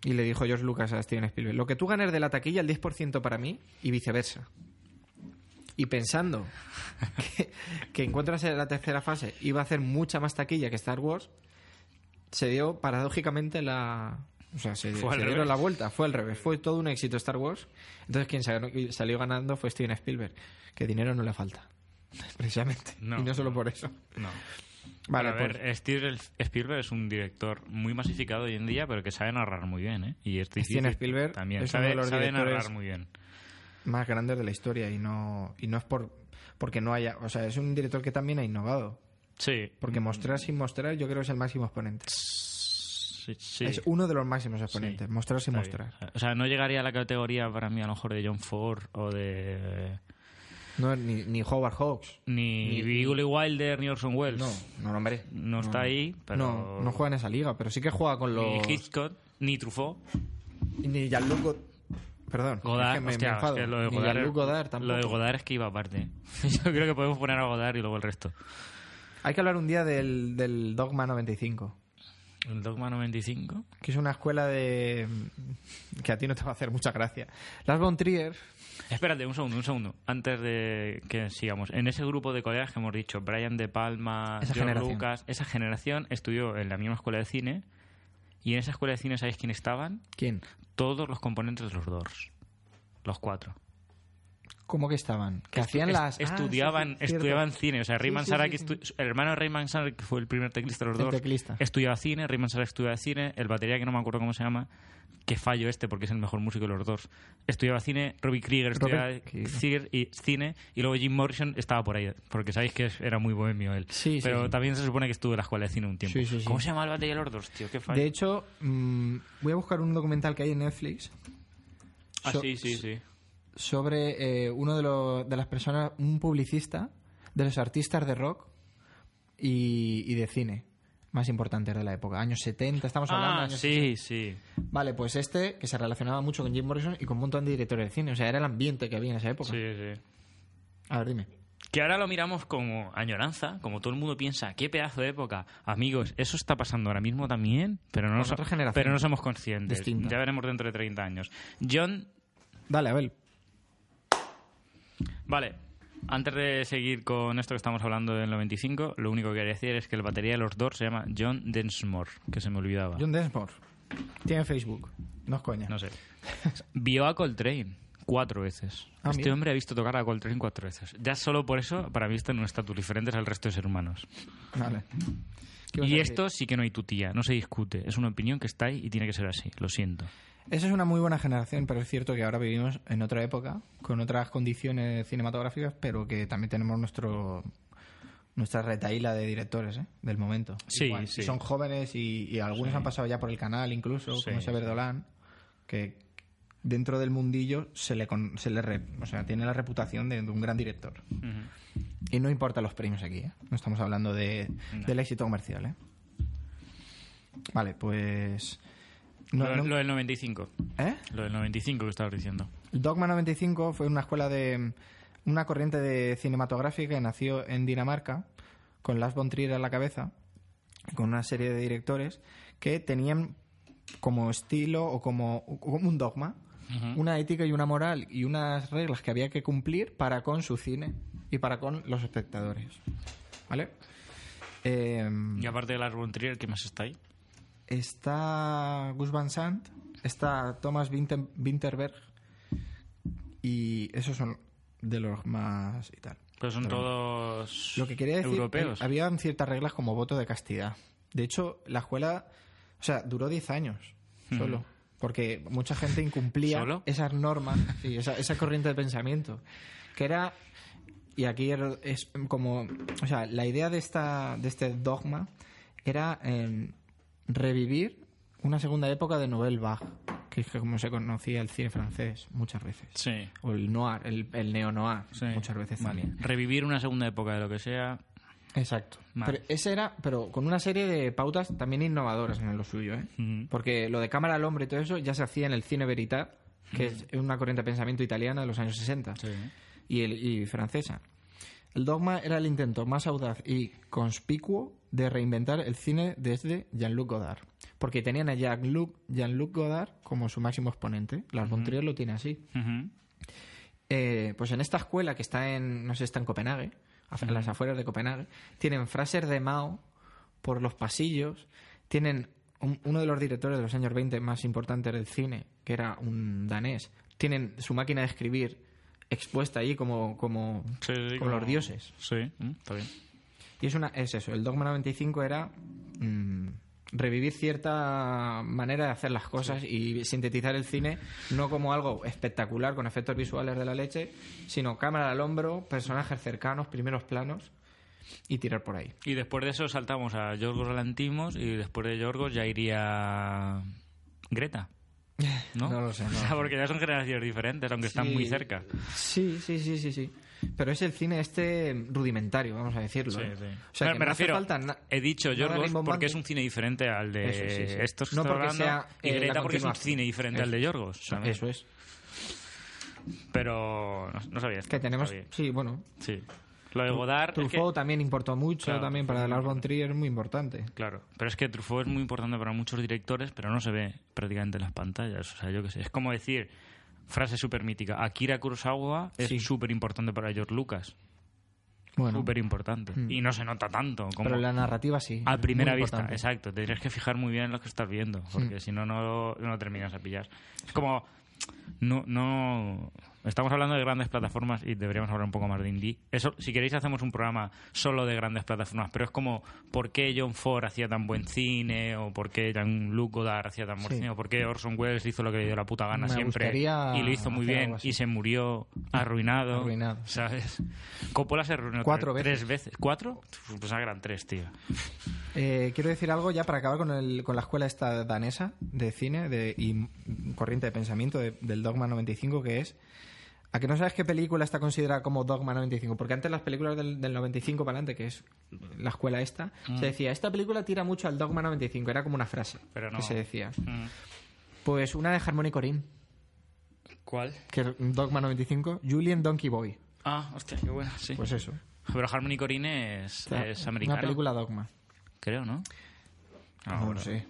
[SPEAKER 3] y le dijo George Lucas a Steven Spielberg, lo que tú ganes de la taquilla el 10% para mí y viceversa. Y pensando que, que Encuentros en la tercera fase iba a hacer mucha más taquilla que Star Wars, se dio paradójicamente la. O sea, se,
[SPEAKER 2] Fue al
[SPEAKER 3] se dieron
[SPEAKER 2] revés.
[SPEAKER 3] la vuelta, fue al revés, fue todo un éxito Star Wars. Entonces, quien sa- salió ganando fue Steven Spielberg, que dinero no le falta, precisamente.
[SPEAKER 2] No.
[SPEAKER 3] y no solo por eso.
[SPEAKER 2] No.
[SPEAKER 3] Vale,
[SPEAKER 2] a ver,
[SPEAKER 3] pues,
[SPEAKER 2] Steven Spielberg es un director muy masificado hoy en día, pero que sabe narrar muy bien, ¿eh? Y este
[SPEAKER 3] Steven Spielberg
[SPEAKER 2] también
[SPEAKER 3] es uno
[SPEAKER 2] sabe,
[SPEAKER 3] de los
[SPEAKER 2] sabe
[SPEAKER 3] directores-
[SPEAKER 2] narrar muy bien.
[SPEAKER 3] más grandes de la historia y no, y no es por porque no haya. O sea, es un director que también ha innovado.
[SPEAKER 2] Sí.
[SPEAKER 3] Porque mostrar sin mostrar, yo creo que es el máximo exponente.
[SPEAKER 2] Sí, sí.
[SPEAKER 3] Es uno de los máximos exponentes, mostrar sin
[SPEAKER 2] Está
[SPEAKER 3] mostrar.
[SPEAKER 2] bien. O sea, no llegaría a la categoría para mí a lo mejor de John Ford o de
[SPEAKER 3] No, ni, ni Howard Hawks.
[SPEAKER 2] ni,
[SPEAKER 3] Ni-
[SPEAKER 2] Billy Wilder ni Orson Welles.
[SPEAKER 3] No, no, no, hombre.
[SPEAKER 2] No, está ahí, Pues pero
[SPEAKER 3] No, no juega en esa liga, pero sí que juega con los.
[SPEAKER 2] ni Hitchcock ni Truffaut.
[SPEAKER 3] Ni Jean-Luc God- Perdón.
[SPEAKER 2] Godard,
[SPEAKER 3] es que me,
[SPEAKER 2] hostia,
[SPEAKER 3] me enfado.
[SPEAKER 2] es que lo de
[SPEAKER 3] Ni
[SPEAKER 2] Godard,
[SPEAKER 3] Jean-Luc Godard tampoco.
[SPEAKER 2] lo de Godard es que iba aparte. Yo creo que podemos poner a Godard y luego el resto.
[SPEAKER 3] Hay que hablar un día del, del Dogma 95.
[SPEAKER 2] El Dogma 95.
[SPEAKER 3] Que es una escuela de. que a ti no te va a hacer mucha gracia. Las von Trier.
[SPEAKER 2] Espérate, un segundo, un segundo. Antes de que sigamos. En ese grupo de colegas que hemos dicho, Brian De Palma,
[SPEAKER 3] Esa
[SPEAKER 2] George
[SPEAKER 3] generación.
[SPEAKER 2] Lucas, esa generación estudió en la misma escuela de cine. Y en esa escuela de cine, ¿sabéis quién estaban?
[SPEAKER 3] ¿Quién?
[SPEAKER 2] Todos los componentes de los Doors. Los cuatro.
[SPEAKER 3] ¿Cómo que estaban? Que hacían
[SPEAKER 2] Es-
[SPEAKER 3] las. ah,
[SPEAKER 2] estudiaban,
[SPEAKER 3] sí, sí, cierto.
[SPEAKER 2] estudiaban cine. O sea, Ray
[SPEAKER 3] Sí, sí,
[SPEAKER 2] Manzarek
[SPEAKER 3] sí, sí.
[SPEAKER 2] estu- el hermano de Ray Manzarek, que fue el primer teclista de los
[SPEAKER 3] El
[SPEAKER 2] Doors,
[SPEAKER 3] teclista.
[SPEAKER 2] estudiaba cine, Ray Manzarek estudiaba cine, el batería que no me acuerdo cómo se llama, que fallo este porque es el mejor músico de los Doors, estudiaba cine, Robbie Krieger estudiaba
[SPEAKER 3] Robert Krieger.
[SPEAKER 2] cir- y cine, y luego Jim Morrison estaba por ahí, porque sabéis que era muy bohemio él.
[SPEAKER 3] Sí, sí,
[SPEAKER 2] Pero
[SPEAKER 3] sí.
[SPEAKER 2] también se supone que estuvo en la escuela de cine un tiempo.
[SPEAKER 3] Sí, sí, sí.
[SPEAKER 2] ¿Cómo se llama el batería de los Doors, tío? Qué fallo.
[SPEAKER 3] De hecho, mm, voy a buscar un documental que hay en Netflix
[SPEAKER 2] ah,
[SPEAKER 3] so-
[SPEAKER 2] sí, sí, sí.
[SPEAKER 3] sobre eh, uno de, los- de las personas, un publicista de los artistas de rock y, y de cine más importantes de la época. Años 70, estamos hablando.
[SPEAKER 2] Ah,
[SPEAKER 3] años
[SPEAKER 2] sí, sí.
[SPEAKER 3] 60. Vale, pues este que se relacionaba mucho con Jim Morrison y con un montón de directores de cine. O sea, era el ambiente que había en esa época.
[SPEAKER 2] Sí, sí.
[SPEAKER 3] A ver, dime.
[SPEAKER 2] Que ahora lo miramos como añoranza, como todo el mundo piensa, qué pedazo de época. Amigos, eso está pasando ahora mismo también, pero no,
[SPEAKER 3] Con
[SPEAKER 2] nos-
[SPEAKER 3] otra generación.
[SPEAKER 2] pero no somos conscientes.
[SPEAKER 3] Distinta.
[SPEAKER 2] Ya veremos dentro de 30 años. John,
[SPEAKER 3] Dale, Abel.
[SPEAKER 2] vale, antes de seguir con esto que estamos hablando del 95, lo único que quería decir es que el batería de los Doors se llama John Densmore, que se me olvidaba.
[SPEAKER 3] John Densmore. Tiene Facebook. No es coña.
[SPEAKER 2] No sé. Vio a Coltrane cuatro veces.
[SPEAKER 3] Ah,
[SPEAKER 2] este
[SPEAKER 3] mira.
[SPEAKER 2] hombre ha visto tocar a Coltrane cuatro veces. Ya solo por eso, para mí, está en un estatus diferente al resto de seres humanos.
[SPEAKER 3] Vale. ¿Qué vas a
[SPEAKER 2] Y
[SPEAKER 3] decir?
[SPEAKER 2] esto sí que no hay tutía, no se discute. Es una opinión que está ahí y tiene que ser así. Lo siento.
[SPEAKER 3] Esa es una muy buena generación, pero es cierto que ahora vivimos en otra época, con otras condiciones cinematográficas, pero que también tenemos nuestro nuestra retaíla de directores ¿eh? del momento.
[SPEAKER 2] Sí,
[SPEAKER 3] Igual.
[SPEAKER 2] sí.
[SPEAKER 3] Y Son jóvenes y, y algunos han pasado ya por el canal, incluso,
[SPEAKER 2] Sí.
[SPEAKER 3] como ese Verdolán, que dentro del mundillo se le, con- se le re- o sea, tiene la reputación de, de un gran director. Y no importa los premios aquí, ¿eh? no estamos hablando de, del éxito comercial. ¿eh? Vale, pues. no-
[SPEAKER 2] lo,
[SPEAKER 3] no-
[SPEAKER 2] lo del 95.
[SPEAKER 3] ¿Eh?
[SPEAKER 2] Lo del 95 que estabas diciendo.
[SPEAKER 3] Dogma 95 fue una escuela de una corriente de cinematográfica que nació en Dinamarca con Lars von Trier a la cabeza con una serie de directores que tenían como estilo o como, o como un dogma una ética y una moral y unas reglas que había que cumplir para con su cine y para con los espectadores ¿vale? Em,
[SPEAKER 2] Y aparte de Lars von Trier, ¿qué más está ahí?
[SPEAKER 3] está Gus Van Sant, está Thomas Winter- Winterberg y esos son de los más y tal.
[SPEAKER 2] Pero son
[SPEAKER 3] Pero-
[SPEAKER 2] todos
[SPEAKER 3] Lo que quería decir,
[SPEAKER 2] europeos.
[SPEAKER 3] eh, habían ciertas reglas como voto de castidad. De hecho, la escuela, o sea, duró 10 años solo. Porque mucha gente incumplía
[SPEAKER 2] ¿Solo?
[SPEAKER 3] esas normas, sí, esa, esa corriente de pensamiento. Que era, y aquí er- es como, o sea, la idea de, esta, de este dogma era eh, revivir una segunda época de Nouvelle Vague, que es como se conocía el cine francés muchas veces.
[SPEAKER 2] Sí.
[SPEAKER 3] O el noir, el, el neo-noir,
[SPEAKER 2] sí.
[SPEAKER 3] muchas veces
[SPEAKER 2] Vale.
[SPEAKER 3] también.
[SPEAKER 2] Revivir una segunda época de lo que sea.
[SPEAKER 3] Exacto.
[SPEAKER 2] Vale.
[SPEAKER 3] Pero ese era, pero con una serie de pautas también innovadoras en lo suyo, ¿eh?
[SPEAKER 2] Ujú.
[SPEAKER 3] Porque lo de cámara al hombre y todo eso ya se hacía en el cine verità, que es una corriente de pensamiento italiana de los años 60 y, el- y francesa. El dogma era el intento más audaz y conspicuo de reinventar el cine desde Jean-Luc Godard. Porque tenían a Jean-Luc Jean-Luc Godard como su máximo exponente. Lars von Trier lo tiene así.
[SPEAKER 2] Ujú.
[SPEAKER 3] Eh, pues en esta escuela que está en, no sé, está en Copenhague, a en las afueras de Copenhague, tienen frases de Mao por los pasillos, tienen un- uno de los directores de los años 20 más importantes del cine, que era un danés, tienen su máquina de escribir expuesta allí como, como,
[SPEAKER 2] Sí, sí,
[SPEAKER 3] como los dioses.
[SPEAKER 2] Sí, mm, está bien.
[SPEAKER 3] Y es, una, es eso, el Dogma 95 era mm, revivir cierta manera de hacer las cosas y sintetizar el cine no como algo espectacular con efectos visuales de la leche, sino cámara al hombro, personajes cercanos, primeros planos y tirar por ahí.
[SPEAKER 2] Y después de eso saltamos a Yorgos Lantimos y después de Yorgos ya iría Greta. ¿No?
[SPEAKER 3] No lo sé, no lo
[SPEAKER 2] O sea,
[SPEAKER 3] sé.
[SPEAKER 2] porque ya son generaciones diferentes, aunque están
[SPEAKER 3] Sí.
[SPEAKER 2] muy cerca.
[SPEAKER 3] Sí, sí, sí, sí, sí. Pero es el cine este rudimentario, vamos a decirlo.
[SPEAKER 2] Sí,
[SPEAKER 3] ¿eh?
[SPEAKER 2] sí.
[SPEAKER 3] O sea,
[SPEAKER 2] Pero
[SPEAKER 3] que
[SPEAKER 2] me
[SPEAKER 3] no hace
[SPEAKER 2] refiero,
[SPEAKER 3] falta na-
[SPEAKER 2] he dicho
[SPEAKER 3] nada
[SPEAKER 2] Yorgos
[SPEAKER 3] rimbombante.
[SPEAKER 2] porque es un cine diferente al de
[SPEAKER 3] Eso, sí, sí.
[SPEAKER 2] estos que
[SPEAKER 3] No
[SPEAKER 2] estoy
[SPEAKER 3] porque
[SPEAKER 2] hablando,
[SPEAKER 3] sea,
[SPEAKER 2] y
[SPEAKER 3] eh, la
[SPEAKER 2] Greta porque es un
[SPEAKER 3] continuación.
[SPEAKER 2] cine diferente al de Yorgos. ¿sabes?
[SPEAKER 3] Eso es.
[SPEAKER 2] Pero no, no sabía. esto,
[SPEAKER 3] Que tenemos...
[SPEAKER 2] sabía.
[SPEAKER 3] Sí, bueno.
[SPEAKER 2] Sí. Lo de Godard... es que-
[SPEAKER 3] Truffaut también importó mucho,
[SPEAKER 2] Claro,
[SPEAKER 3] también para Lars von Trier es muy importante.
[SPEAKER 2] Claro, pero es que Truffaut es muy importante para muchos directores, pero no se ve prácticamente en las pantallas. O sea, yo qué sé. Es como decir, frase súper mítica, Akira Kurosawa
[SPEAKER 3] Sí.
[SPEAKER 2] es súper importante para George Lucas.
[SPEAKER 3] Bueno, Mm.
[SPEAKER 2] Súper importante. Y no se nota tanto como
[SPEAKER 3] pero la narrativa sí.
[SPEAKER 2] a
[SPEAKER 3] es
[SPEAKER 2] primera
[SPEAKER 3] muy
[SPEAKER 2] vista.
[SPEAKER 3] importante.
[SPEAKER 2] Exacto, te tienes que fijar muy bien en lo que estás viendo, porque si no, no no lo terminas a pillar. Es como, no, no... Estamos hablando de grandes plataformas y deberíamos hablar un poco más de indie. Eso, si queréis, hacemos un programa solo de grandes plataformas, pero es como por qué John Ford hacía tan buen cine, o por qué Jean-Luc Godard hacía tan buen
[SPEAKER 3] Sí.
[SPEAKER 2] cine, o por qué Orson Welles hizo lo que le dio la puta gana
[SPEAKER 3] Me
[SPEAKER 2] siempre
[SPEAKER 3] gustaría
[SPEAKER 2] y lo hizo muy
[SPEAKER 3] hacer
[SPEAKER 2] bien
[SPEAKER 3] algo así.
[SPEAKER 2] y se murió arruinado.
[SPEAKER 3] Arruinado.
[SPEAKER 2] ¿Sabes? Coppola se arruinó
[SPEAKER 3] Cuatro
[SPEAKER 2] tres, tres veces. ¿Cuatro? Pues eran tres, tío.
[SPEAKER 3] Eh, quiero decir algo ya para acabar con, el- con la escuela esta danesa de cine de, y mm, corriente de pensamiento de- del Dogma 95, que es... A que no sabes qué película está considerada como Dogma 95, porque antes las películas del, del 95 para adelante, que es la escuela esta, se decía, esta película tira mucho al Dogma 95, era como una frase
[SPEAKER 2] Pero no.
[SPEAKER 3] que se decía.
[SPEAKER 2] Mm.
[SPEAKER 3] Pues una de Harmony Corinne,
[SPEAKER 2] ¿Cuál?
[SPEAKER 3] que es Dogma 95, Julian Donkey Boy.
[SPEAKER 2] Ah, hostia, qué buena, sí.
[SPEAKER 3] Pues eso.
[SPEAKER 2] Pero Harmony Corine es,
[SPEAKER 3] O sea,
[SPEAKER 2] es americana.
[SPEAKER 3] Una película Dogma.
[SPEAKER 2] Creo, ¿no?
[SPEAKER 3] No,
[SPEAKER 2] bueno.
[SPEAKER 3] lo sé.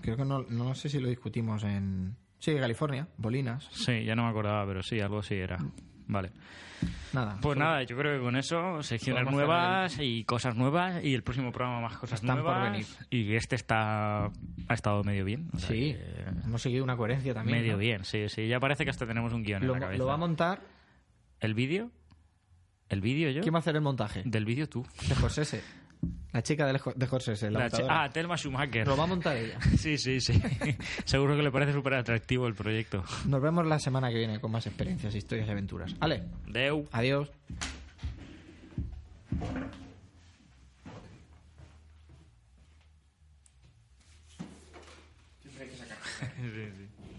[SPEAKER 3] Creo que no, no sé si lo discutimos en... Sí, California, Bolinas.
[SPEAKER 2] Sí, ya no me acordaba, pero sí, algo así era. Vale.
[SPEAKER 3] Nada.
[SPEAKER 2] Pues nada, yo creo que con eso, secciones
[SPEAKER 3] Podemos
[SPEAKER 2] nuevas y cosas nuevas y el próximo programa más cosas
[SPEAKER 3] Están por
[SPEAKER 2] nuevas.
[SPEAKER 3] venir.
[SPEAKER 2] Y este está ha estado medio bien. o sea
[SPEAKER 3] Sí,
[SPEAKER 2] que-
[SPEAKER 3] hemos seguido una coherencia también.
[SPEAKER 2] medio
[SPEAKER 3] ¿no?
[SPEAKER 2] bien, sí, sí. Ya parece que hasta tenemos un guión
[SPEAKER 3] Lo,
[SPEAKER 2] en la cabeza.
[SPEAKER 3] lo va a montar.
[SPEAKER 2] ¿El vídeo? ¿El vídeo yo?
[SPEAKER 3] ¿Quién va a hacer el montaje?
[SPEAKER 2] Del vídeo tú.
[SPEAKER 3] De Scorsese. La chica del Sco- de Scorsese, la,
[SPEAKER 2] La che-
[SPEAKER 3] montadora.
[SPEAKER 2] ah, Telma Schumacher.
[SPEAKER 3] Lo va a montar ella.
[SPEAKER 2] Sí, sí, sí. Seguro que le parece súper atractivo el proyecto.
[SPEAKER 3] Nos vemos la semana que viene con más experiencias, historias y aventuras. Ale,
[SPEAKER 2] Deu.
[SPEAKER 3] adiós.
[SPEAKER 2] Sí, sí.